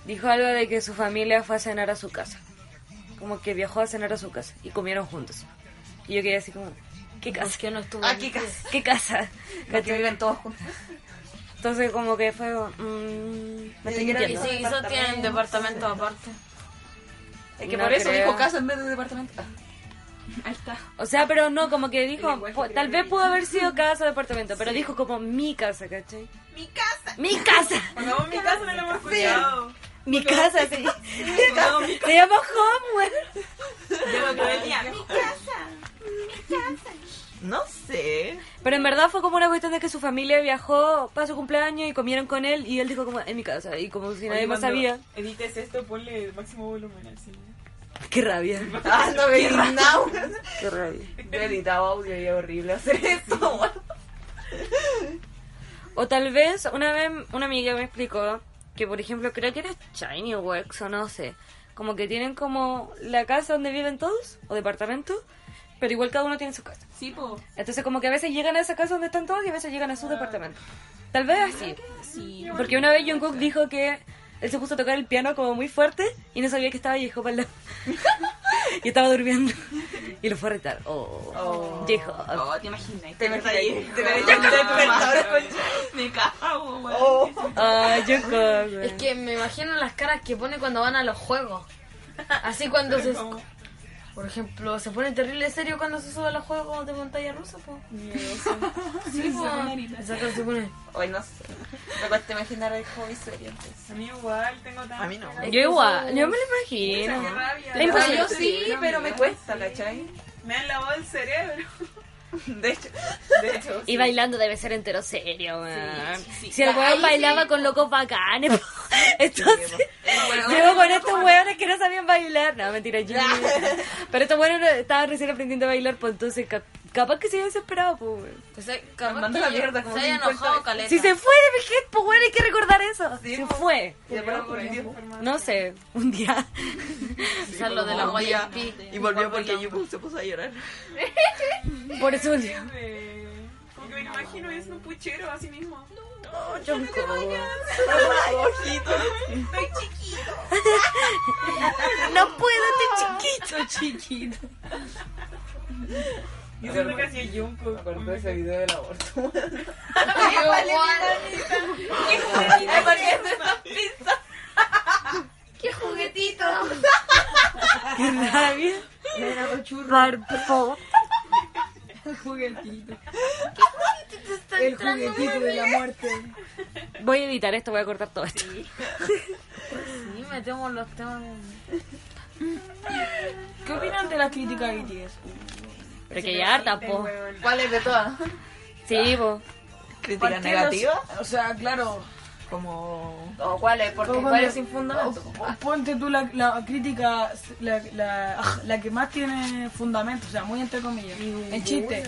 S1: Dijo algo de que su familia fue a cenar a su casa. Como que viajó a cenar a su casa y comieron juntos. Y yo quedé así como. ¿Qué
S6: ¿Por
S1: casa? Ah,
S6: qué no estuvo?
S3: Aquí casi.
S1: ¿Qué casa?
S3: Que
S1: ¿Cachai?
S3: viven todos juntos.
S1: Entonces, como que fue. como, mm, me estoy
S3: siquiera
S6: Y
S1: mintiendo.
S6: sí, quizás tienen departamento aparte.
S3: Es que
S1: No
S3: por eso
S1: creo.
S3: dijo casa en vez de departamento. Ah.
S18: Ahí está.
S1: O sea, pero no, como que dijo,
S18: lenguaje
S1: po- tal vez pudo haber sido casa o departamento, pero dijo como mi casa, ¿cachai?
S2: Mi casa.
S1: ¡Mi casa!
S2: Cuando vamos a mi casa no lo hemos escuchado.
S1: Mi casa, sí. Se llama Home, weón.
S2: Yo lo creo el día. Mi casa.
S4: No sé.
S1: Pero en verdad fue como una cuestión de que su familia viajó para su cumpleaños y comieron con él y él dijo como en mi casa y como si nadie
S2: Oye,
S1: más
S2: cuando
S1: sabía.
S2: Edites esto, ponle máximo volumen al cine.
S1: Qué rabia.
S3: Ah, no me now.
S1: Qué rabia.
S3: Yo editaba audio y es horrible hacer esto.
S1: O tal vez una vez una amiga me explicó que por ejemplo creo que era Shiny Works o no sé, Como que tienen como la casa donde viven todos, o departamento, pero igual cada uno tiene su casa.
S19: Sí, po.
S1: Entonces como que a veces llegan a esa casa donde están todos y a veces llegan a su departamento. Tal vez así. Porque una vez Jungkook dijo que él se puso a tocar el piano como muy fuerte y no sabía que estaba J-Hope al lado. y estaba durmiendo. Y lo fue a retar. Oh, J-Hope.
S19: Oh, te imaginas.
S3: Te metí ahí. Te metí
S19: Yo
S3: ahí.
S19: con despertador, Me cago, weón.
S4: Oh,
S1: Ah, Jungkook.
S6: Es que me imagino las caras que pone cuando van a los juegos. Así cuando se... Por ejemplo, se pone terrible serio cuando se sube a los juegos de pantalla rusa, po. Sí, po. Esa cara se pone...
S3: Hoy no sé. Me cuesta imaginar el hobby serio. entonces.
S2: A mí igual, tengo tanta...
S4: A mí no.
S1: Yo igual, yo me lo imagino.
S2: Qué rabia.
S1: Es imposible.
S3: Yo sí, pero me cuesta, ¿cachai?
S2: Me han lavado el cerebro.
S3: De hecho, de hecho.
S1: Y bailando debe ser entero serio, weón. Si el weón bailaba con locos bacanes, po. entonces. Llevo con estos weones que no sabían bailar. No, mentira, yo. Pero estos weones estaban recién aprendiendo a bailar, pues entonces cap- capaz que se había desesperado, pues, weón.
S6: O sea, capaz
S3: Mandó
S6: que
S3: la
S6: yo-
S3: mierda como
S6: se haya
S3: 50
S6: enojado
S3: veces.
S6: caleta.
S1: Si se fue de mi head, pues weón, hay que recordar eso. se fue.
S3: Y después nos convirtió.
S1: No sé, un día.
S6: Quizás lo de la YMP.
S4: Y volvió porque Yupu se puso a llorar.
S1: Por eso volvió.
S2: Eh, Como que me imagino es un puchero así mismo.
S1: No puedo, estoy chiquito, chiquito.
S2: Y siento que hacía
S3: Me
S2: Junko.
S3: acuerdo de ese video del aborto.
S1: Qué rabia. Por favor.
S20: El juguetito de la muerte.
S1: Voy a editar esto, voy a cortar todo esto.
S6: Sí, metemos los temas...
S20: ¿Qué opinan de las críticas a BTS?
S1: Pero que ya harta, po.
S21: ¿Cuál es de todas?
S1: Sí, po.
S4: Crítica
S20: ¿Por qué
S4: negativa.
S20: los- O sea, claro.
S4: Como.
S21: ¿O cuál es? Porque
S20: Como
S21: cuál
S20: cuando-
S21: es sin fundamento.
S20: o- o Ponte tú la, la crítica, la, la, ah, la que más tiene fundamento, o sea, muy entre comillas. En chiste.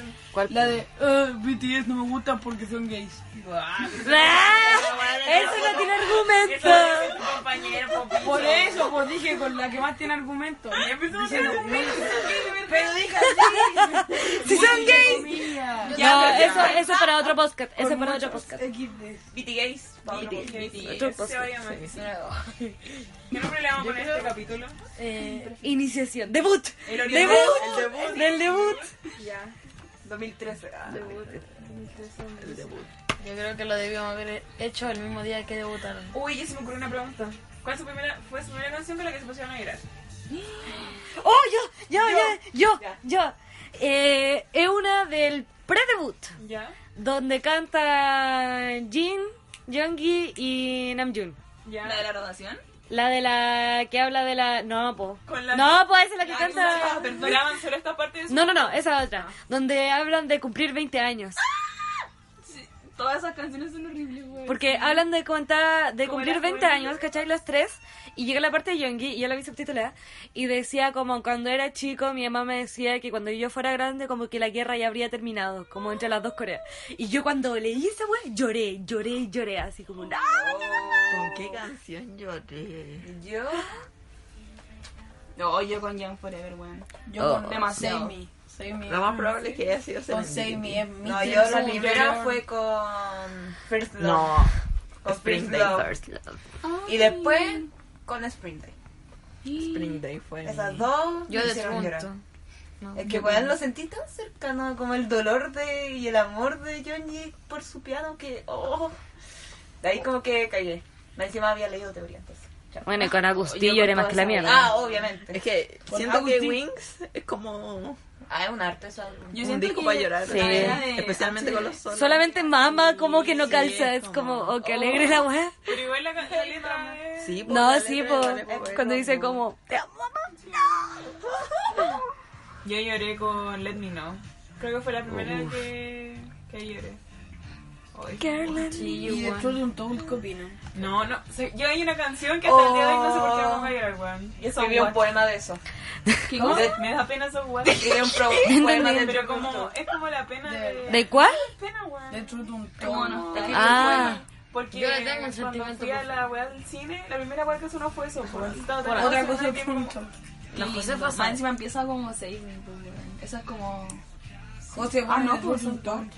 S20: La de "Eh, BTS no me gusta porque son gays.
S1: ¡Ah! Eso no tiene argumento.
S2: Eso es un compañero, popito.
S20: Por eso, pues dije, con la que más tiene argumento.
S2: Y empezó a
S20: Diciendo,
S2: hacer un
S20: "Muy-
S2: Pero dije así.
S20: Si son gays.
S1: No, eso, eso es para otro podcast. Eso es para otro podcast.
S3: BTS. BTS.
S2: Se vaya mal. ¿Qué nombre le vamos a poner a este capítulo?
S1: Eh, iniciación. Debut.
S2: El
S1: Debut.
S2: original.
S1: Del debut.
S3: 2013. ah.
S6: Yo creo que lo debíamos haber hecho el mismo día que debutaron.
S2: Uy, ya se me ocurrió una pregunta. ¿Cuál su primera, fue su primera canción con la que se pusieron a llorar?
S1: Oh, yo, yo, yo, yo, yo. Eh, es una del pre-debut.
S2: ¿Ya?
S1: Donde canta Jin, Yoongi y Namjoon.
S2: ¿Ya?
S3: ¿La de la rotación?
S1: La de la que habla de la. No, po.
S2: Con la-
S1: No, po, esa es la que canta.
S2: Perduraban solo esta parte de su...
S1: No, no, no, esa otra. Donde hablan de cumplir 20 años.
S19: Todas esas canciones son horribles, weón.
S1: Porque hablan de cuenta de
S2: Como
S1: cumplir
S2: la
S1: 20
S2: juventud.
S1: años, ¿cachai? Las tres. Y llega la parte de Yongi, y yo la vi subtitulada, ¿eh? y decía como cuando era chico, mi mamá me decía que cuando yo fuera grande, como que la guerra ya habría terminado, como entre las dos Coreas. Y yo cuando leí esa wea, lloré, lloré, lloré, así como, ¡ah!
S4: ¿Con qué canción lloré?
S3: Yo.
S19: No, yo con Young Forever, weón.
S20: Yo con
S19: Demasiado.
S20: Save Me. Save Me.
S4: Lo más probable es que haya sido
S20: Con
S4: Serendipity.
S20: Save Me. es mi
S3: No, yo la
S20: canción.
S3: primera fue con First Love.
S4: No.
S3: Con
S4: Spring
S3: First
S4: Day
S3: Love.
S4: First Love.
S3: Y después con Spring Day.
S4: Spring Day fue. mi-
S3: Esas dos
S6: Yo
S3: me
S6: de
S3: hicieron llorar.
S6: pronto.
S3: Es que weón lo sentí tan cercano como el dolor de y el amor de Johnny por su piano que oh. De ahí como que callé. Más Encima había leído teoría entonces. Chao.
S1: Bueno, y con Agustín
S3: Yo
S1: lloré
S3: con
S1: más
S3: toda
S1: que la
S3: esa-
S1: mierda.
S3: Ah, obviamente.
S4: Es que
S20: Con
S4: siento que
S20: Agustín.
S4: Wings es como
S3: Ah, es un arte eso.
S4: un
S20: siento
S4: disco
S20: que
S4: para llorar.
S20: la idea de-
S4: Especialmente con los solos.
S1: Solamente mamá como que no calza, es como, oh, qué alegre la wea.
S2: Pero igual la, la letra es...
S4: Sí, pues, po,
S1: No,
S4: la
S1: sí,
S4: letra
S1: po.
S4: igual es buena,
S1: Cuando dice
S4: po.
S1: como, te amo, mamá.
S2: Yo lloré con Let Me Know. Creo que fue la primera que, que lloré. Ay,
S20: Y de Troll Told, ¿qué opinan?
S2: No, no. sé- Yo hay una canción que hasta el día de hoy no sé por qué vamos a llorar, weón.
S3: Y escribí un poema de eso.
S2: Me da pena esos weón.
S3: Escribí un, pro- un poema de
S2: Pero como, es como la pena de...
S1: ¿De cuál?
S2: pena, weón.
S20: De Troll Told.
S19: No, no.
S1: Ah,
S2: Porque
S6: Yo le tengo un
S2: cuando
S6: sentimiento
S2: fui a la
S6: profundo.
S2: weá del cine, la primera weá que sonó fue eso. Por
S22: Otra cosa que un chon.
S6: La Josefa
S3: Más
S6: sabe.
S3: encima empieza como seis pues, weón. Eso es como.
S22: José,
S3: Ah, no,
S22: bueno,
S3: pues,
S22: un ton.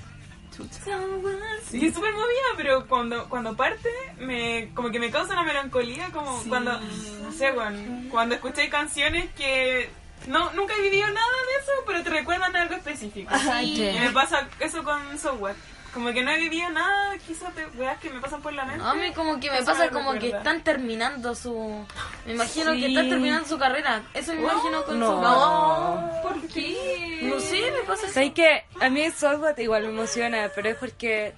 S2: Sí, es súper movida, pero cuando, cuando parte, me, como que me causa una melancolía, como cuando, no sé, weón, cuando escuché canciones que no, nunca he vivido nada de eso, pero te recuerdan algo específico. Y me pasa eso con software. Como que no he vivido nada, quizás de weas que me pasan por la mente.
S6: A mí como que me
S2: Eso
S6: pasa
S2: me
S6: como que
S2: recuerda.
S6: están terminando su... Me imagino que están terminando su carrera. Eso me imagino con su...
S3: ¿Por qué?
S6: No sé, me pasa eso.
S1: Sabes que a mí Soulbot igual me emociona, pero es porque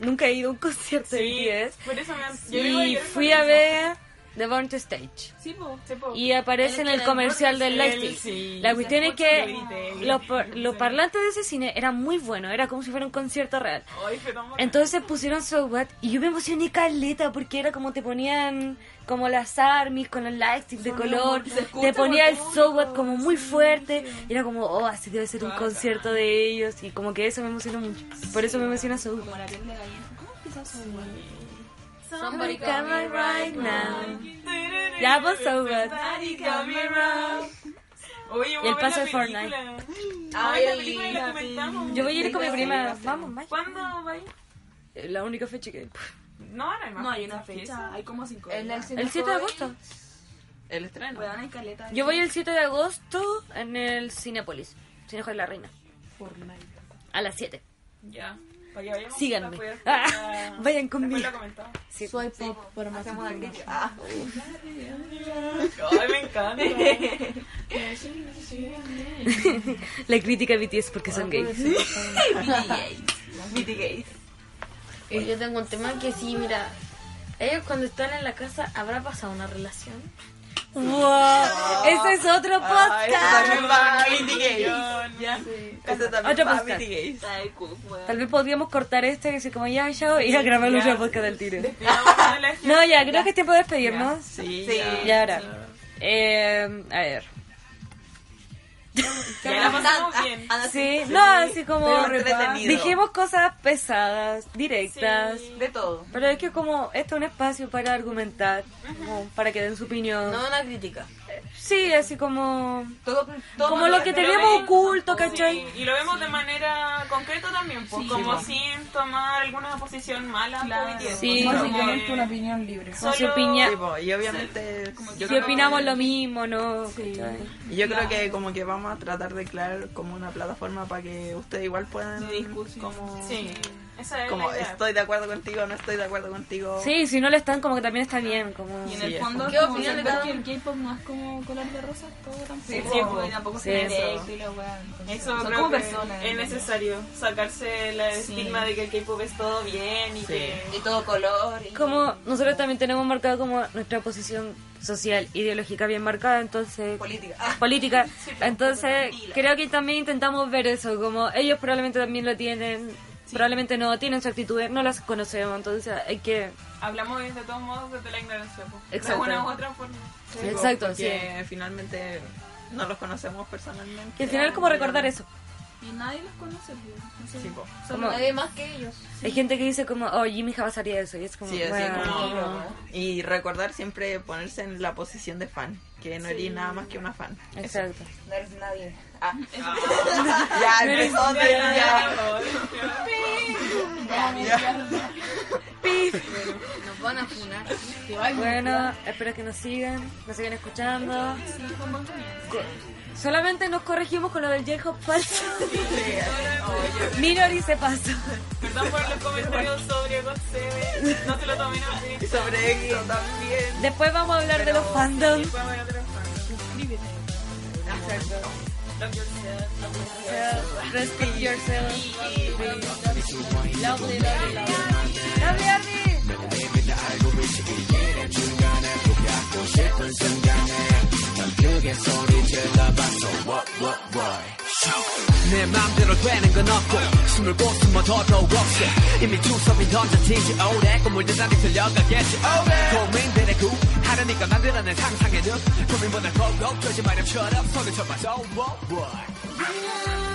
S1: nunca he ido a un concierto
S2: Sí,
S1: de BTS.
S2: por eso me han... yo vivo
S1: Y
S2: ayer con
S1: fui a
S2: eso.
S1: ver The Born to Stage.
S2: Sí, po, sí, po.
S1: Y aparece en el comercial del
S2: Él,
S1: Lightstick.
S2: sí.
S1: La cuestión es que
S2: Yo grité.
S1: los, par- los parlantes de ese cine eran muy buenos, era como si fuera un concierto real.
S2: Ay, fue tan bacán.
S1: Entonces pusieron So What y yo me emocioné caleta porque era como te ponían como las armies con los lightsticks de color, te ponía el So What como muy fuerte y era como, oh, así debe ser un concierto de ellos y como que eso me emocionó mucho. Por eso me emociona So What.
S3: Como la piel de gallina. ¿Cómo empieza su
S6: Somebody
S1: Come
S6: come
S1: on right now. Ya pues So What.
S2: Oye,
S1: Y el
S2: vamos a ver
S1: paso
S2: la
S1: de Fortnite.
S2: película. Ay, la película la comentamos.
S1: Yo voy a ir con mi prima. Vamos, Mike.
S2: ¿Cuándo va a ir?
S1: La única fecha que...
S2: No, ahora
S3: No, hay una fecha. Hay como cinco.
S23: El,
S3: días.
S1: El 7 de agosto.
S4: El estreno.
S3: Weón, hay caleta.
S1: Yo voy el 7 de agosto en el Cinépolis, Cinejo de la Reina,
S2: Fortnite.
S1: a las 7.
S2: Ya. Para que vayamos.
S1: Síganme.
S2: la puedes-
S1: Ah,
S2: la-
S1: vayan
S2: después
S1: conmigo.
S2: la comentamos.
S22: Para más información.
S3: Ah.
S2: Ay, me encanta.
S1: La crítica a BTS porque son gays.
S6: Y yo tengo un tema que sí, mira... Ellos cuando están en la casa, ¿habrá pasado una relación?
S1: ¡Wow! ¡Ese es otro
S4: Ah, eso
S1: podcast!
S4: también va a Indie Games.
S2: Ya.
S4: Eso
S1: Otro
S4: también va a
S1: podcast.
S4: Indie Games.
S3: Ay, cool, weón.
S1: Tal vez podríamos cortar este y decir como ya, ya, y a grabar el otro
S2: Ya.
S1: podcast del tiro.
S2: Vamos a la gente.
S1: No, ya, creo que es tiempo de despedirnos.
S4: Sí,
S23: Sí.
S4: ya.
S1: Ya ahora. Eh, a ver.
S2: Ya la
S1: Ah,
S2: pasamos bien.
S1: Sí, no, así como
S4: Estuvo entretenido.
S1: dijimos cosas pesadas, directas.
S2: Sí.
S23: De todo.
S1: Pero es que como esto es un espacio para argumentar, como para que den su opinión.
S6: No una crítica.
S1: Sí, así como...
S23: Todo, todo
S1: Como lo que
S2: Pero
S1: teníamos
S2: ven-
S1: oculto,
S2: sí,
S1: ¿cachai?
S2: Y lo vemos de manera concreta también, pues, como sin tomar alguna posición mala. pues,
S1: Sí.
S2: como
S22: Básicamente
S2: que
S22: una opinión libre.
S1: Con su
S2: solo-
S1: opinión.
S4: Sí, po, y obviamente
S1: Si
S4: yo, creo,
S1: opinamos lo mismo, ¿no? ¿Cachai?
S4: y yo creo que como que vamos a tratar de crear como una plataforma para que ustedes igual puedan como,
S2: Sí, esa es
S4: como
S2: la idea.
S4: estoy de acuerdo contigo, no estoy de acuerdo contigo.
S1: Sí, si no lo están, como que también está bien. Como...
S3: Y en
S4: Sí,
S3: el
S4: es
S3: fondo,
S6: ¿Qué
S3: como
S6: opinión de
S3: saber
S6: cada
S3: que el K-pop no es como color de rosas, todo tampoco.
S2: Sí, pues,
S3: po,
S2: po.
S3: y tampoco
S1: Sí,
S3: se
S1: eso.
S3: directo y la weá. entonces,
S2: Eso
S3: Son
S2: creo
S3: como
S2: que
S3: personas.
S2: es necesario, sacarse el estigma de que el K-pop es todo bien y que...
S23: De todo color. Y...
S1: Como nosotros también tenemos marcado como nuestra posición social, ideológica bien marcada, entonces...
S23: Política. Ah,
S1: Política. Entonces, creo que también intentamos ver eso, como ellos probablemente también lo tienen, probablemente no, tienen su actitud, no las conocemos, entonces hay que...
S2: Hablamos de todos modos desde la ignorancia, pues, de
S1: Exacto.
S2: alguna u otra forma.
S4: Sí, po,
S1: Exacto,
S4: porque finalmente no los conocemos personalmente.
S1: Y al final como recordar eso.
S3: Y nadie los conoce, pues, no sé.
S4: Sí, po.
S1: Como,
S23: nadie más que ellos.
S1: hay gente que dice como, oh, Jimmy jamás haría eso, y es como...
S4: Sí, así
S1: bueno,
S4: como- y recordar siempre ponerse en la posición de fan, que no eres nada más que una fan.
S1: Exacto.
S23: No eres nadie. Ah,
S4: Ya, empezó de- ya.
S6: Nos van a funar.
S1: Bueno, espero que nos sigan, nos sigan escuchando. Sí. Solamente nos corregimos con lo del J-Hop falso. Minori se pasó.
S2: Perdón por los comentarios sobre Godsebe, no se lo tomen a
S4: Y
S2: sí.
S4: sobre esto también.
S1: Después vamos a hablar de los fandoms. Respect yourself. Lovely, lovely, lovely. Lovely, Army.
S24: 내 맘대로 되는 건 없고 숨을 곳은 뭐 더더욱 없어 이미 투섭이 던져진 지 오래 꿈을 대단히 들려가겠지 고민들의 구 하려니까 만들어낸 상상의 늪 고민보다 더욱 걱정하지 마렴 shut up 손을 쳐봐 so what what